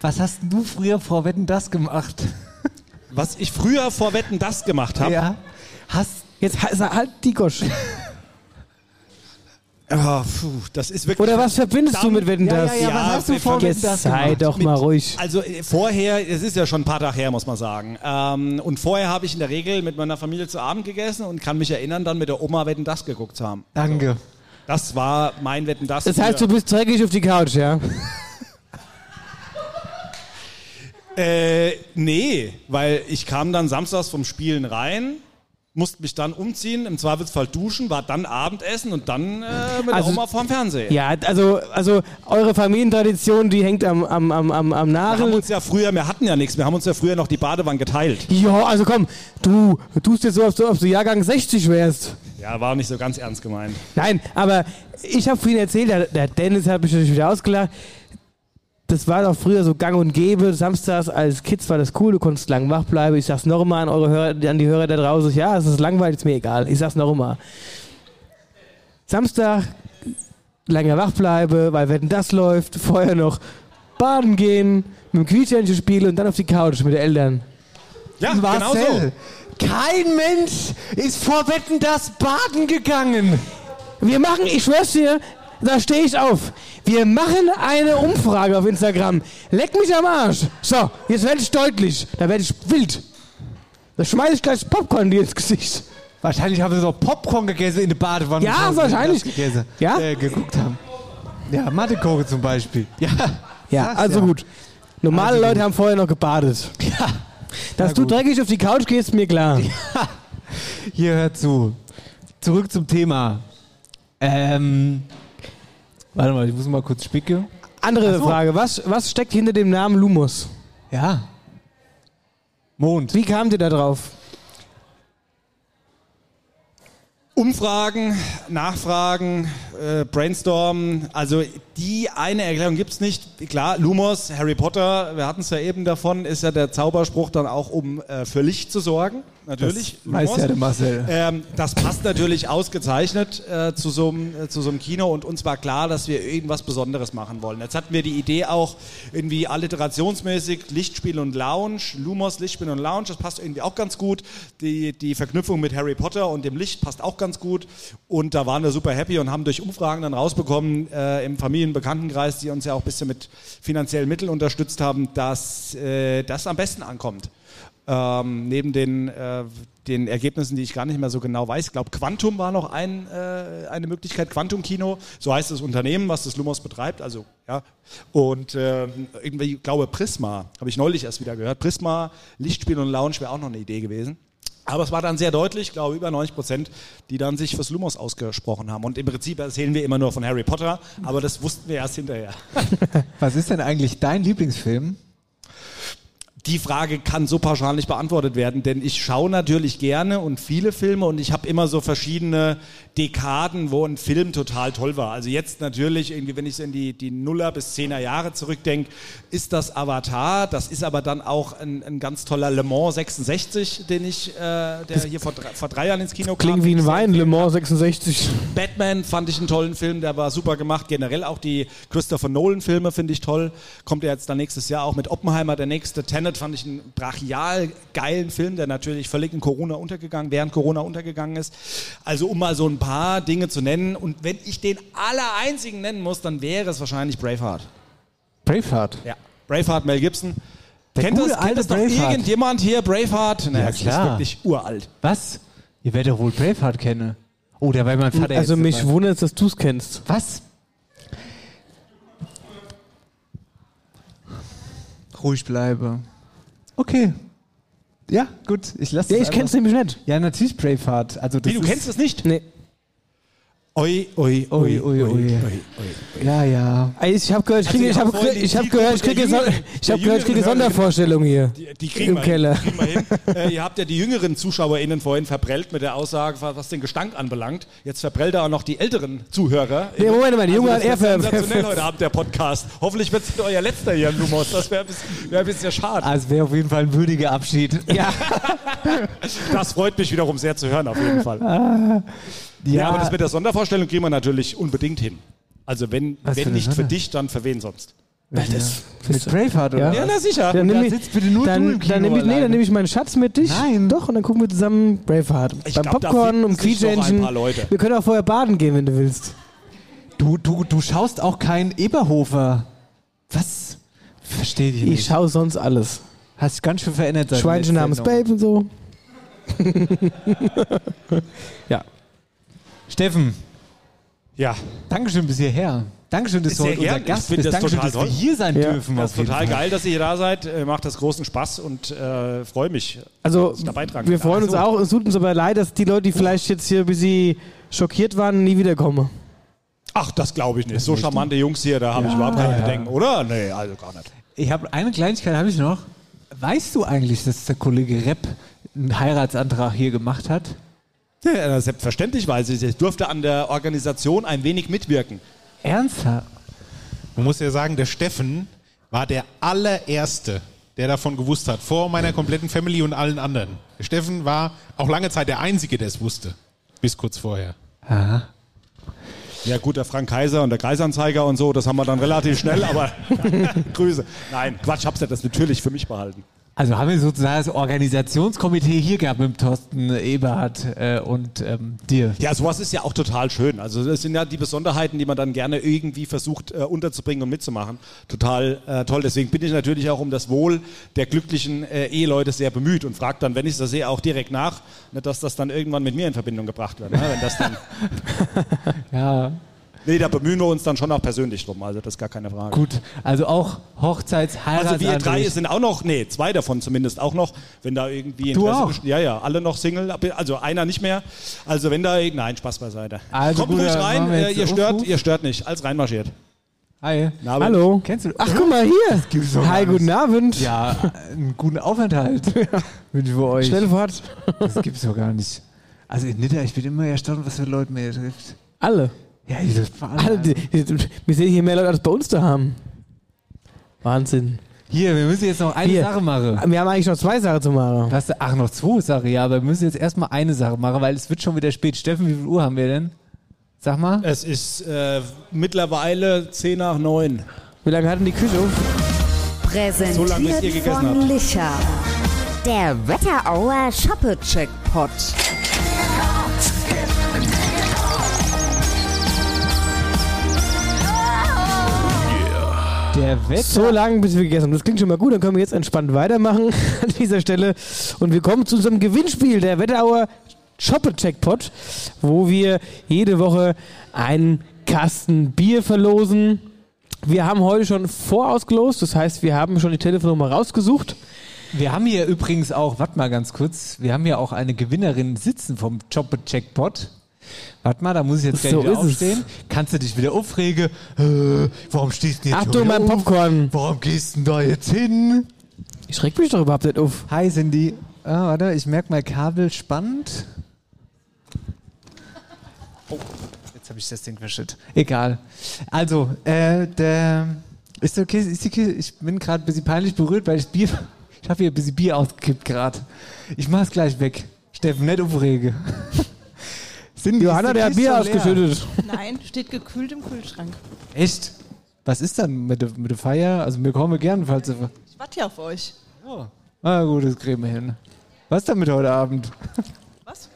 Was hast denn du früher vor Wetten das gemacht?
Was ich früher vor Wetten das gemacht habe.
Ja. Hast
jetzt halt die Gosch.
Ah, puh, das ist wirklich
Oder was verbindest du mit Wetten, dass-
Ja, ja, ja,
Ja,
was hast du
wir
vor
verbinden
Wetten,
das
das
Sei
gemacht?
doch mal ruhig.
Also äh, vorher, es ist ja schon ein paar Tage her, muss man sagen. Ähm, und vorher habe ich in der Regel mit meiner Familie zu Abend gegessen und kann mich erinnern, dann mit der Oma Wetten, das geguckt zu haben.
Danke.
Das war mein Wetten, das.
Das heißt, du bist dreckig auf die Couch, ja?
Äh, nee, weil ich kam dann samstags vom Spielen rein, musste mich dann umziehen, im Zweifelsfall duschen, war dann Abendessen und dann äh,
Also-
mit der Oma vorm Fernseher.
Ja, also, also eure Familientradition, die hängt am, am, am, am, am
Wir haben
Nagel.
uns ja früher, wir hatten ja nichts, wir haben uns ja früher noch die Badewanne geteilt.
Ja, also komm, du tust dir so, als ob du Jahrgang 60 wärst.
Ja, war nicht so ganz ernst gemeint.
Nein, aber ich habe vorhin erzählt, der, der Dennis hat mich natürlich wieder ausgelacht. Das war doch früher so gang und gäbe. Samstags als Kids war das cool, du konntest lang wach bleiben. Ich sag's nochmal an eure Hörer, an die Hörer da draußen. Ja, es ist langweilig, ist mir egal. Ich sag's nochmal. Samstag lange wach bleibe, weil wenn das läuft, vorher noch baden gehen, mit dem Quietschhändchen spielen und dann auf die Couch mit den Eltern.
Ja,
Marcel, kein Mensch ist vor Wetten das baden gegangen.
Wir machen, ich schwör's dir, da stehe ich auf. Wir machen eine Umfrage auf Instagram. Leck mich am Arsch. So, jetzt werde ich deutlich. Da werde ich wild. Da schmeiß ich gleich das Popcorn dir ins Gesicht.
Wahrscheinlich haben sie so Popcorn gegessen in der Badewanne.
Ja,
bevor sie
wahrscheinlich.
das Gegessen,
Ja?
Äh, geguckt haben. Ja, Mathe-Koche zum Beispiel. Ja,
Ja,
Krass,
also
ja. Also
gut. Normale Leute haben vorher noch gebadet. Ja. Dass du dreckig auf die Couch gehst, mir klar.
hier hört zu. Zurück zum Thema. Ähm, warte mal, ich muss mal kurz spicke.
Andere
Ach so.
Frage, was, was steckt hinter dem Namen Lumos?
Ja. Mond.
Wie kamt ihr da drauf?
Umfragen, Nachfragen, äh, Brainstormen, also die eine Erklärung gibt's nicht. Klar, Lumos, Harry Potter, wir hatten es ja eben davon, ist ja der Zauberspruch dann auch, um äh, für Licht zu sorgen, natürlich.
Das weiß
Lumos.
ja der Marcel.
Ähm, das passt natürlich ausgezeichnet äh, zu so einem äh, zu so einem Kino und uns war klar, dass wir irgendwas Besonderes machen wollen. Jetzt hatten wir die Idee auch irgendwie alliterationsmäßig Lichtspiel und Lounge, Lumos Lichtspiel und Lounge, das passt irgendwie auch ganz gut. Die, die Verknüpfung mit Harry Potter und dem Licht passt auch ganz gut und da waren wir super happy und haben durch Umfragen dann rausbekommen äh, im Familienbekanntenkreis, die uns ja auch ein bisschen mit finanziellen Mitteln unterstützt haben, dass äh, das am besten ankommt ähm, neben den, äh, den Ergebnissen, die ich gar nicht mehr so genau weiß. Ich glaube, Quantum war noch ein, äh, eine Möglichkeit. Quantum Kino, so heißt das Unternehmen, was das Lumos betreibt. Also, ja. Und ähm, irgendwie, ich glaube, Prisma, habe ich neulich erst wieder gehört. Prisma, Lichtspiel und Lounge wäre auch noch eine Idee gewesen. Aber es war dann sehr deutlich, ich glaube über 90 Prozent, die dann sich fürs Lumos ausgesprochen haben. Und im Prinzip erzählen wir immer nur von Harry Potter, aber das wussten wir erst hinterher.
Was ist denn eigentlich dein Lieblingsfilm?
Die Frage kann so pauschal nicht beantwortet werden, denn ich schaue natürlich gerne und viele Filme und ich habe immer so verschiedene Dekaden, wo ein Film total toll war. Also jetzt natürlich, irgendwie, wenn ich so in die, die Nuller bis Zehner Jahre zurückdenke, ist das Avatar, das ist aber dann auch ein, ein ganz toller Le Mans 66, den ich, äh, der hier vor, drei- vor drei Jahren ins Kino kam.
Ah,
Klingt wie ein Wein, Le Mans 66.
Batman fand ich einen tollen Film, der war super gemacht. Generell auch die Christopher Nolan-Filme finde ich toll. Kommt er jetzt dann nächstes Jahr auch mit Oppenheimer. Der nächste Tenet fand ich einen brachial geilen Film, der natürlich völlig in Corona untergegangen, während Corona untergegangen ist. Also um mal so ein paar Dinge zu nennen. Und wenn ich den aller einzigen nennen muss, dann wäre es wahrscheinlich Braveheart.
Braveheart.
Ja, Braveheart Mel Gibson.
Der
kennt
gute
das,
alte
kennt das doch
Braveheart.
irgendjemand hier, Braveheart?
Ja,
das
klar.
ist wirklich uralt.
Was? Ihr werdet doch wohl Braveheart kennen. Oh, der war mein Vater.
Also mich
wundert.
wundert es, dass du es kennst.
Was? Ruhig bleibe. Okay. Ja, gut. Ich lasse
Ja, ich kenn's nämlich nicht.
Ja, natürlich Braveheart. Also das
Wie, du
ist-
kennst es nicht?
Nee.
Oi, oi,
Ui, ui, ui. Ja, ja.
Ey, Ich habe gehört, ich kriege,
Also
ich
wir haben
hab,
vorhin
gehört,
die
ich hab
Zielgruppe
gehört, ich
der
kriege, Son-
Jüngeren-
ich hab
der
gehört, ich kriege
Jüngeren-
Sondervorstellung hier.
Die kriegen
Im
wir hin,
Keller.
Die kriegen wir hin. äh, ihr habt ja die jüngeren ZuschauerInnen vorhin verprellt mit der Aussage, was was den Gestank anbelangt. Jetzt verprellt er auch noch die älteren Zuhörer. Also,
Nee, Moment mal, die Jungen
das
hat
wird
er ver-
sensationell heute Abend, der Podcast. Hoffentlich wird es euer letzter hier im Lumos. Das wäre ein bisschen- wäre ein bisschen schade.
Also wäre auf jeden Fall ein würdiger Abschied. Ja.
Das freut mich wiederum sehr zu hören, auf jeden Fall.
Ah,
Ah.
ja.
Ja, aber das mit der Sondervorstellung kriegen wir natürlich unbedingt hin. Also wenn,
Was für
wenn
eine
nicht für
Sonne?
dich, dann für wen sonst?
mit Braveheart, oder?
Ja,
was?
na sicher.
Dann
Und da
nehme ich,
sitzt bitte nur du
dann,
im Kino
dann nehm ich, nee,
alleine.
dann nehm ich meinen Schatz mit dich. Nein. Doch, und dann gucken wir zusammen Braveheart.
Ich
Beim
glaub, da
Popcorn,
finden
um
sich doch ein
Quietschähnchen.
paar Leute.
Wir können auch vorher baden gehen, wenn du willst.
Du, du, du schaust auch kein Eberhofer. Was? Verstehe ich nicht.
Ich schaue sonst alles.
Hast dich ganz schön verändert seit der
Schweinchen
letzten
namens
Sendung.
Babe und so. ja.
Steffen,
Ja.
Dankeschön bis hierher. Dankeschön, dass du
Sehr
heute unser
gern.
Gast
Ich find
bist.
das
Dankeschön,
total
dass wir
toll.
hier sein
Ja.
dürfen.
Das ist
auf jeden
total
Fall.
geil, dass ihr hier da seid. Äh, Macht das großen Spaß und äh, freue mich,
Also,
dass ich da beitragen
wir
kann.
freuen uns
Ach so.
auch. Es tut uns aber leid, dass die Leute, die vielleicht jetzt hier ein bisschen schockiert waren, nie wiederkommen.
Ach, das glaube ich nicht. So charmante Jungs hier, da habe ich überhaupt keine Bedenken, oder? Nee, also gar nicht.
Ich habe eine Kleinigkeit habe ich noch. Weißt du eigentlich, dass der Kollege Repp einen Heiratsantrag hier gemacht hat?
Ja, ja, selbstverständlich weiß ich es. Ich durfte an der Organisation ein wenig mitwirken.
Ernsthaft?
Man muss ja sagen, der Steffen war der allererste, der davon gewusst hat, vor meiner kompletten Family und allen anderen. Der Steffen war auch lange Zeit der Einzige, der es wusste. Bis kurz vorher.
Aha.
Ja gut, der Frank Kaiser und der Kreisanzeiger und so, das haben wir dann relativ schnell, aber Grüße. Nein, Quatsch, hab's ja das natürlich für mich behalten.
Also haben wir sozusagen das Organisationskomitee hier gehabt mit dem Thorsten Eberhardt äh, und ähm, dir.
Ja, sowas ist ja auch total schön. Also das sind ja die Besonderheiten, die man dann gerne irgendwie versucht äh, unterzubringen und mitzumachen. Total äh, toll. Deswegen bin ich natürlich auch um das Wohl der glücklichen äh, Eheleute sehr bemüht und frage dann, wenn ich das sehe, auch direkt nach, nicht, dass das dann irgendwann mit mir in Verbindung gebracht wird. Ne? Wenn das dann,
Ja,
nee, da bemühen wir uns dann schon auch persönlich drum. Also das ist gar keine Frage.
gut. Also auch Hochzeits-, Heirats
Also wir drei sind auch noch, nee, zwei davon zumindest auch noch, wenn da irgendwie
Du auch?
besteht- Ja, ja, alle noch Single, also einer nicht mehr. Also wenn da, nein, Spaß beiseite.
Also
Kommt
gut,
ruhig
dann
rein,
machen wir
äh,
jetzt
ihr stört,
Aufruf.
ihr stört nicht, als reinmarschiert.
Hi.
Na, aber-
Kennst du?
Ach, guck mal hier.
gibt's doch
Hi,
gar
guten Abend.
Ja, einen guten Aufenthalt wünsche ich für euch.
Schnell fort.
Das gibt's doch gar nicht. Also in Nitter, ich bin immer erstaunt, was für Leute mir hier trifft.
Alle.
Ja, ihr trifft mal alle.
Alle, die, die, wir sehen hier mehr Leute als bei uns da haben. Wahnsinn.
Hier, wir müssen jetzt noch eine
Hier.
Sache machen.
Wir haben eigentlich noch zwei Sachen zu machen.
Was, ach, noch zwei Sachen, ja, aber wir müssen jetzt erstmal eine Sache machen, weil es wird schon wieder spät. Steffen, wie viel Uhr haben wir denn? Sag mal.
Es ist äh, mittlerweile 10 nach 9.
Wie lange hatten die Küche auf?
Präsentiert
So lange, bis ihr gegessen
von
habt.
Licher. Der Wetterauer Shoppe-Checkpot.
Der Wetter.
Ah, So lange, bis wir gegessen haben. Das klingt schon mal gut. Dann können wir jetzt entspannt weitermachen an dieser Stelle. Und wir kommen zu unserem Gewinnspiel, der Wetterauer Shoppe-Checkpot, wo wir jede Woche einen Kasten Bier verlosen. Wir haben heute schon vorausgelost, das heißt, wir haben schon die Telefonnummer rausgesucht.
Wir haben hier übrigens auch, warte mal ganz kurz, wir haben hier auch eine Gewinnerin sitzen vom Choppe Checkpot. Warte mal, da muss ich jetzt gleich
So
wieder
ist es.
aufstehen. Kannst du dich wieder aufregen? Äh, warum stehst du jetzt
Achtung,
schon wieder
mein
auf?
Popcorn.
Warum gehst du denn da jetzt hin?
Ich reg mich doch überhaupt nicht auf.
Hi, Cindy. Ah, warte, ich merke mal Kabel spannend. Oh, jetzt habe ich das Ding verschüttet. Egal. Also, äh, der. Ist okay, ist okay. Ich bin gerade ein bisschen peinlich berührt, weil ich Bier. Ich habe hier ein bisschen Bier ausgekippt gerade. Ich mach's gleich weg. Steffen, nicht aufrege. Cindy,
Johanna,
ist die
der hat
Kiste
Bier
schon leer?
ausgeschüttet.
Nein, steht gekühlt im Kühlschrank.
Echt? Was ist dann mit der, mit der Feier? Also, wir kommen gern, falls. ihr-
Ich warte ja auf euch.
Ah, gut, das kriegen wir hin. Was ist damit heute Abend?
Was?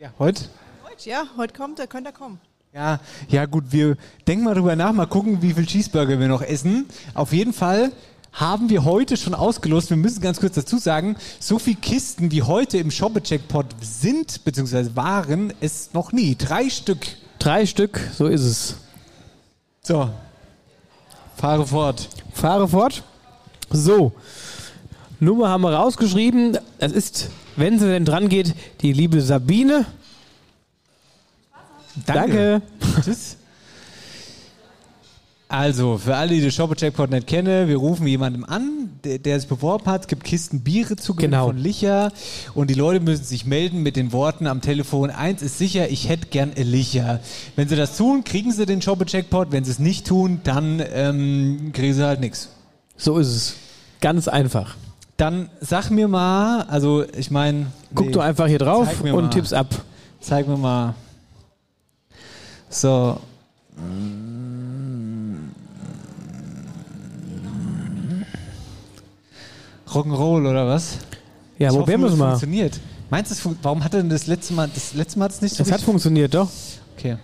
Ja, heute?
Heute, ja, heute kommt, da könnt ihr kommen.
Ja, ja gut, wir denken mal drüber nach, mal gucken, wie viel Cheeseburger wir noch essen. Auf jeden Fall haben wir heute schon ausgelost, wir müssen ganz kurz dazu sagen, so viele Kisten, wie heute im Shoppe-Checkpot sind, beziehungsweise waren, es noch nie. Drei Stück.
Drei Stück, so ist es.
So. Fahre fort.
Fahre fort. So. Nummer haben wir rausgeschrieben. Das ist, wenn sie denn dran geht, die liebe Sabine. Danke.
Tschüss. Also, für alle, die den Shopper Checkpot nicht kennen, wir rufen jemandem an, der, der sich beworben hat. Es gibt Kisten Biere zu gewinnen
Genau.
von Licher. Und die Leute müssen sich melden mit den Worten am Telefon: Eins ist sicher, ich hätte gern ein Licher. Wenn sie das tun, kriegen sie den Shopper Checkpot. Wenn sie es nicht tun, dann ähm, kriegen sie halt nichts.
So ist es. Ganz einfach.
Dann sag mir mal, also ich meine.
Guck du einfach hier drauf und tipp's ab.
Zeig mir mal. So. Rock'n'Roll oder was?
Ja,
Ich hoffe
probieren
nur,
wir's
es
mal.
funktioniert. Meinst du, es fun- warum hat denn das letzte Mal, das letzte Mal hat es nicht so
Es hat
richtig-
funktioniert, doch.
Okay,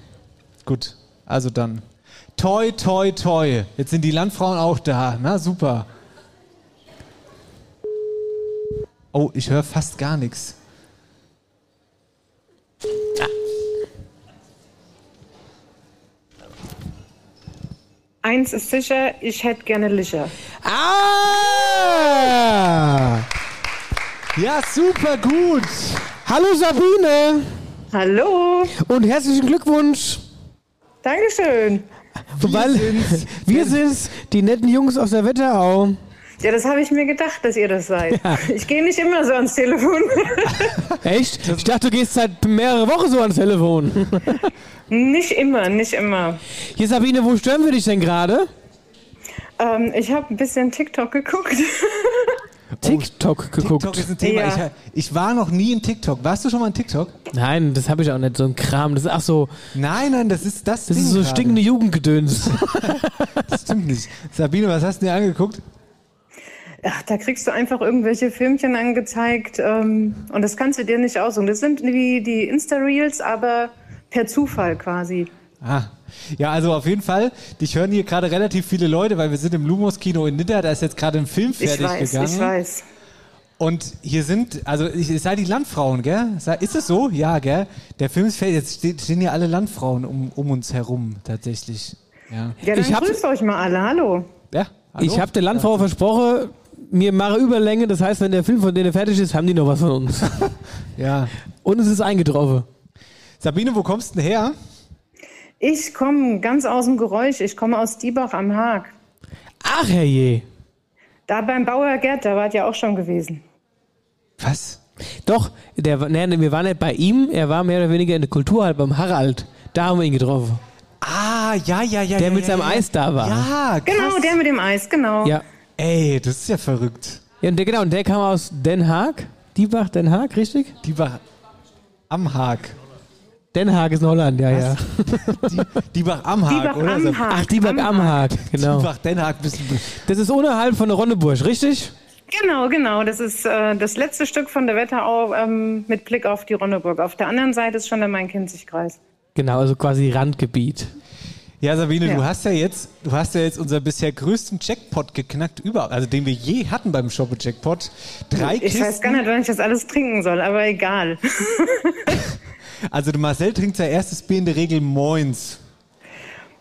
gut. Also dann. Toi, toi, toi. Jetzt sind die Landfrauen auch da. Na, super. Oh, ich höre fast gar nichts.
Eins ist sicher, ich hätte gerne Licher.
Ah!
Ja, super gut.
Hallo Sabine.
Hallo.
Und herzlichen Glückwunsch.
Dankeschön.
Wir Weil sind's. wir sind's, die netten Jungs aus der Wetterau.
Ja, das habe ich mir gedacht, dass ihr das seid.
Ja.
Ich gehe nicht immer so ans Telefon.
Echt? Ich dachte, du gehst seit mehrere Wochen so ans Telefon.
nicht immer, nicht immer.
Hier, Sabine, wo stören wir dich denn gerade?
Oh.
Ähm, ich habe ein bisschen TikTok geguckt.
TikTok geguckt.
TikTok ist ein Thema.
Ja.
Ich, ich war noch nie in TikTok. Warst du schon mal in TikTok?
Nein, das habe ich auch nicht. So ein Kram. Das ist ach so.
Nein, nein, das ist das.
Das
Ding
ist so
gerade.
stinkende Jugendgedöns.
Das stimmt nicht. Sabine, was hast du dir angeguckt?
Ach, da kriegst du einfach irgendwelche Filmchen angezeigt ähm, und das kannst du dir nicht aussuchen. Das sind wie die Insta-Reels, aber per Zufall quasi.
Ah. Ja, also auf jeden Fall, dich hören hier gerade relativ viele Leute, weil wir sind im Lumos-Kino in Nidda, da ist jetzt gerade ein Film fertig
ich weiß,
gegangen.
ich weiß.
Und hier sind, also ich, es sei die Landfrauen, gell? Sei- Ist es so? Ja, gell? Der Film ist fertig, jetzt ste- stehen hier alle Landfrauen um, um uns herum tatsächlich. Ja.
Ja, dann grüßt euch mal alle. Hallo.
Ja, hallo.
Ich habe der Landfrau versprochen, mir mache Überlänge. Das heißt, wenn der Film von denen fertig ist, haben die noch was von uns.
ja.
Und es ist eingetroffen.
Sabine, wo kommst du denn her?
Ich komme ganz aus dem Geräusch. Ich komme aus Diebach am Haag.
Ach herrje.
Da beim Bauer Gerd, da wart ihr auch schon gewesen.
Was?
Doch, der, war- nee, nee, wir waren nicht bei ihm, er war mehr oder weniger in der Kulturhalle beim Harald. Da haben wir ihn getroffen.
Ah, ja, ja, ja.
Der
ja,
mit
ja,
seinem
ja.
Eis da war.
Äh, Ja, krass.
Genau, der mit dem Eis, genau.
Ja.
Ey, das ist ja verrückt.
ja und der, genau, und der kam aus Den Haag. Diebach, Den Haag, richtig?
Diebach am Haag.
Den Haag ist in Holland, ja, ja.
Diebach am Haag,
Diebach
oder?
am
Sab-
Haag.
Ach, Diebach am Haag, genau.
Diebach, Den Haag, bist du.
Das ist unterhalb von der Ronneburg, richtig?
Genau, genau. Das ist äh, das letzte Stück von der Wetterau ähm, mit Blick auf die Ronneburg. Auf der anderen Seite ist schon der Main-Kinzig-Kreis.
Genau, also quasi Randgebiet.
Ja, Sabine,
Ja.
du hast ja jetzt, du hast ja jetzt unser bisher größten Jackpot geknackt überhaupt, also den wir je hatten beim Shoppe Jackpot. Drei
Ich weiß gar
Kisten.
nicht, wann ich das alles trinken soll, aber egal.
Also der Marcel trinkt sein erstes Bier in der Regel moins.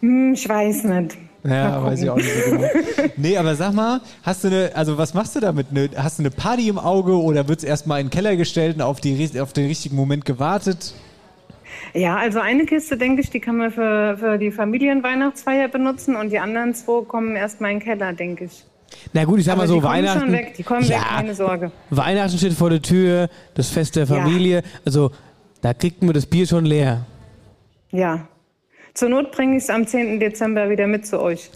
Hm, ich weiß nicht. Mal
Ja,
gucken.
weiß ich auch nicht so genau. Nee, aber sag mal, hast du eine, also was machst du damit? Ne, hast du eine Party im Auge oder wird's erstmal in den Keller gestellt und auf, die, auf den richtigen Moment gewartet?
Ja, also eine Kiste, denke ich, die kann man für, für die Familienweihnachtsfeier benutzen und die anderen zwei kommen erst mal in den Keller, denke ich.
Na gut, ich sag
Aber
mal so,
die kommen
Weihnachten.
schon weg, die kommen
ja,
weg, keine Sorge.
Weihnachten steht vor der Tür, das Fest der Familie. Also, da kriegt man das Bier schon leer.
Ja. Zur Not bringe ich es am 10. Dezember wieder mit zu euch.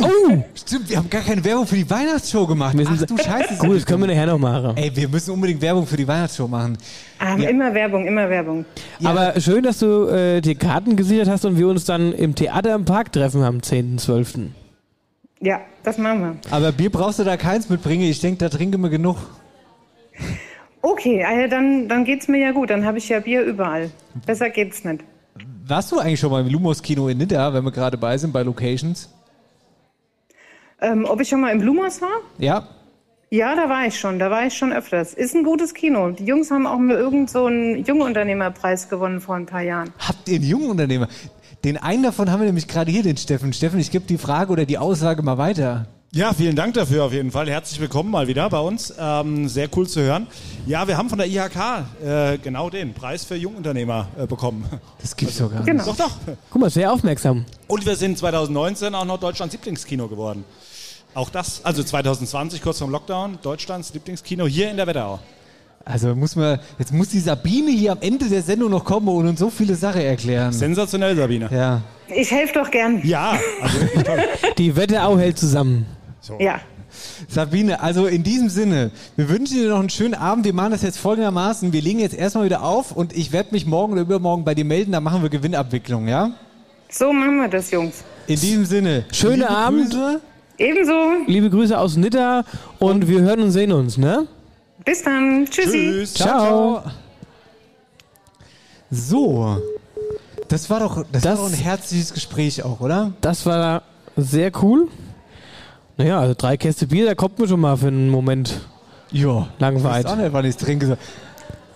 Oh! Stimmt, wir haben gar keine Werbung für die Weihnachtsshow gemacht.
Wir sind
Ach du Scheiße.
Gut, das können wir nachher noch machen.
Ey, wir müssen unbedingt Werbung für die Weihnachtsshow machen.
Ah,
Ja.
Immer Werbung, immer Werbung.
Aber schön, dass du äh, dir Karten gesichert hast und wir uns dann im Theater im Park treffen am 10.12.
Ja, das machen wir.
Aber Bier brauchst du da keins mitbringen. Ich denke, da trinken wir genug.
Okay, ah ja, dann, dann geht's mir ja gut. Dann habe ich ja Bier überall. Besser geht's nicht.
Warst du eigentlich schon mal im Lumos Kino in Nidda, wenn wir gerade bei sind, bei Locations?
Ähm, ob ich schon mal im Blumhaus war?
Ja.
Ja, da war ich schon. Da war ich schon öfters. Ist ein gutes Kino. Die Jungs haben auch mir irgend so einen Jungunternehmerpreis gewonnen vor ein paar Jahren.
Habt ihr einen jungen Unternehmer? Den einen davon haben wir nämlich gerade hier, den Steffen. Steffen, ich gebe die Frage oder die Aussage mal weiter.
Ja, vielen Dank dafür auf jeden Fall. Herzlich willkommen mal wieder bei uns. Ähm, sehr cool zu hören. Ja, wir haben von der IHK äh, genau den Preis für Jungunternehmer äh, bekommen.
Das gibt's doch gar nicht.
Genau. Doch, doch.
Guck mal, sehr aufmerksam.
Und wir sind 2019 auch noch Deutschlands Lieblingskino geworden. Auch das, also 2020, kurz vorm Lockdown, Deutschlands Lieblingskino hier in der Wetterau.
Also muss man, jetzt muss die Sabine hier am Ende der Sendung noch kommen und uns so viele Sachen erklären.
Sensationell, Sabine.
Ja.
Ich helfe doch gern.
Ja, also toll.
Die Wetterau hält zusammen.
Ja.
Sabine, also in diesem Sinne, wir wünschen dir noch einen schönen Abend. Wir machen das jetzt folgendermaßen. Wir legen jetzt erstmal wieder auf und ich werde mich morgen oder übermorgen bei dir melden. Da machen wir Gewinnabwicklung, ja?
So machen wir das, Jungs.
In diesem Sinne.
Schönen
liebe
Abend.
Grüße.
Ebenso.
Liebe Grüße aus Nidda und wir hören und sehen uns, ne?
Bis dann. Tschüssi.
Ciao.
So. Das war doch das, war doch ein herzliches Gespräch auch, oder?
Das war sehr cool. Naja, also drei Käste Bier, da kommt man schon mal für einen Moment
Ja.
langweilig.
Weiß auch nicht, wann ich trinke.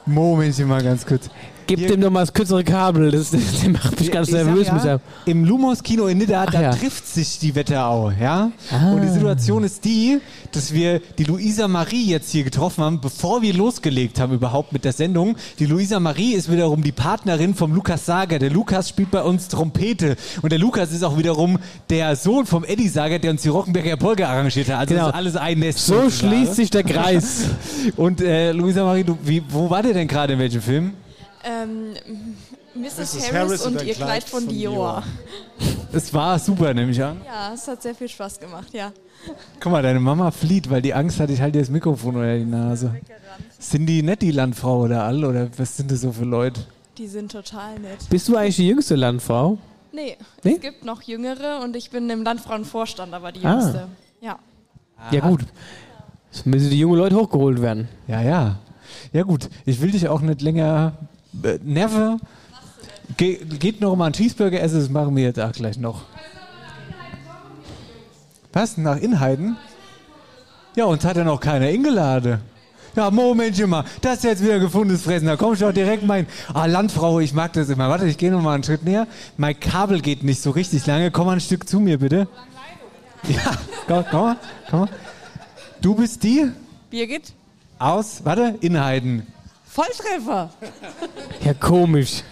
Momentchen mal ganz kurz.
Gib dem doch mal das kürzere Kabel, das, das macht mich ganz
Ich sag
nervös.
ja,
mit der-
Im Lumos Kino in Nidda, da
ja. Ah.
trifft sich die Wetterau, ja? Und die Situation ist die, dass wir die Luisa Marie jetzt hier getroffen haben, bevor wir losgelegt haben überhaupt mit der Sendung. Die Luisa Marie ist wiederum die Partnerin vom Lukas Sager. Der Lukas spielt bei uns Trompete und der Lukas ist auch wiederum der Sohn vom Eddie Sager, der uns die Rockenberger Polka arrangiert hat. Also
Genau.
ist alles ein Nest.
So
sozusagen.
schließt sich der Kreis.
und äh, Luisa Marie, du, wie, wo war der denn gerade in welchem Film?
Ähm, Mrs. Harris,
Harris
und
und ein
ihr Kleid von, Dior.
Es war super, nehme ich an.
Ja, es hat sehr viel Spaß gemacht, ja.
Guck mal, deine Mama flieht, weil die Angst hat, ich halte dir das Mikrofon unter die Nase. Sind die nicht die Landfrau oder all oder was sind das so für Leute?
Die sind total nett.
Bist du eigentlich die jüngste Landfrau?
Nee,
Nee?
es gibt noch Jüngere und ich bin im Landfrauenvorstand, aber die
Ah.
Jüngste. Ja.
Ja, gut. Es müssen die jungen Leute hochgeholt werden.
Ja, ja. Ja gut, ich will dich auch nicht länger äh, nerven. Ge geht noch mal einen Cheeseburger essen, das machen wir jetzt auch gleich noch. Was, nach Inhalten? Ja, uns hat ja noch keiner eingeladen. Ja, Momentchen mal, das ist jetzt wieder gefundenes Fressen. Da komm ich doch direkt mein. Ah, Landfrau, ich mag das immer. Warte, ich gehe noch mal einen Schritt näher. Mein Kabel geht nicht so richtig lange. Komm mal ein Stück zu mir, bitte. Ja, komm, komm mal, komm mal. Du bist die
Birgit,
aus, warte, Inhalten.
Volltreffer.
Ja, komisch.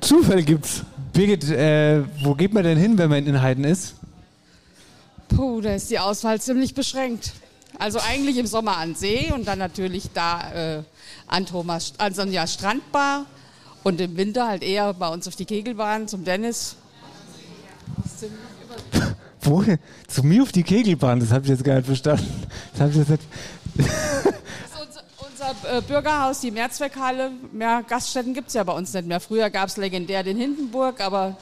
Zufälle gibt's. Birgit, äh, wo geht man denn hin, wenn man in Inhalten ist?
Puh, da ist die Auswahl ziemlich beschränkt. Also eigentlich im Sommer an See und dann natürlich da äh, an, Thomas, an Sonja Strandbar und im Winter halt eher bei uns auf die Kegelbahn zum Dennis. Ist ziemlich über-
Wo? Zu mir auf die Kegelbahn, das habe ich jetzt gar nicht verstanden. Das hab ich jetzt nicht.
Unser äh, Bürgerhaus, die Mehrzweckhalle, mehr Gaststätten gibt es ja bei uns nicht mehr. Früher gab es legendär den Hindenburg, aber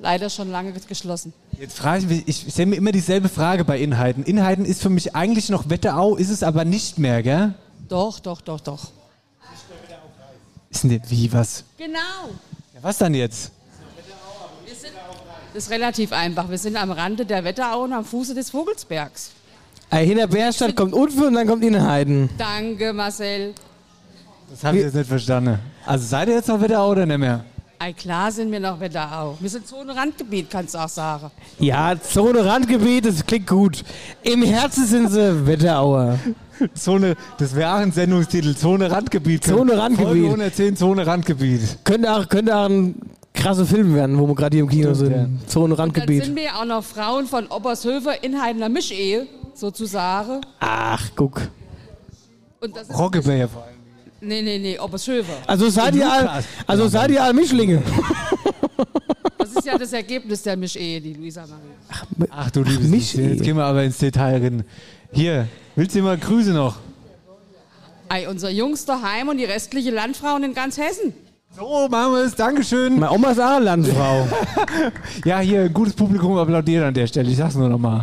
leider schon lange geschlossen.
Jetzt frage ich mich, ich, ich stelle mir immer dieselbe Frage bei Inhalten. Inhalten ist für mich eigentlich noch Wetterau, ist es aber nicht mehr, gell?
Doch, doch, doch, doch.
Ist denn das- wie, was?
Genau.
Ja, was dann jetzt?
Das ist relativ einfach. Wir sind am Rande der Wetterau und am Fuße des Vogelsbergs.
Äh,
Ey, hinter Bärstadt kommt Unfurt und dann kommt Inhalten.
Danke, Marcel.
Das habe ich jetzt nicht verstanden. Also seid ihr jetzt noch Wetterau oder nicht mehr?
Ei, klar sind wir noch Wetterau. Wir sind so ein Randgebiet, kannst du auch sagen.
Ja, Zone Randgebiet, das klingt gut. Im Herzen sind sie Wetterauer.
Zone, das wäre auch ein Sendungstitel, Zone Randgebiet.
Zone Randgebiet.
Folge 110, Zone Randgebiet.
Könnte auch, könnte auch ein krasser Film werden, wo wir gerade hier im Kino sind. Zone
Dann
Randgebiet.
sind wir ja auch noch Frauen von Obershöfe in Heidener Mischehe, sozusagen.
Ach, guck.
Und das ist,
Rockeberger vor allem.
nee, nee, nee, Obershöfe.
Also seid ihr all, also seid ihr all Mischlinge.
Das ist ja das Ergebnis der Mischehe, die Luisa Marie.
Ach du liebes mich, jetzt gehen wir aber ins Detail rein. Hier, willst du mal Grüße noch?
Ei, unser jüngster Heim und die restliche Landfrauen in ganz Hessen.
So, machen wir es. Dankeschön.
Meine Oma ist auch eine Landfrau.
ja, hier, ein gutes Publikum applaudiert an der Stelle. Ich sag's nur nochmal.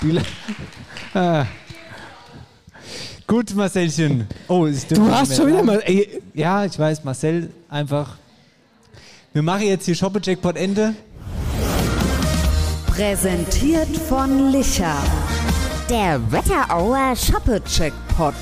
Ah. Gut, Marcelchen. Oh, ich dürfte
Du
nicht
hast
mehr
schon wieder
sagen.
mal- ey.
Ja, ich weiß, Marcel einfach. Wir machen jetzt hier Shoppe-Jackpot Ende.
Präsentiert von Licher. Der Wetterauer Shoppe-Checkpot.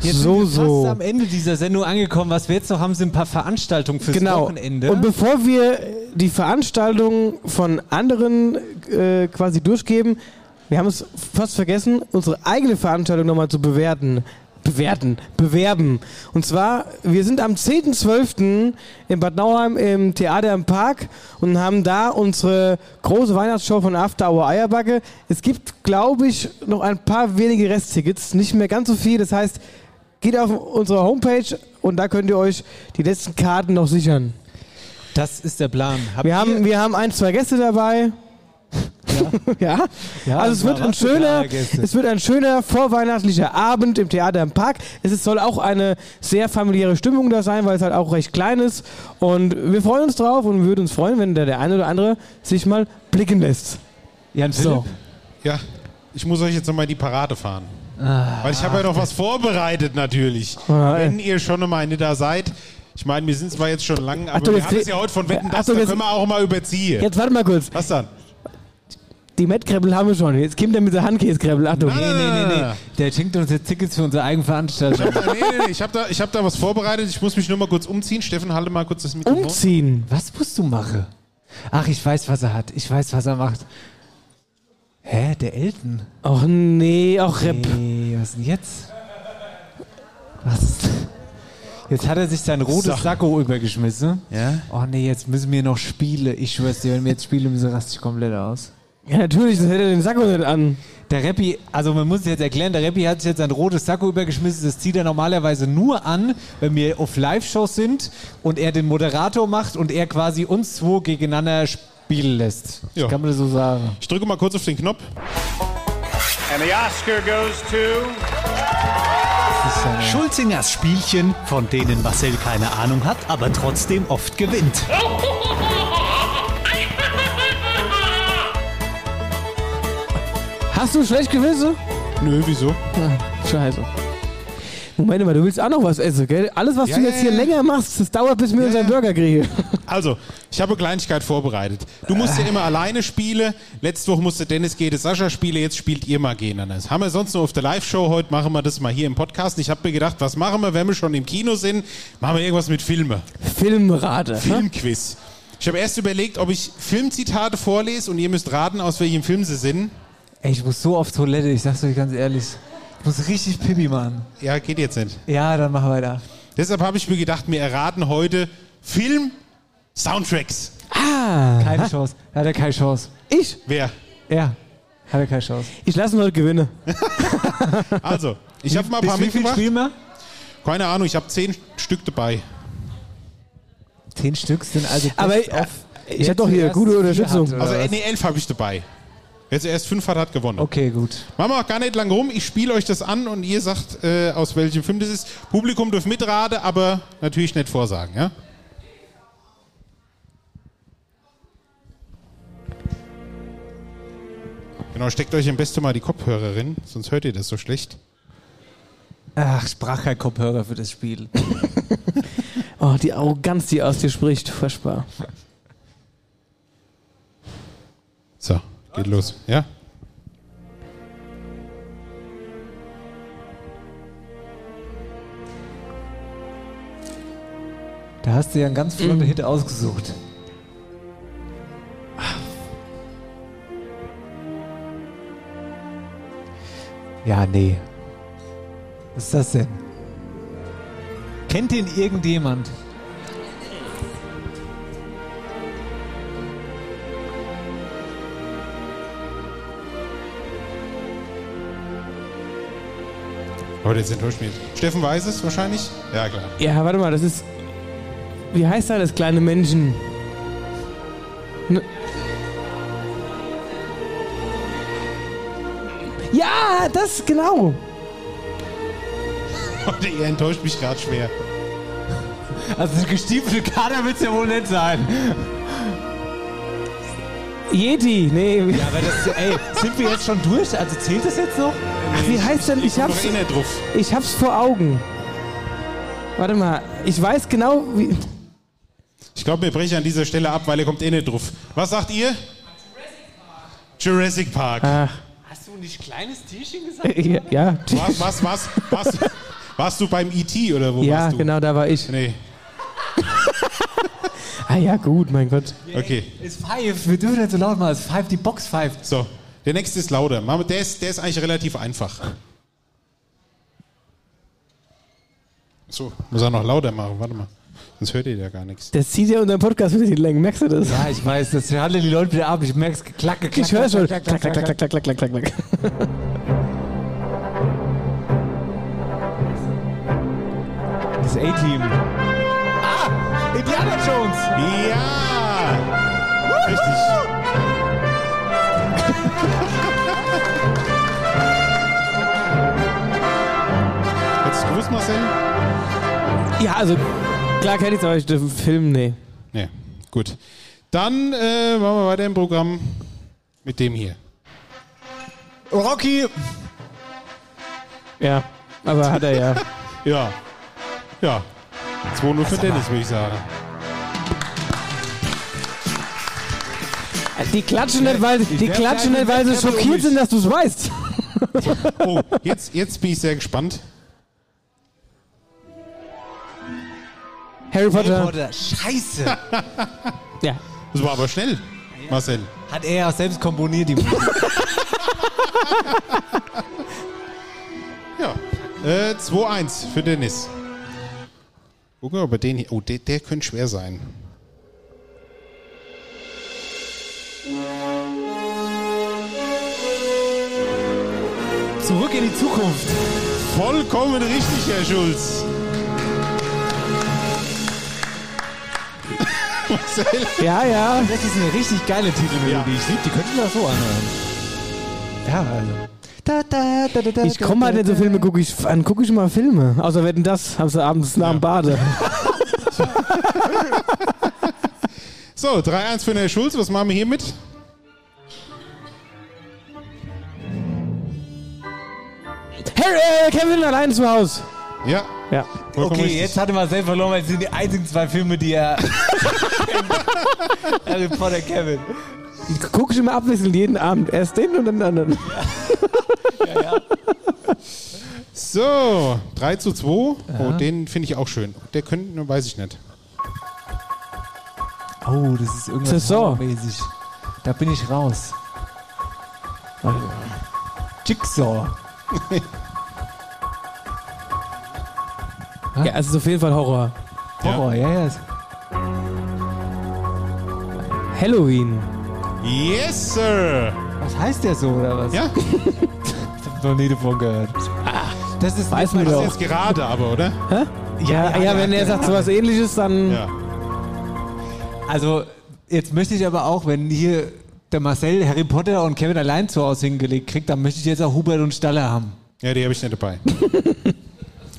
Jetzt
So,
sind wir fast
so.
am Ende dieser Sendung angekommen. Was wir jetzt noch haben, sind ein paar Veranstaltungen fürs
genau.
Wochenende.
Und bevor wir die Veranstaltungen von anderen äh, quasi durchgeben, wir haben es fast vergessen, unsere eigene Veranstaltung nochmal zu bewerten. Bewerten, bewerben. Und zwar, wir sind am 10.12. in Bad Nauheim im Theater im Park und haben da unsere große Weihnachtsshow von After Hour Eierbacke. Es gibt, glaube ich, noch ein paar wenige Resttickets, nicht mehr ganz so viel. Das heißt, geht auf unsere Homepage und da könnt ihr euch die letzten Karten noch sichern.
Das ist der Plan. Habt
wir,
ihr-
haben, wir haben ein, zwei Gäste dabei. Ja.
Ja,
also es
war
wird, ein
was für
schöner,
klare Gäste.
es wird ein schöner vorweihnachtlicher Abend im Theater im Park. Es ist- soll auch eine sehr familiäre Stimmung da sein, weil es halt auch recht klein ist. Und wir freuen uns drauf und wir würden uns freuen, wenn der, der eine oder andere sich mal blicken lässt.
Jan
So.
Ja, ich muss euch jetzt nochmal die Parade fahren. Weil ich habe ja noch was vorbereitet natürlich.
Ah, ey.
Wenn ihr schon am Ende da seid. Ich meine, wir sind zwar jetzt schon lang, aber
Ach du,
wir
jetzt
haben
krie-
es ja heute von Wetten,
Ach
das
du,
da
jetzt-
können wir auch mal überziehen.
Jetzt warte mal kurz.
Was dann?
Die Mettkreppel haben wir schon. Jetzt kommt er mit der Handkäsekreppel. Achtung.
Nein, nein, nein, nein, nein.
Der schenkt uns jetzt Tickets für unsere eigene Veranstaltung.
nee, nee, nee, ich habe da, ich hab da was vorbereitet. Ich muss mich nur mal kurz umziehen. Steffen, halte mal kurz das Mikrofon.
Umziehen.
Was musst du machen? Ach, ich weiß, was er hat. Ich weiß, was er macht. Hä, der Elton?
Ach nee, auch Rep.
Nee, was denn jetzt? Was? Jetzt hat er sich sein
So.
rotes Sakko übergeschmissen.
Ja?
Oh nee, jetzt müssen wir noch Spiele. Ich schwör's dir, wenn wir jetzt spielen, müssen raste ich komplett aus.
Ja, natürlich, das hätte er den Sakko nicht an.
Der Reppi, also man muss es jetzt erklären, der Reppi hat sich jetzt ein rotes Sakko übergeschmissen. Das zieht er normalerweise nur an, wenn wir auf Live-Shows sind und er den Moderator macht und er quasi uns zwei gegeneinander spielen lässt.
Ja.
Kann man das so sagen?
Ich drücke mal kurz auf den Knopf.
And the Oscar goes to.
Schulzingers Spielchen, von denen Marcel keine Ahnung hat, aber trotzdem oft gewinnt.
Hast du schlecht gewisse?
Nö, wieso?
scheiße. Moment mal, du willst auch noch was essen, gell? Alles, was
Ja,
du
ja,
jetzt hier
ja.
länger machst, das dauert, bis wir unseren Burger kriegen.
Also, ich habe eine Kleinigkeit vorbereitet. Du musst ja immer alleine spielen. Letzte Woche musste Dennis gegen Sascha spielen, jetzt spielt ihr mal gegeneinander. Das haben wir sonst nur auf der Live-Show. Heute machen wir das mal hier im Podcast. Ich habe mir gedacht, was machen wir, wenn wir schon im Kino sind? Machen wir irgendwas mit Filme.
Filmrate.
Filmquiz. Ich habe erst überlegt, ob ich Filmzitate vorlese und ihr müsst raten, aus welchem Film sie sind.
Ey, ich muss so auf Toilette, ich sag's euch ganz ehrlich. Ich muss richtig Pipi machen.
Ja, geht jetzt nicht.
Ja, dann mach weiter.
Deshalb habe ich mir gedacht, wir erraten heute Film-Soundtracks.
Ah.
Keine Chance. Hat er keine Chance.
Ich?
Wer?
Ja. Hat er keine Chance.
Ich lasse ihn heute gewinnen.
Also, ich habe mal ein
Bis
paar
wie viel
mitgebracht.
spielen wir?
Keine Ahnung, ich habe zehn Stück dabei.
Zehn Stück sind also.
Aber
best
ich-
of-
ich
Wer
hab doch hier
zuerst
gute
vier
Unterstützung.
hat, oder
Also,
was?
äh, nee, elf habe ich dabei. Wer zuerst fünf hat, hat gewonnen.
Okay, gut.
Machen wir auch gar nicht lang rum. Ich spiele euch das an und ihr sagt, äh, aus welchem Film das ist. Publikum dürft mitraten, aber natürlich nicht vorsagen, ja? Genau, steckt euch am besten mal die Kopfhörer rein, sonst hört ihr das so schlecht.
Ach, ich brauch kein Kopfhörer für das Spiel.
Oh, die Arroganz, die aus dir spricht. Furchtbar.
So, geht los, ja?
Da hast du ja einen ganz flotten
Mhm.
Hit ausgesucht. Ja, nee. Was ist das denn? Kennt den irgendjemand?
Leute, jetzt enttäuscht mich. Steffen weiß es wahrscheinlich? Ja, klar.
Ja, warte mal, das ist. Wie heißt da das kleine Menschen? Ne? Ja, das genau.
Leute, ihr enttäuscht mich gerade schwer.
Also eine gestiefelte Kader wird's ja wohl nicht sein.
Yeti, nee.
Ja, aber das, ey, sind wir jetzt schon durch? Also zählt das jetzt noch?
Ach, wie heißt denn? Ich hab's,
eh
ich hab's vor Augen. Warte mal, ich weiß genau, wie.
Ich glaube, wir brechen an dieser Stelle ab, weil er kommt eh nicht drauf. Was sagt ihr? Jurassic Park.
Hast du nicht kleines Tierchen gesagt?
Äh, Ja.
Was, was, was? Warst, warst du beim E.T. oder wo
ja,
warst du?
genau, da war ich.
Nee.
ah ja, gut, mein Gott.
Okay.
Es pfeift, wir dürfen nicht so laut machen. Es pfeift, die Box pfeift.
So, der nächste ist lauter. Machen wir- Der ist, der ist eigentlich relativ einfach. So, muss er noch lauter machen, warte mal. Sonst hört ihr ja gar nichts.
Das zieht ja unseren Podcast ein bisschen lang, merkst du das?
Ja, ich weiß, das handeln die Leute wieder ab. Ich merk's, klack, klack,
Ich höre schon.
klack, klack, klack, klack,
klack,
klack,
klack, klack, klack.
Das A-Team. Ah, Indiana Jones.
Ja. Richtig. Hättest du gewusst, Marcel?
Ja, also klar kenne ich aber ich den Film, nee.
Nee, gut. Dann äh, machen wir weiter im Programm mit dem hier. Rocky!
Ja, aber hat er ja.
Ja. Ja. 2-0 für Dennis, würde ich sagen.
Die klatschen nicht, weil, die
werd
klatschen
gleich
nicht, weil sie
mit Treppe
schockiert
ruhig.
sind, dass du es weißt.
Oh, jetzt, jetzt bin ich sehr gespannt.
Harry Potter.
Scheiße.
Ja.
Das war aber schnell, Marcel.
Hat er ja auch selbst komponiert, die Musik.
Ja. Äh, 2-1 für Dennis. Gucken wir, ob er den hier. Oh, der, der könnte schwer sein.
Zurück in die Zukunft.
Vollkommen richtig, Herr Schulz. Marcel.
Ja, ja.
Das ist eine richtig geile Titelmelodie. Ich liebe die. Könnten wir auch so anhören. Ja, also.
Ich komme halt nicht so Filme, gucke ich an, gucke ich mal Filme. Außer wenn das, haben sie abends nach dem Bade.
So, 3-1 für den Herr Schulz. Was machen wir hiermit?
Harry, äh, Kevin allein zu Hause.
Ja.
Ja.
Vollkommen
Okay,
richtig.
jetzt hatte Marcel verloren, weil es sind die einzigen zwei Filme, die er. Harry Potter Kevin.
Gucke ich immer abwechselnd jeden Abend. Erst den und dann den anderen.
So, 3 zu 2. Oh, den finde ich auch schön. Der könnte, weiß ich nicht.
Oh, das ist irgendwas
Saison.
mäßig. Da bin ich raus. Jigsaw.
Ja, es ist auf jeden Fall Horror.
Horror, ja, ja.
Halloween.
Yes, Sir!
Was heißt der so, oder was?
Ja?
Ich hab noch nie davon gehört. Das ist
Weiß man
Das ist
doch.
jetzt gerade aber, oder?
Hä? Ja, ja,
Ne? ja,
wenn er
ja.
sagt sowas ähnliches, dann.
Ja.
Also, jetzt möchte ich aber auch, wenn hier der Marcel Harry Potter und Kevin allein zu Hause hingelegt kriegt, dann möchte ich jetzt auch Hubert und Staller haben.
Ja, die habe ich nicht dabei.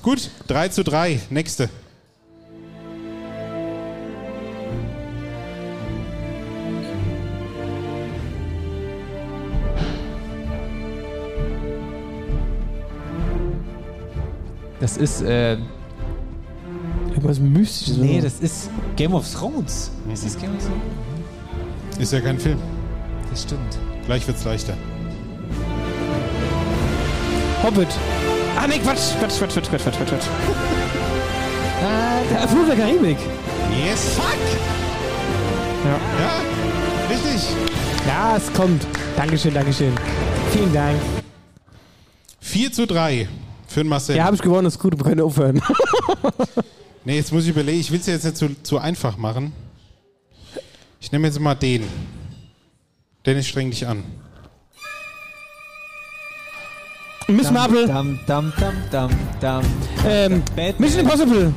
Gut, 3 zu 3. Nächste.
Das ist, äh,
Irgendwas Mystisches.
nee,
oder?
das ist Game of Thrones. Ist das Game of Thrones?
Ist ja kein Film.
Das stimmt.
Gleich wird's leichter.
Hobbit. Ah, nee, Quatsch. Quatsch, Quatsch, Quatsch, Quatsch, Quatsch, Quatsch. Quatsch.
Ah,
äh, der Fluch der Karibik.
Yes, fuck!
Ja.
Ja, richtig.
Ja, es kommt. Dankeschön, Dankeschön. Vielen Dank.
4 zu 3 für den Marcel.
Ja, habe ich gewonnen, ist gut, wir können aufhören.
Nee, jetzt muss ich überlegen. Ich will es jetzt nicht zu, zu einfach machen. Ich nehme jetzt mal den. Dennis, streng dich an.
Miss Marple.
Dam, dam, dam, dam, dam.
Ähm,
Batman.
Mission Impossible.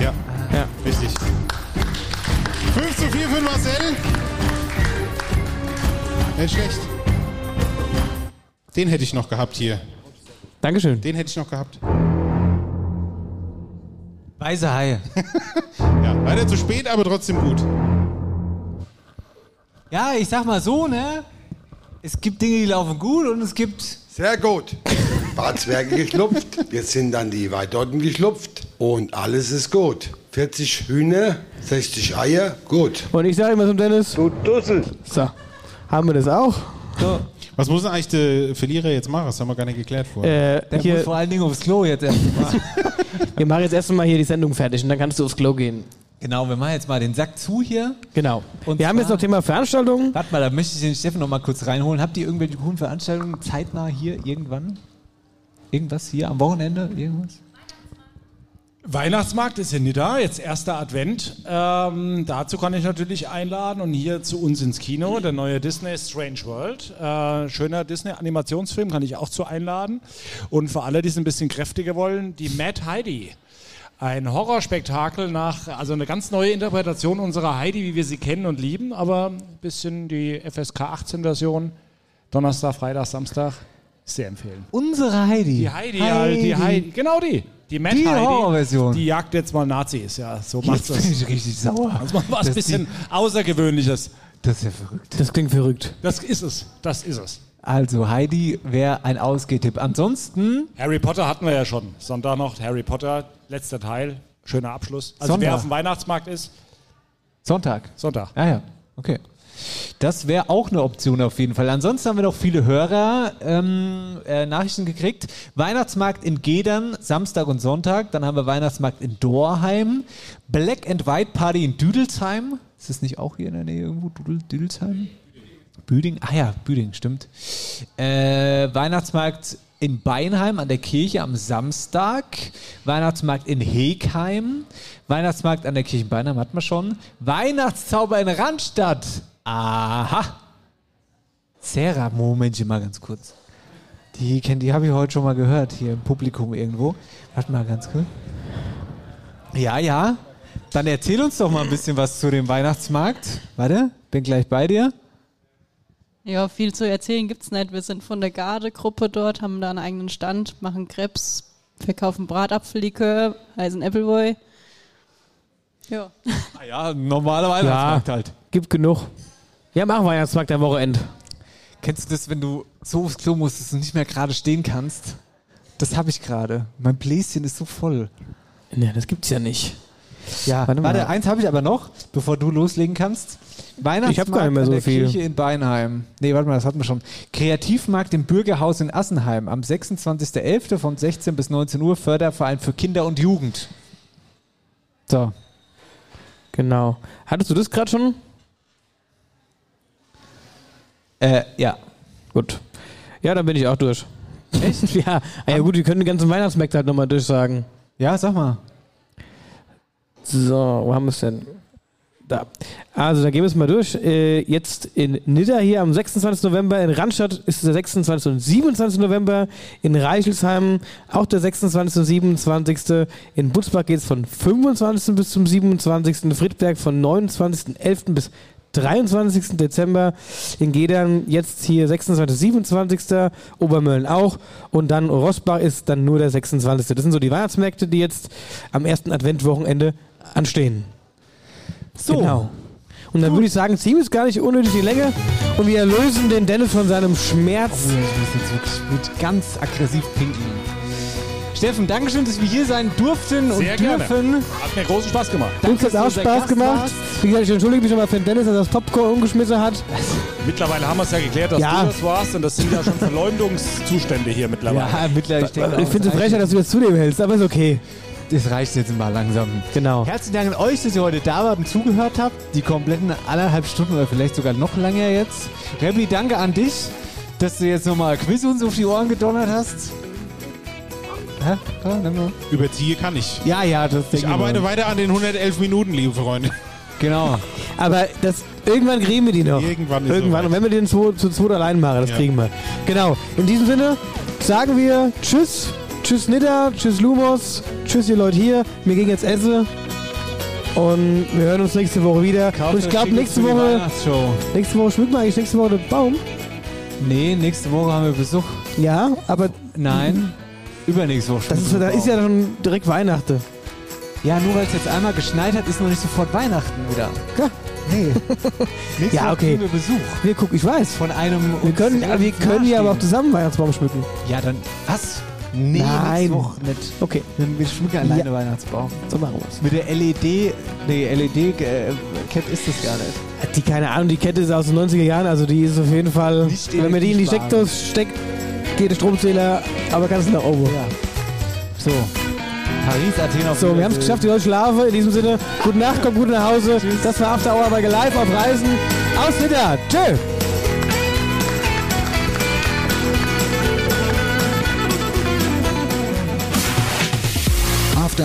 Ja,
Ja.
richtig. 5 zu 4 für den Marcel. Nicht schlecht. Den hätte ich noch gehabt hier.
Dankeschön.
Den hätte ich noch gehabt.
Weiße Haie.
Ja, leider zu spät, aber trotzdem gut.
Ja, ich sag mal so, ne? Es gibt Dinge, die laufen gut und es gibt.
Sehr gut. Barzwerge geschlupft, jetzt sind dann die Weidotten geschlupft und alles ist gut. 40 Hühner, 60 Eier, gut.
Und ich sage immer zum Dennis. Du Dussel. So, haben wir das auch?
Was muss denn eigentlich der Verlierer jetzt machen? Das haben wir gar nicht geklärt vorher.
Äh, hier-
allen Dingen aufs Klo jetzt erstmal.
Wir machen jetzt erst mal hier die Sendung fertig und dann kannst du aufs Klo gehen.
genau, wir machen jetzt mal den Sack zu hier.
Genau. wir haben jetzt noch Thema Veranstaltungen.
Warte mal, da möchte ich den Steffen noch mal kurz reinholen. Habt ihr irgendwelche coolen Veranstaltungen zeitnah hier irgendwann? Irgendwas hier am Wochenende? Irgendwas?
Weihnachtsmarkt ist ja nicht da, jetzt erster Advent. Ähm, dazu kann ich natürlich einladen und hier zu uns ins Kino, der neue Disney Strange World. Äh, schöner Disney-Animationsfilm kann ich auch zu einladen. Und für alle, die es ein bisschen kräftiger wollen, die Mad Heidi. Ein Horrorspektakel nach, also eine ganz neue Interpretation unserer Heidi, wie wir sie kennen und lieben, aber ein bisschen die FSK 18-Version. Donnerstag, Freitag, Samstag. Sehr empfehlen.
Unsere Heidi.
Die Heidi, halt, die Heidi. Genau die. Die Mad
Die
Heidi.
Horrorversion.
Die jagt jetzt mal Nazis, ja. So macht's
Jetzt
das.
bin ich richtig sauer.
Das war was
Dass
bisschen Außergewöhnliches.
Das ist ja verrückt.
Das klingt verrückt.
Das ist es. Das ist es.
Also, Heidi wäre ein Ausgehtipp. Ansonsten.
Harry Potter hatten wir ja schon. Sonntag noch Harry Potter, letzter Teil. Schöner Abschluss. Also
Sonntag.
wer auf dem Weihnachtsmarkt ist,
Sonntag.
Sonntag.
Ah ja, okay. Das wäre auch eine Option auf jeden Fall. Ansonsten haben wir noch viele Hörer ähm, äh, Nachrichten gekriegt. Weihnachtsmarkt in Gedern, Samstag und Sonntag. Dann haben wir Weihnachtsmarkt in Dorheim. Black and White Party in Düdelsheim. Ist das nicht auch hier in der Nähe irgendwo? Dudel, Düdelsheim? Büding? Ah ja, Büding, stimmt. Äh, Weihnachtsmarkt in Beinheim an der Kirche am Samstag. Weihnachtsmarkt in Hegheim. Weihnachtsmarkt an der Kirche in Beinheim hatten wir schon. Weihnachtszauber in Randstadt. Aha. Sarah, Momentchen mal ganz kurz. Die, kenn- die habe ich heute schon mal gehört, hier im Publikum irgendwo. Warte mal ganz kurz. Ja, ja. Dann erzähl uns doch mal ein bisschen was zu dem Weihnachtsmarkt. Warte, bin gleich bei dir.
Ja, viel zu erzählen gibt's nicht. Wir sind von der Garde-Gruppe dort, haben da einen eigenen Stand, machen Krebs, verkaufen Bratapfellikör, heißen Appleboy. Ja.
Ah ja, normaler Weihnachtsmarkt halt.
Gibt genug. Wir haben auch Weihnachtsmarkt am Wochenende.
Kennst du das, wenn du so aufs Klo musst, dass du nicht mehr gerade stehen kannst? Das habe ich gerade. Mein Bläschen ist so voll.
Ne, das gibt's ja nicht.
Ja,
Warte
warte,
mal.
eins habe ich aber noch, bevor du loslegen kannst. Weihnachtsmarkt
Ich hab gar nicht mehr
an
so
der
viel.
Kirche in Beinheim. Nee, warte mal, das hatten wir schon. Kreativmarkt im Bürgerhaus in Assenheim am 26.11. von 16 bis 19 Uhr Förderverein für Kinder und Jugend.
So. Genau. Hattest du das gerade schon?
Äh, ja.
Gut. Ja, dann bin ich auch durch. Echt? ja. Ah, ja, gut, wir können den ganzen Weihnachtsmarkt halt nochmal durchsagen.
Ja, sag mal.
So, wo haben wir es denn? Da. Also, da gehen wir es mal durch. Äh, jetzt in Nidda hier am 26. November, in Randstadt ist es der 26. und 27. November, in Reichelsheim auch der 26. und 27. In Butzbach geht es von 25. bis zum 27. In Friedberg von 29.11. bis 23. Dezember in Gedern, jetzt hier 26., 27. Obermölln auch und dann Rosbach ist dann nur der 26. Das sind so die Weihnachtsmärkte, die jetzt am ersten Adventwochenende anstehen. So. Genau. Und dann würde ich sagen, ziehen wir es gar nicht unnötig die Länge und wir erlösen den Dennis von seinem Schmerz.
Ich muss Oh, jetzt wirklich mit ganz aggressiv pinkeln. Steffen, Dankeschön, dass wir hier sein durften und
Sehr gerne.
dürfen.
Hat mir großen Spaß gemacht.
Uns hat auch
dass du unser
Spaß
Gast
gemacht.
warst.
Wie gesagt, ich entschuldige mich schon mal für den Dennis, dass er das Popcorn umgeschmissen hat.
Mittlerweile haben wir es ja geklärt, dass
Ja.
du das warst und das sind ja schon Verleumdungszustände hier mittlerweile.
Ja, mittlerweile. Ich, denke
Ich
auch,
finde es
es reicht
frecher, dass du das zu dem hältst, aber ist okay.
Das reicht jetzt mal langsam.
Genau.
Herzlichen Dank an euch, dass ihr heute da wart und zugehört habt. Die kompletten anderthalb Stunden oder vielleicht sogar noch länger jetzt. Rebbi, danke an dich, dass du jetzt nochmal Quiz uns auf die Ohren gedonnert hast. Hä? Komm, nimm mal.
Überziehe kann ich.
Ja, ja, das
Ich
denke
arbeite weiter an den 111 Minuten, liebe Freunde.
Genau.
Aber das, irgendwann kriegen wir die noch.
Irgendwann ist
Irgendwann. Und wenn wir den zu, zu zweit allein machen, das
Ja.
kriegen wir. Genau. In diesem Sinne sagen wir Tschüss. Tschüss Nidda, Tschüss Lumos, Tschüss ihr Leute hier. Mir ging jetzt Esse. Und wir hören uns nächste Woche wieder. Und ich glaube, nächste Woche, nächste Woche schmücken wir eigentlich nächste Woche den Baum.
Nee, nächste Woche haben wir Besuch.
Ja, aber Mhm.
Nein. Übernächste Woche.
das ist, da ist ja schon direkt Weihnachten.
Ja, nur weil es jetzt einmal geschneit hat, ist noch nicht sofort Weihnachten wieder.
Ja. Hey.
Nächste
ja,
Woche
okay.
kriegen wir Besuch.
Wir gucken, ich weiß.
Von einem
Wir können,
uns
wir können ja
nahestehenden.
aber auch zusammen Weihnachtsbaum schmücken.
Ja, dann was? Nee,
Nein.
nächste Woche nicht.
Okay.
Dann wir schmücken alleine
Ja.
Weihnachtsbaum.
So machen wir
Mit der LED, nee, E LED-Cap Äh, ist das gar nicht.
Die, keine Ahnung, die Kette ist aus den 90er Jahren, also die ist auf jeden Fall. Wenn man die in die
energiesparend.
Steckdose steckt, geht der Stromzähler aber ganz nach oben. So.
Paris, Athen auf
So, wir haben es geschafft, die Leute schlafen. In diesem Sinne, gute Nacht, kommt gut nach Hause. Das war After Hour bei Live auf Reisen. Aus mit der. Tschö.
After